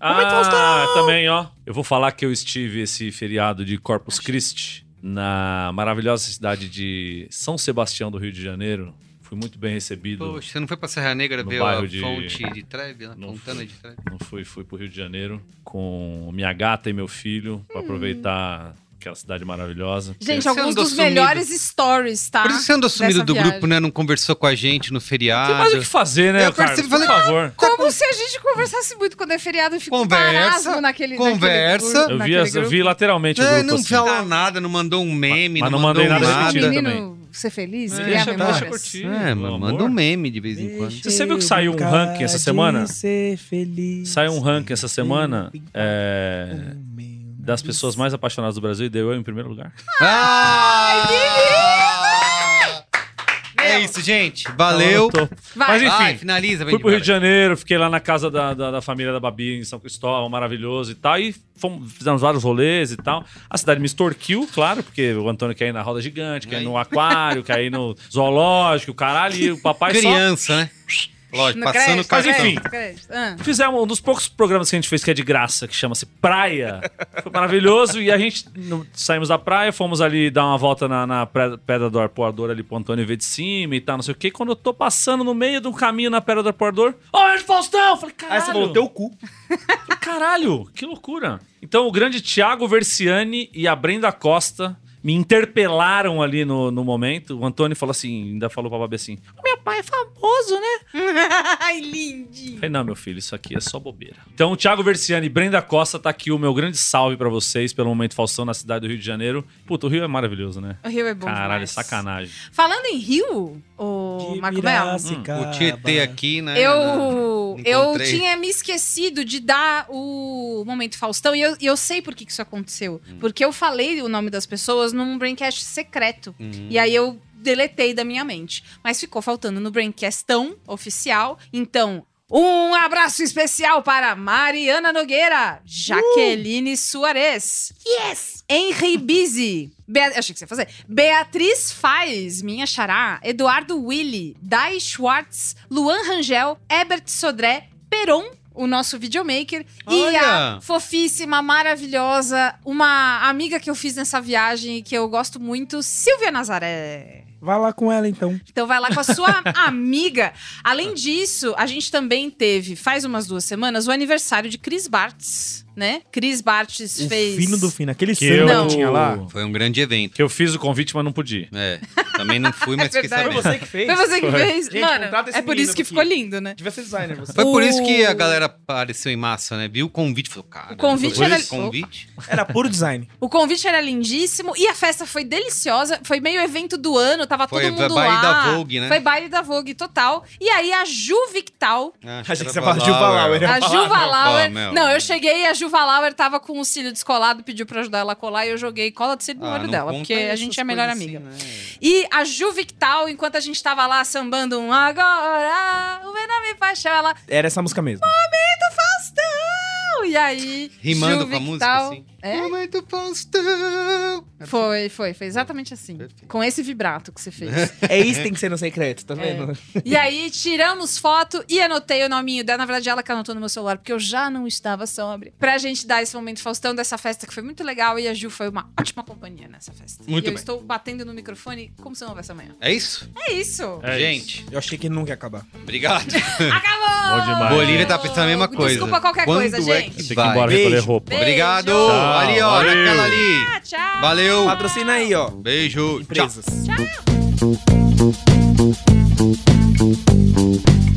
Ah, também, ó. Eu vou falar que eu estive esse feriado de Corpus Christi na maravilhosa cidade de São Sebastião do Rio de Janeiro. Fui muito bem recebido. Poxa, você não foi pra Serra Negra No ver bairro a de- fonte de Treve, a Não fontana fui. de Treve? Não fui, fui pro Rio de Janeiro com minha gata e meu filho pra aproveitar aquela cidade maravilhosa. Hum. Gente, Você alguns andou dos sumido. melhores stories, tá? um Por isso você andou sumido Dessa do viagem. grupo, né? Não conversou com a gente no Tem mais o feriado. que fazer, né, Eu cara? percebi, Por falei, favor. Como se a gente conversasse muito quando é feriado e fica um tá Conversa, marasmo naquele conversa. naquele grupo, Tá. Eu vi, naquele as- eu vi lateralmente o É, grupo. não assim. Tipo fala nada, não mandou um meme, Mas não, não mandou mandei nada nada. nesse sentido. menino ser feliz, É, criar deixa- deixa memórias. curtir, É, pelo mas manda um amor. meme de vez em quando. Você viu que saiu um ranking essa semana? Ser feliz. Saiu um ranking essa semana é, das pessoas mais apaixonadas do Brasil e deu eu em primeiro lugar. Ah! É isso, gente. Valeu. Então, eu tô- Vai. Mas enfim, Vai, finaliza, fui vem pro Rio de Janeiro, fiquei lá na casa da, da, da família da Babi em São Cristóvão, maravilhoso e tal. E fomos- fizemos vários rolês e tal. A cidade me extorquiu, claro, porque o Antônio quer ir na roda gigante, quer ir no aquário, quer ir no zoológico, caralho, e o papai só Criança, né? Lógico, No passando o crédito, cartão. crédito, Mas enfim. crédito. Ah. Fizemos um dos poucos programas que a gente fez que é de graça, que chama-se Praia. Foi maravilhoso. E a gente no- saímos da praia, fomos ali dar uma volta na, na Pre- Pedra do Arpoador ali pro Antônio ver de cima e tal, não sei o quê. Quando eu tô passando no meio do caminho na Pedra do Arpoador, olha o Faustão! Eu Falei, Aí caralho! você falou, teu cu. Caralho, que loucura. Então, o grande Thiago Versiani e a Brenda Costa me interpelaram ali no, no momento. O Antônio falou assim, ainda falou pra Babi assim, meu pai é famoso, né? Ai, lindinho. Falei, não, meu filho, isso aqui é só bobeira. Então, o Thiago Versiani e Brenda Costa tá aqui o meu grande salve pra vocês pelo Momento Faustão na cidade do Rio de Janeiro. Puta, o Rio é maravilhoso, né? O Rio é bom Caralho, demais. sacanagem. Falando em Rio, o Marco Melo, Hum, O Tietê aqui, né? Ah, eu, na- eu encontrei. tinha me esquecido de dar o momento Faustão e eu, e eu sei por que, que isso aconteceu. Hum. Porque eu falei o nome das pessoas num braincast secreto. E aí eu deletei da minha mente. Mas ficou faltando no braincastão oficial. Então. Um abraço especial para Mariana Nogueira, Jaqueline Soares, Henry Bizzi. Bea- Achei que você ia fazer. Beatriz Faz, minha xará. Eduardo Willi. Dai Schwartz. Luan Rangel. Ebert Sodré. Peron, o nosso videomaker. E Olha! a fofíssima, maravilhosa, uma amiga que eu fiz nessa viagem e que eu gosto muito, Silvia Nazaré. Vai lá com ela então. Então vai lá com a sua amiga. Além disso, a gente também teve, faz umas duas semanas, o aniversário de Cris Bartz, né? Cris Bartz O fez... fino do fino. Aquele Que samba eu- que tinha lá. Foi um grande evento. Que eu fiz o convite, mas não podia. É, também não fui, mas fiquei É verdade. sabendo. Foi você que fez? Foi você que Foi. fez? Gente, Mano, contrata esse é por menino isso que aqui. ficou lindo, né? Devia ser designer você. Foi por isso que a O- galera apareceu em massa, né? Viu o convite e falou, cara... O convite foi era- esse convite? Era puro design. O convite era lindíssimo e a festa foi deliciosa. Foi meio evento do ano, tava Foi todo mundo baile lá. da Vogue, né? Foi baile da Vogue total. E aí a Ju Victal, Acho Achei Ah, era que você falava de Valauer. Valauer. a Ju Valauer. pô, meu. não, eu cheguei e a Ju Valauer tava com o cílio descolado, pediu pra ajudar ela a colar e eu joguei cola de cílio no Ah, olho não dela, conta porque a essas gente é a melhor coisas amiga. assim, né? E a Ju Victal, enquanto a gente tava lá sambando um agora, o meu nome é paixão, ela Era essa música mesmo. Faustão! E aí. é. Rimando Ju com a música, Victal- assim. É? Momento Faustão. Foi, foi, foi exatamente assim. Perfeito. Né? Com esse vibrato que você fez. É isso que tem que ser no secreto, tá vendo? e aí, tiramos foto e anotei o nominho dela. Na verdade, ela que anotou no meu celular, porque eu já não estava sobre. Pra gente dar esse momento Faustão dessa festa que foi muito legal e a Ju foi uma ótima companhia nessa festa. Muito e eu bem. estou batendo no microfone como se não houvesse amanhã. É isso? É isso! É gente, Eu achei que nunca ia acabar. obrigado. Acabou! Bom demais. Bolívia tá pensando a mesma coisa. Desculpa qualquer Quando coisa, é gente. que Tem que ir vai? embora Beijo. recolher roupa. Beijo. Obrigado. Tchau. Ali, ó, Valeu. naquela ali. Ah, tchau! Valeu. Patrocina aí, ó. Beijo. Tchau. Empresas.